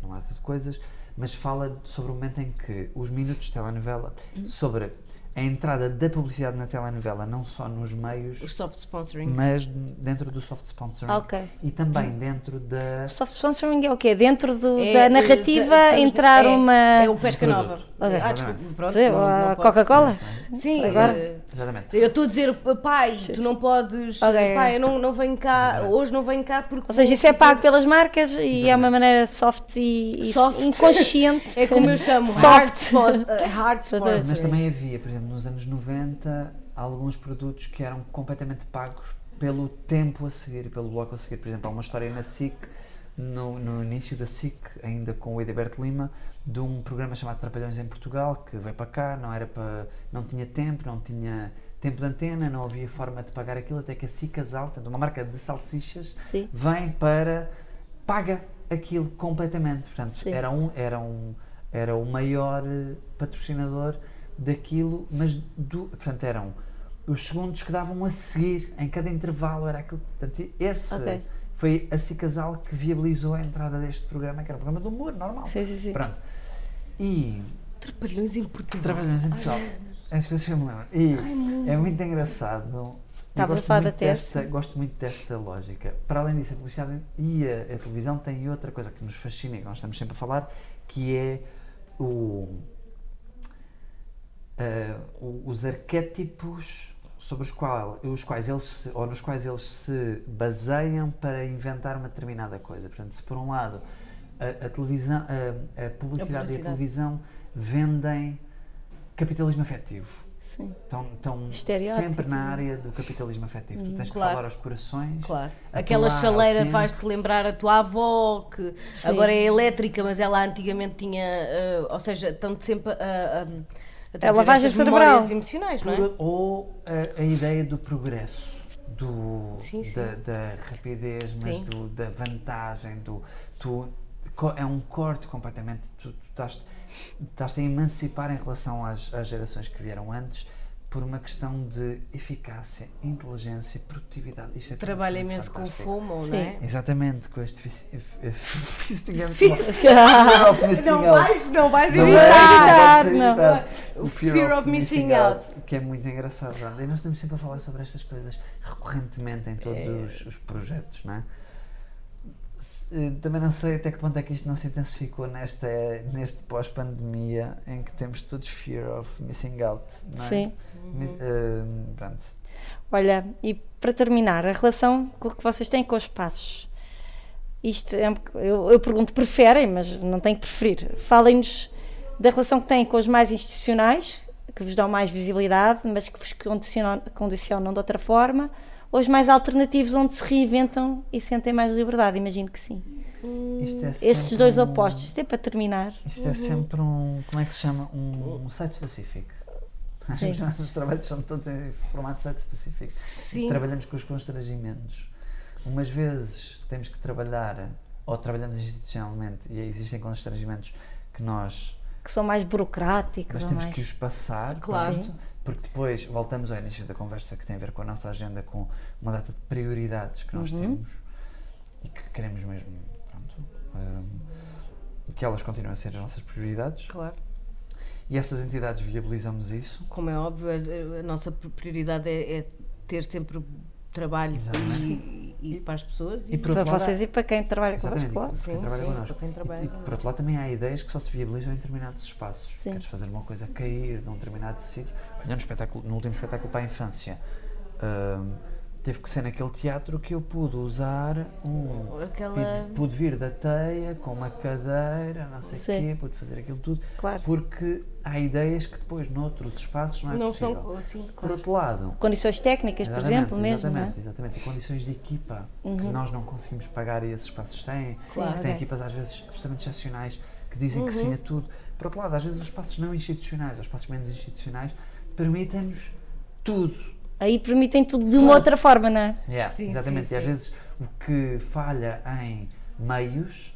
[SPEAKER 2] não há tantas coisas, mas fala sobre o momento em que os minutos de telenovela, sobre a entrada da publicidade na telenovela, não só nos
[SPEAKER 4] Os
[SPEAKER 2] meios,
[SPEAKER 4] soft sponsoring.
[SPEAKER 2] mas dentro do soft sponsoring.
[SPEAKER 1] Ok.
[SPEAKER 2] E também dentro da.
[SPEAKER 1] Soft sponsoring é o quê? Dentro do-
[SPEAKER 4] É,
[SPEAKER 1] da
[SPEAKER 4] é,
[SPEAKER 1] narrativa
[SPEAKER 4] estamos-
[SPEAKER 1] entrar
[SPEAKER 4] é-
[SPEAKER 1] uma.
[SPEAKER 4] É um pesca nova.
[SPEAKER 1] Ok.
[SPEAKER 4] Ah, desculpa, pronto.
[SPEAKER 1] Quer dizer,
[SPEAKER 4] não- não
[SPEAKER 1] a
[SPEAKER 4] posso.
[SPEAKER 1] Coca-Cola?
[SPEAKER 4] Sim,
[SPEAKER 1] Agora?
[SPEAKER 4] eh,
[SPEAKER 2] Exatamente.
[SPEAKER 4] Eu estou a dizer, pai, tu não podes.
[SPEAKER 1] Ok.
[SPEAKER 4] Pai, eu não, não venho cá, hoje não venho cá porque.
[SPEAKER 1] Ou seja, isso é pago pelas marcas e é uma maneira soft e, e
[SPEAKER 4] Soft.
[SPEAKER 1] inconsciente.
[SPEAKER 4] É como eu chamo,
[SPEAKER 1] Soft.
[SPEAKER 4] hard, spons- eh, hard sponsoring.
[SPEAKER 2] Mas também havia, por exemplo, nos anos 90, alguns produtos que eram completamente pagos pelo tempo a seguir, pelo bloco a seguir. Por exemplo, há uma história na SIC, no, no início da SIC, ainda com o Ediberto Lima, de um programa chamado Trapalhões em Portugal, que veio para cá, não era para. não tinha tempo, não tinha tempo de antena, não havia forma de pagar aquilo, até que a SIC Casal, portanto, uma marca de salsichas,
[SPEAKER 1] Sim.
[SPEAKER 2] vem para paga aquilo completamente. Portanto,
[SPEAKER 1] Sim.
[SPEAKER 2] era um era um era o maior eh, patrocinador daquilo, mas do, portanto eram os segundos que davam a seguir em cada intervalo era aquilo. Portanto, esse
[SPEAKER 1] Ok.
[SPEAKER 2] foi a Cicasal que viabilizou a entrada deste programa, que era um programa de humor normal.
[SPEAKER 1] Sim, sim, sim.
[SPEAKER 2] Pronto. E
[SPEAKER 4] Trapalhões em Portugal.
[SPEAKER 2] trabalhamos em Portugal. As coisas que eu me lembro. E é muito engraçado. E
[SPEAKER 1] Estavas a
[SPEAKER 2] gosto
[SPEAKER 1] falar
[SPEAKER 2] muito
[SPEAKER 1] da Terça.
[SPEAKER 2] desta- Gosto muito desta lógica. Para além disso, a publicidade e a, a televisão têm outra coisa que nos fascina e que nós estamos sempre a falar, que é o, ah, o- os arquétipos sobre os, qual, os quais eles se- ou nos quais eles se baseiam para inventar uma determinada coisa. Portanto, se por um lado a, a televisão, a, a publicidade e a
[SPEAKER 4] publicidade.
[SPEAKER 2] televisão vendem capitalismo afetivo.
[SPEAKER 1] Sim.
[SPEAKER 2] Estão, estão
[SPEAKER 1] Estereótipo,
[SPEAKER 2] sempre na área do capitalismo afetivo. tu tens
[SPEAKER 4] é? Hum, claro.
[SPEAKER 2] que falar aos corações.
[SPEAKER 4] Claro.
[SPEAKER 2] apelar
[SPEAKER 4] Aquela
[SPEAKER 2] ao
[SPEAKER 4] chaleira
[SPEAKER 2] tempo.
[SPEAKER 4] faz-te lembrar a tua avó, que
[SPEAKER 1] Sim.
[SPEAKER 4] agora é elétrica, mas ela antigamente tinha. eh, ou seja, estão-te sempre a. a- a trazer
[SPEAKER 1] É lavagem
[SPEAKER 4] estas
[SPEAKER 1] cerebral.
[SPEAKER 4] memórias emocionais, não é?
[SPEAKER 2] Por- ou a, a ideia do progresso, do,
[SPEAKER 4] Sim, sim.
[SPEAKER 2] Da, da rapidez, mas
[SPEAKER 4] Sim.
[SPEAKER 2] do- da vantagem, do, tu, co- é um corte completamente, tu, tu estás, estás a emancipar em relação às, às gerações que vieram antes por uma questão de eficácia, inteligência, produtividade. Isto é tudo
[SPEAKER 4] Trabalha
[SPEAKER 2] absolutamente
[SPEAKER 4] imenso com
[SPEAKER 2] fantástico.
[SPEAKER 4] fumo, não
[SPEAKER 1] Sim.
[SPEAKER 4] é?
[SPEAKER 2] Exatamente, com este fis- eh, f- f- fisting out.
[SPEAKER 4] Não
[SPEAKER 2] Não
[SPEAKER 4] vais, não vais
[SPEAKER 2] não
[SPEAKER 4] evitar.
[SPEAKER 1] evitar,
[SPEAKER 2] é, não pode ser
[SPEAKER 1] não.
[SPEAKER 2] evitado.
[SPEAKER 4] O fear of missing
[SPEAKER 2] Que é muito engraçado, Wanda. E nós estamos sempre a falar sobre estas coisas recorrentemente em todos
[SPEAKER 4] É.
[SPEAKER 2] os, os projetos, não é? Se- eh, Também não sei até que ponto é que isto não se intensificou nesta, neste pós-pandemia em que temos todos fear of missing out, não é?
[SPEAKER 1] Sim.
[SPEAKER 2] Mi- eh, pronto.
[SPEAKER 1] Olha, e para terminar, a relação com o que vocês têm com os passos. Isto é um boc- eu, eu pergunto, preferem, mas não têm que preferir. Falem-nos da relação que têm com os mais institucionais, que vos dão mais visibilidade, mas que vos condicionam, condicionam de outra forma, ou os mais alternativos, onde se reinventam e sentem mais liberdade, imagino que sim.
[SPEAKER 2] Isto é
[SPEAKER 1] Estes
[SPEAKER 2] sempre
[SPEAKER 1] dois
[SPEAKER 2] um-
[SPEAKER 1] opostos, isto é para terminar.
[SPEAKER 2] Isto é sempre um. Como é que se chama? Um, um site específico. Nós-
[SPEAKER 1] Sim.
[SPEAKER 2] Os nossos trabalhos são todos em formato site específico.
[SPEAKER 4] Sim.
[SPEAKER 2] Trabalhamos com os constrangimentos. Umas vezes temos que trabalhar, ou trabalhamos institucionalmente e existem constrangimentos que nós,
[SPEAKER 1] Que são mais burocráticos
[SPEAKER 2] nós
[SPEAKER 1] ou
[SPEAKER 2] temos
[SPEAKER 1] mais.
[SPEAKER 2] que os passar.
[SPEAKER 4] Claro.
[SPEAKER 2] pronto, Porque depois voltamos ao início da conversa que tem a ver com a nossa agenda, com uma data de prioridades que nós temos e que queremos mesmo. Pronto. hum, que elas continuam a ser as nossas prioridades
[SPEAKER 4] Claro.
[SPEAKER 2] e essas entidades viabilizamos isso.
[SPEAKER 4] Como é óbvio, a, a nossa prioridade é, é ter sempre trabalho e,
[SPEAKER 2] Exatamente.
[SPEAKER 4] e- e para as pessoas.
[SPEAKER 2] E por
[SPEAKER 1] Para
[SPEAKER 2] outro lado,
[SPEAKER 1] vocês e para quem trabalha convosco,
[SPEAKER 2] Exatamente,
[SPEAKER 1] claro.
[SPEAKER 2] para quem
[SPEAKER 4] Sim,
[SPEAKER 2] trabalha
[SPEAKER 4] sim,
[SPEAKER 2] connosco.
[SPEAKER 4] para quem trabalha
[SPEAKER 2] E- e, por outro lado, também há ideias que só se viabilizam em determinados espaços.
[SPEAKER 1] Sim.
[SPEAKER 2] Queres fazer uma coisa cair de um determinado sítio. Olha, no, espetáculo, no último espetáculo para a infância, hum, teve que ser naquele teatro que eu pude usar um.
[SPEAKER 4] Aquela-
[SPEAKER 2] Pude, pude vir da teia com uma cadeira, não sei o
[SPEAKER 1] Sim.
[SPEAKER 2] quê, pude fazer aquilo tudo.
[SPEAKER 1] Claro.
[SPEAKER 2] Porque há ideias que depois, noutros espaços, não é
[SPEAKER 4] não
[SPEAKER 2] possível.
[SPEAKER 4] são assim.
[SPEAKER 2] Por outro lado,
[SPEAKER 1] Condições técnicas, por
[SPEAKER 2] Exatamente,
[SPEAKER 1] exemplo, mesmo, não é? Uhum.
[SPEAKER 2] Exatamente, exatamente. E condições de equipa que nós não conseguimos pagar e esses espaços têm.
[SPEAKER 1] Sim,
[SPEAKER 2] Tem
[SPEAKER 1] ok.
[SPEAKER 2] equipas às vezes absolutamente excepcionais que dizem
[SPEAKER 1] Uhum.
[SPEAKER 2] que sim a tudo. Por outro lado, às vezes os espaços não institucionais, os espaços menos institucionais, permitem-nos tudo.
[SPEAKER 1] Aí permitem tudo de uma outra forma, não é?
[SPEAKER 2] Yeah,
[SPEAKER 4] Sim,
[SPEAKER 2] exatamente.
[SPEAKER 4] sim,
[SPEAKER 2] E às
[SPEAKER 4] sim.
[SPEAKER 2] vezes o que falha em meios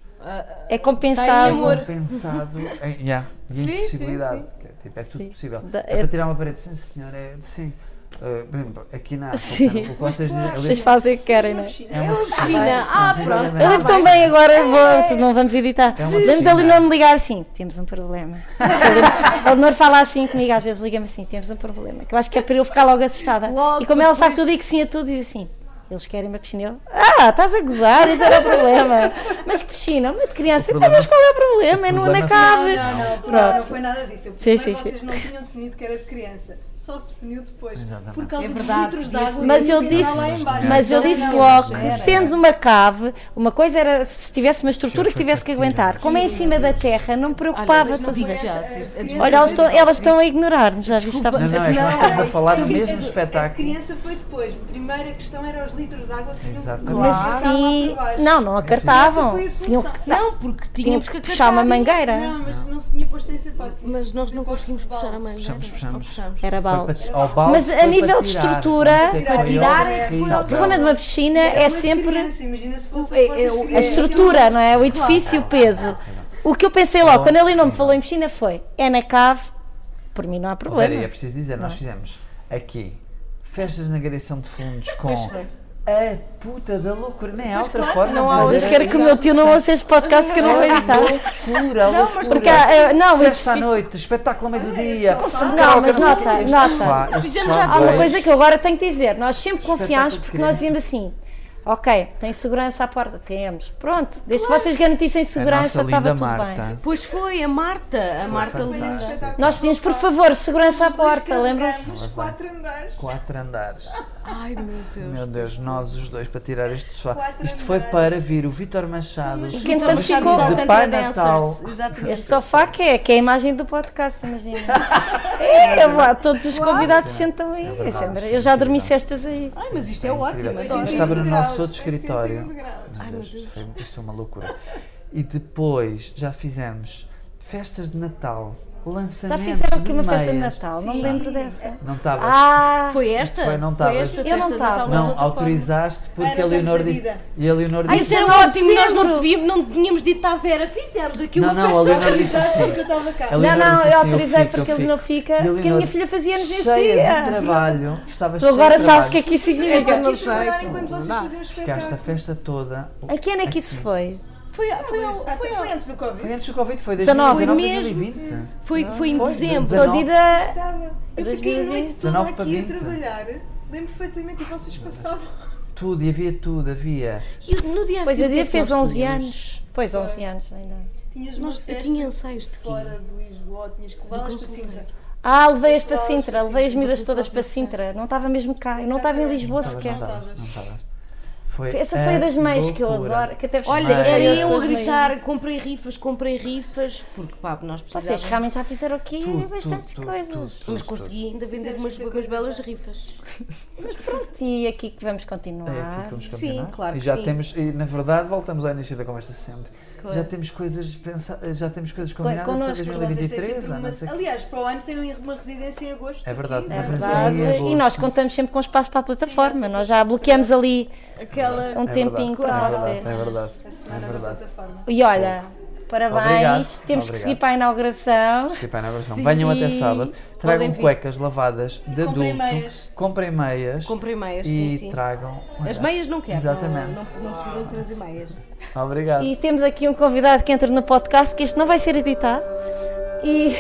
[SPEAKER 1] É compensado.
[SPEAKER 4] Tem amor.
[SPEAKER 2] compensado em, yeah, e em
[SPEAKER 4] Sim,
[SPEAKER 2] possibilidade.
[SPEAKER 4] sim,
[SPEAKER 2] que é, tipo, é
[SPEAKER 1] Sim.
[SPEAKER 2] tudo possível.
[SPEAKER 1] Da-
[SPEAKER 2] é,
[SPEAKER 1] é-
[SPEAKER 2] para tirar uma parede, sim senhor, é sim. Uh, por exemplo, aqui na
[SPEAKER 1] Sim.
[SPEAKER 2] África, o que vocês dizem, ali-
[SPEAKER 1] Vocês fazem o que querem, não é?
[SPEAKER 3] China.
[SPEAKER 2] é uma
[SPEAKER 4] China, ah, pronto.
[SPEAKER 1] Eu lembro é tão bem agora, vou, não vamos editar.
[SPEAKER 2] É uma
[SPEAKER 1] Lembro-te ali
[SPEAKER 2] piscina.
[SPEAKER 1] não me ligar assim, temos um problema. A Leonor fala assim comigo, às vezes liga-me assim, temos um problema. Que eu acho que é para eu ficar logo assustada.
[SPEAKER 4] Logo,
[SPEAKER 1] e como ela sabe que eu
[SPEAKER 4] depois-
[SPEAKER 1] digo sim a tudo, diz assim. Eles querem uma piscina. Eu, ah, estás a gozar, isso era o problema. Mas que piscina, uma de criança.
[SPEAKER 2] O
[SPEAKER 1] Então,
[SPEAKER 2] problema-
[SPEAKER 1] mas qual é o problema? É
[SPEAKER 2] o
[SPEAKER 1] no,
[SPEAKER 2] problema-
[SPEAKER 1] na cave.
[SPEAKER 3] Não, não, não, não,
[SPEAKER 1] Pronto.
[SPEAKER 3] foi nada disso. Eu,
[SPEAKER 1] Sim,
[SPEAKER 3] sim,
[SPEAKER 1] sim,
[SPEAKER 3] vocês não tinham definido que era de criança. Só se definiu depois.
[SPEAKER 2] Exatamente.
[SPEAKER 3] Por causa
[SPEAKER 4] É
[SPEAKER 3] dos
[SPEAKER 4] verdade,
[SPEAKER 3] litros de
[SPEAKER 4] devias
[SPEAKER 3] água
[SPEAKER 4] ter-
[SPEAKER 1] Mas
[SPEAKER 3] que
[SPEAKER 1] eu
[SPEAKER 3] ficaram
[SPEAKER 1] disse-
[SPEAKER 3] lá em baixo.
[SPEAKER 1] Mas eu
[SPEAKER 4] Não,
[SPEAKER 1] disse
[SPEAKER 4] não,
[SPEAKER 1] logo
[SPEAKER 4] não,
[SPEAKER 1] que,
[SPEAKER 4] era,
[SPEAKER 1] sendo uma cave, uma coisa era se tivesse uma estrutura que tivesse que aguentar. Como é em cima da terra, não me preocupava
[SPEAKER 4] mas não
[SPEAKER 1] fazer.
[SPEAKER 4] foi essa- Olha,
[SPEAKER 1] Olha, elas estão, elas estão a ignorar-nos, já viste?
[SPEAKER 4] Desculpa.
[SPEAKER 2] Não,
[SPEAKER 1] Estávamos
[SPEAKER 2] não,
[SPEAKER 1] a-
[SPEAKER 2] é que nós
[SPEAKER 3] Não,
[SPEAKER 2] estamos a
[SPEAKER 3] é-
[SPEAKER 2] falar do
[SPEAKER 3] é que- é
[SPEAKER 2] mesmo
[SPEAKER 3] que- é que
[SPEAKER 2] espetáculo.
[SPEAKER 3] criança foi depois. A primeira questão era os litros de água que tinham
[SPEAKER 2] Exatamente.
[SPEAKER 1] Mas
[SPEAKER 3] que passar lá
[SPEAKER 1] sim,
[SPEAKER 3] por baixo.
[SPEAKER 1] assim. não, não
[SPEAKER 3] Essa
[SPEAKER 1] acartavam.
[SPEAKER 3] foi a
[SPEAKER 1] Tinham
[SPEAKER 3] solução.
[SPEAKER 4] Não, porque
[SPEAKER 1] tínhamos
[SPEAKER 4] tínhamos
[SPEAKER 1] que
[SPEAKER 4] que
[SPEAKER 1] puxar uma
[SPEAKER 4] acatar
[SPEAKER 1] mangueira.
[SPEAKER 3] Não, mas não se tinha posto essa hipótese.
[SPEAKER 4] isso. Mas nós não
[SPEAKER 3] Posto de
[SPEAKER 4] conseguimos puxar a
[SPEAKER 3] balde.
[SPEAKER 4] mangueira.
[SPEAKER 2] Puxamos, puxamos.
[SPEAKER 4] Ou puxamos.
[SPEAKER 1] Era balde.
[SPEAKER 2] Foi para- ao balde
[SPEAKER 1] Mas a
[SPEAKER 2] foi
[SPEAKER 1] nível
[SPEAKER 2] para
[SPEAKER 1] de
[SPEAKER 2] tirar,
[SPEAKER 1] estrutura-
[SPEAKER 2] não sei
[SPEAKER 3] Para
[SPEAKER 2] qual é o
[SPEAKER 4] tirar
[SPEAKER 2] outro
[SPEAKER 4] é que
[SPEAKER 2] que-
[SPEAKER 4] foi
[SPEAKER 2] não,
[SPEAKER 4] ao
[SPEAKER 1] O
[SPEAKER 4] balde.
[SPEAKER 1] problema de uma piscina
[SPEAKER 3] Era
[SPEAKER 1] é
[SPEAKER 3] uma
[SPEAKER 1] sempre
[SPEAKER 3] criança, Imagina se fosse
[SPEAKER 4] É- é-
[SPEAKER 3] vocês
[SPEAKER 4] a
[SPEAKER 1] a
[SPEAKER 3] crianças.
[SPEAKER 1] estrutura, não é? O edifício, o peso. O que eu pensei logo, quando ele É não me falou em piscina, foi: é na cave, por mim não há
[SPEAKER 2] Espera aí, é
[SPEAKER 1] problema.
[SPEAKER 2] preciso dizer, nós fizemos aqui festas na agressão de fundos com
[SPEAKER 4] Pois foi.
[SPEAKER 2] a puta da loucura. Nem há outra
[SPEAKER 4] claro,
[SPEAKER 2] forma
[SPEAKER 4] não há
[SPEAKER 2] de
[SPEAKER 4] outra.
[SPEAKER 1] Mas
[SPEAKER 2] dizer.
[SPEAKER 1] quero que o meu tio não ouça este podcast que eu não vou
[SPEAKER 2] É
[SPEAKER 1] editar.
[SPEAKER 2] Loucura, loucura.
[SPEAKER 1] Porque há, eh, não, o
[SPEAKER 2] Festa à
[SPEAKER 1] edifício.
[SPEAKER 2] noite, espetáculo ao meio-dia.
[SPEAKER 3] Não,
[SPEAKER 2] karaoke,
[SPEAKER 1] mas
[SPEAKER 2] não sei o quê.
[SPEAKER 1] nota,
[SPEAKER 2] Este
[SPEAKER 1] nota.
[SPEAKER 2] sofá, este
[SPEAKER 4] Fizemos
[SPEAKER 2] sofá
[SPEAKER 4] já
[SPEAKER 1] Há uma
[SPEAKER 2] dois.
[SPEAKER 1] coisa que eu agora tenho que dizer. Nós sempre confiámos
[SPEAKER 2] Espetáculo de
[SPEAKER 1] porque nós dizemos
[SPEAKER 2] criança.
[SPEAKER 1] assim. Ok, tem segurança à porta? Temos. Pronto, desde que vocês garantissem
[SPEAKER 2] A
[SPEAKER 1] segurança,
[SPEAKER 2] nossa
[SPEAKER 1] estava
[SPEAKER 2] linda
[SPEAKER 1] tudo bem.
[SPEAKER 2] Marta.
[SPEAKER 4] Pois foi, a Marta. A Marta
[SPEAKER 3] Foi
[SPEAKER 4] Linda.
[SPEAKER 3] nesse espetáculo.
[SPEAKER 1] Nós pedimos, por favor, segurança à porta, lembram-se?
[SPEAKER 3] Carregamos quatro andares.
[SPEAKER 2] Quatro andares.
[SPEAKER 4] Ai, meu Deus.
[SPEAKER 2] Meu Deus, nós os dois para tirar este sofá.
[SPEAKER 3] Quatro
[SPEAKER 2] Isto foi
[SPEAKER 3] andares.
[SPEAKER 2] para vir o Vitor Machado.
[SPEAKER 1] Que entanto
[SPEAKER 2] vestido
[SPEAKER 1] ficou-
[SPEAKER 2] então de Pai
[SPEAKER 4] Dancers,
[SPEAKER 2] Natal.
[SPEAKER 4] Exatamente.
[SPEAKER 1] Este sofá que é, que é a imagem do podcast, imagina. É, lá, todos os convidados sentam aí.
[SPEAKER 2] É verdade,
[SPEAKER 1] Isso é maravilhoso.
[SPEAKER 2] sim,
[SPEAKER 1] Eu já dormi
[SPEAKER 2] incrível.
[SPEAKER 1] cestas aí.
[SPEAKER 4] Ai, mas isto é
[SPEAKER 2] Incrível.
[SPEAKER 4] ótimo. adoro.
[SPEAKER 3] Isto
[SPEAKER 2] Estava no
[SPEAKER 3] 81
[SPEAKER 2] nosso
[SPEAKER 3] graus,
[SPEAKER 2] outro escritório.
[SPEAKER 3] 81 graus.
[SPEAKER 2] Meu
[SPEAKER 4] Ai, meu
[SPEAKER 2] Deus,
[SPEAKER 4] Deus.
[SPEAKER 2] isto foi, isto foi uma loucura. E depois já fizemos festas de Natal,
[SPEAKER 1] Já
[SPEAKER 2] lançamentos
[SPEAKER 1] fizeram aqui
[SPEAKER 2] de
[SPEAKER 1] uma festa de
[SPEAKER 2] meias.
[SPEAKER 1] Natal, não me lembro dessa.
[SPEAKER 2] Não estavas.
[SPEAKER 1] Ah,
[SPEAKER 4] Foi esta?
[SPEAKER 2] Foi, não estavas.
[SPEAKER 4] esta
[SPEAKER 1] não
[SPEAKER 2] Eu
[SPEAKER 4] festa de
[SPEAKER 1] estava.
[SPEAKER 4] Natal,
[SPEAKER 1] de
[SPEAKER 2] não,
[SPEAKER 4] outra forma.
[SPEAKER 2] autorizaste porque
[SPEAKER 3] Era
[SPEAKER 2] a
[SPEAKER 3] já
[SPEAKER 2] Leonor disse.
[SPEAKER 3] decidida.
[SPEAKER 2] E a Leonor
[SPEAKER 1] Ai,
[SPEAKER 4] Isso
[SPEAKER 2] disse. assim,
[SPEAKER 1] isso
[SPEAKER 4] era
[SPEAKER 1] não
[SPEAKER 4] ótimo, nós
[SPEAKER 1] dezembro.
[SPEAKER 4] não, devíamos, não tínhamos dito à Vera, fizemos aqui uma
[SPEAKER 2] Não, não,
[SPEAKER 4] festa.
[SPEAKER 2] a Leonor disse
[SPEAKER 3] Autorizaste
[SPEAKER 2] assim.
[SPEAKER 3] porque eu estava cá.
[SPEAKER 2] A
[SPEAKER 1] não,
[SPEAKER 2] Leonor
[SPEAKER 1] não,
[SPEAKER 2] disse
[SPEAKER 1] eu
[SPEAKER 2] assim,
[SPEAKER 1] autorizei
[SPEAKER 2] fico, eu
[SPEAKER 1] porque ele não
[SPEAKER 2] fico.
[SPEAKER 1] fica,
[SPEAKER 2] E a
[SPEAKER 1] porque a minha
[SPEAKER 2] Leonor,
[SPEAKER 1] filha fazia-nos nesse
[SPEAKER 2] cheia de
[SPEAKER 1] dia.
[SPEAKER 2] trabalho. Estava
[SPEAKER 1] Tu
[SPEAKER 2] cheia de
[SPEAKER 1] agora sabes
[SPEAKER 2] trabalho.
[SPEAKER 1] o que é que isso significa.
[SPEAKER 3] Eu quis
[SPEAKER 4] não sei.
[SPEAKER 3] trabalhar enquanto vocês
[SPEAKER 4] Não.
[SPEAKER 3] faziam o
[SPEAKER 2] Ficaste a
[SPEAKER 3] espetáculo.
[SPEAKER 2] festa toda.
[SPEAKER 1] A que ano é que isso foi?
[SPEAKER 4] Foi, foi,
[SPEAKER 3] Foi,
[SPEAKER 4] foi,
[SPEAKER 3] até foi antes do Covid.
[SPEAKER 2] Foi antes do Covid, foi
[SPEAKER 1] 19.
[SPEAKER 2] 2019,
[SPEAKER 4] Foi mesmo.
[SPEAKER 2] 2020.
[SPEAKER 4] foi, foi em
[SPEAKER 2] Foi,
[SPEAKER 4] dezembro.
[SPEAKER 1] Estou
[SPEAKER 2] Dezenove.
[SPEAKER 1] dita.
[SPEAKER 3] Estava. Eu fiquei a noite
[SPEAKER 2] 2019
[SPEAKER 3] toda
[SPEAKER 2] para
[SPEAKER 3] aqui a
[SPEAKER 2] 20.
[SPEAKER 3] trabalhar. Lembro perfeitamente e vocês passavam.
[SPEAKER 2] Tudo, e havia tudo, havia.
[SPEAKER 4] E no dia a
[SPEAKER 1] Pois a
[SPEAKER 4] seguir, o que é
[SPEAKER 1] dia
[SPEAKER 4] que
[SPEAKER 1] fez
[SPEAKER 4] nós
[SPEAKER 1] 11
[SPEAKER 4] tínhamos?
[SPEAKER 1] anos.
[SPEAKER 2] É.
[SPEAKER 1] Pois, 11 anos ainda.
[SPEAKER 3] Tinhas uma
[SPEAKER 4] Nós, eu
[SPEAKER 3] festa
[SPEAKER 4] tinha ensaios de quê?
[SPEAKER 3] fora de Lisboa, tinhas que levá-las para
[SPEAKER 4] consultório.
[SPEAKER 3] Sintra.
[SPEAKER 1] Ah, levei-as para
[SPEAKER 3] Levá-las
[SPEAKER 1] Sintra,
[SPEAKER 2] assim,
[SPEAKER 3] para
[SPEAKER 1] levei as
[SPEAKER 4] Sintra,
[SPEAKER 1] miúdas
[SPEAKER 4] depois
[SPEAKER 1] todas para
[SPEAKER 4] levá-las para
[SPEAKER 1] Sintra. Não estava mesmo cá, eu não estava em Lisboa
[SPEAKER 2] Não
[SPEAKER 1] sequer.
[SPEAKER 2] estavas, não estavas, não estavas. Foi
[SPEAKER 1] Essa foi
[SPEAKER 2] a
[SPEAKER 1] das meias que eu
[SPEAKER 2] loucura.
[SPEAKER 1] adoro, que até vos
[SPEAKER 4] Olha,
[SPEAKER 2] Ah,
[SPEAKER 1] contei.
[SPEAKER 4] era
[SPEAKER 2] é.
[SPEAKER 1] Foi
[SPEAKER 4] eu a
[SPEAKER 1] das meias.
[SPEAKER 4] gritar, comprei rifas, comprei rifas, porque pá, nós precisávamos.
[SPEAKER 1] Vocês realmente já fizeram aqui
[SPEAKER 2] Tudo,
[SPEAKER 1] bastantes
[SPEAKER 2] tudo, tudo,
[SPEAKER 1] coisas.
[SPEAKER 2] tudo, tudo,
[SPEAKER 4] Mas
[SPEAKER 2] tudo.
[SPEAKER 4] consegui ainda vender
[SPEAKER 3] Fizemos
[SPEAKER 4] umas,
[SPEAKER 3] muita
[SPEAKER 4] umas
[SPEAKER 3] coisa
[SPEAKER 4] belas
[SPEAKER 3] já.
[SPEAKER 4] rifas.
[SPEAKER 1] E aqui que vamos continuar.
[SPEAKER 2] É aqui que
[SPEAKER 1] Ah,
[SPEAKER 2] vamos
[SPEAKER 4] Sim,
[SPEAKER 2] continuar.
[SPEAKER 4] claro
[SPEAKER 2] e
[SPEAKER 4] que
[SPEAKER 2] já
[SPEAKER 4] sim.
[SPEAKER 2] temos, e na verdade, voltamos ao início da conversa sempre.
[SPEAKER 4] Claro.
[SPEAKER 2] Já temos coisas pensa, já temos coisas combinadas
[SPEAKER 1] connosco.
[SPEAKER 2] até
[SPEAKER 3] Vocês têm
[SPEAKER 2] 2023,
[SPEAKER 3] sempre
[SPEAKER 2] ou
[SPEAKER 3] uma...
[SPEAKER 2] não sei o quê.
[SPEAKER 3] Aliás, para o ano têm uma residência em agosto.
[SPEAKER 2] É verdade,
[SPEAKER 3] aqui,
[SPEAKER 2] uma
[SPEAKER 3] não
[SPEAKER 2] residência.
[SPEAKER 1] Verdade.
[SPEAKER 2] Sim, é bom.
[SPEAKER 1] E nós contamos sempre com espaço para a plataforma. Nós já bloqueamos ali
[SPEAKER 4] Aquela.
[SPEAKER 1] um
[SPEAKER 2] É
[SPEAKER 1] tempinho
[SPEAKER 2] verdade,
[SPEAKER 1] para
[SPEAKER 2] é
[SPEAKER 1] vocês.
[SPEAKER 2] verdade, É verdade,
[SPEAKER 3] A
[SPEAKER 2] é
[SPEAKER 3] semana da
[SPEAKER 2] verdade.
[SPEAKER 3] plataforma.
[SPEAKER 1] E olha, parabéns,
[SPEAKER 2] Obrigado,
[SPEAKER 1] temos que
[SPEAKER 2] obrigado.
[SPEAKER 1] seguir para a inauguração.
[SPEAKER 2] Tipo, é na versão.
[SPEAKER 1] Sim.
[SPEAKER 2] Venham até sábado, tragam
[SPEAKER 4] vir.
[SPEAKER 2] cuecas lavadas de adulto,
[SPEAKER 3] comprem meias.
[SPEAKER 2] comprem meias
[SPEAKER 4] Comprei meias,
[SPEAKER 2] e
[SPEAKER 4] sim, sim.
[SPEAKER 2] tragam.
[SPEAKER 4] As meias não quero.
[SPEAKER 2] Exatamente.
[SPEAKER 4] Não, não, não precisam de trazer meias.
[SPEAKER 2] Obrigado.
[SPEAKER 1] E temos aqui um convidado que entra no podcast, que este não vai ser editado. E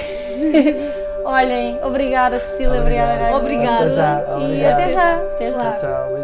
[SPEAKER 1] olhem, obrigada Cecília, obrigada. Raquel.
[SPEAKER 4] Obrigada.
[SPEAKER 2] Até já.
[SPEAKER 1] E
[SPEAKER 2] Obrigado.
[SPEAKER 1] até já, até já.
[SPEAKER 2] Tchau, tchau.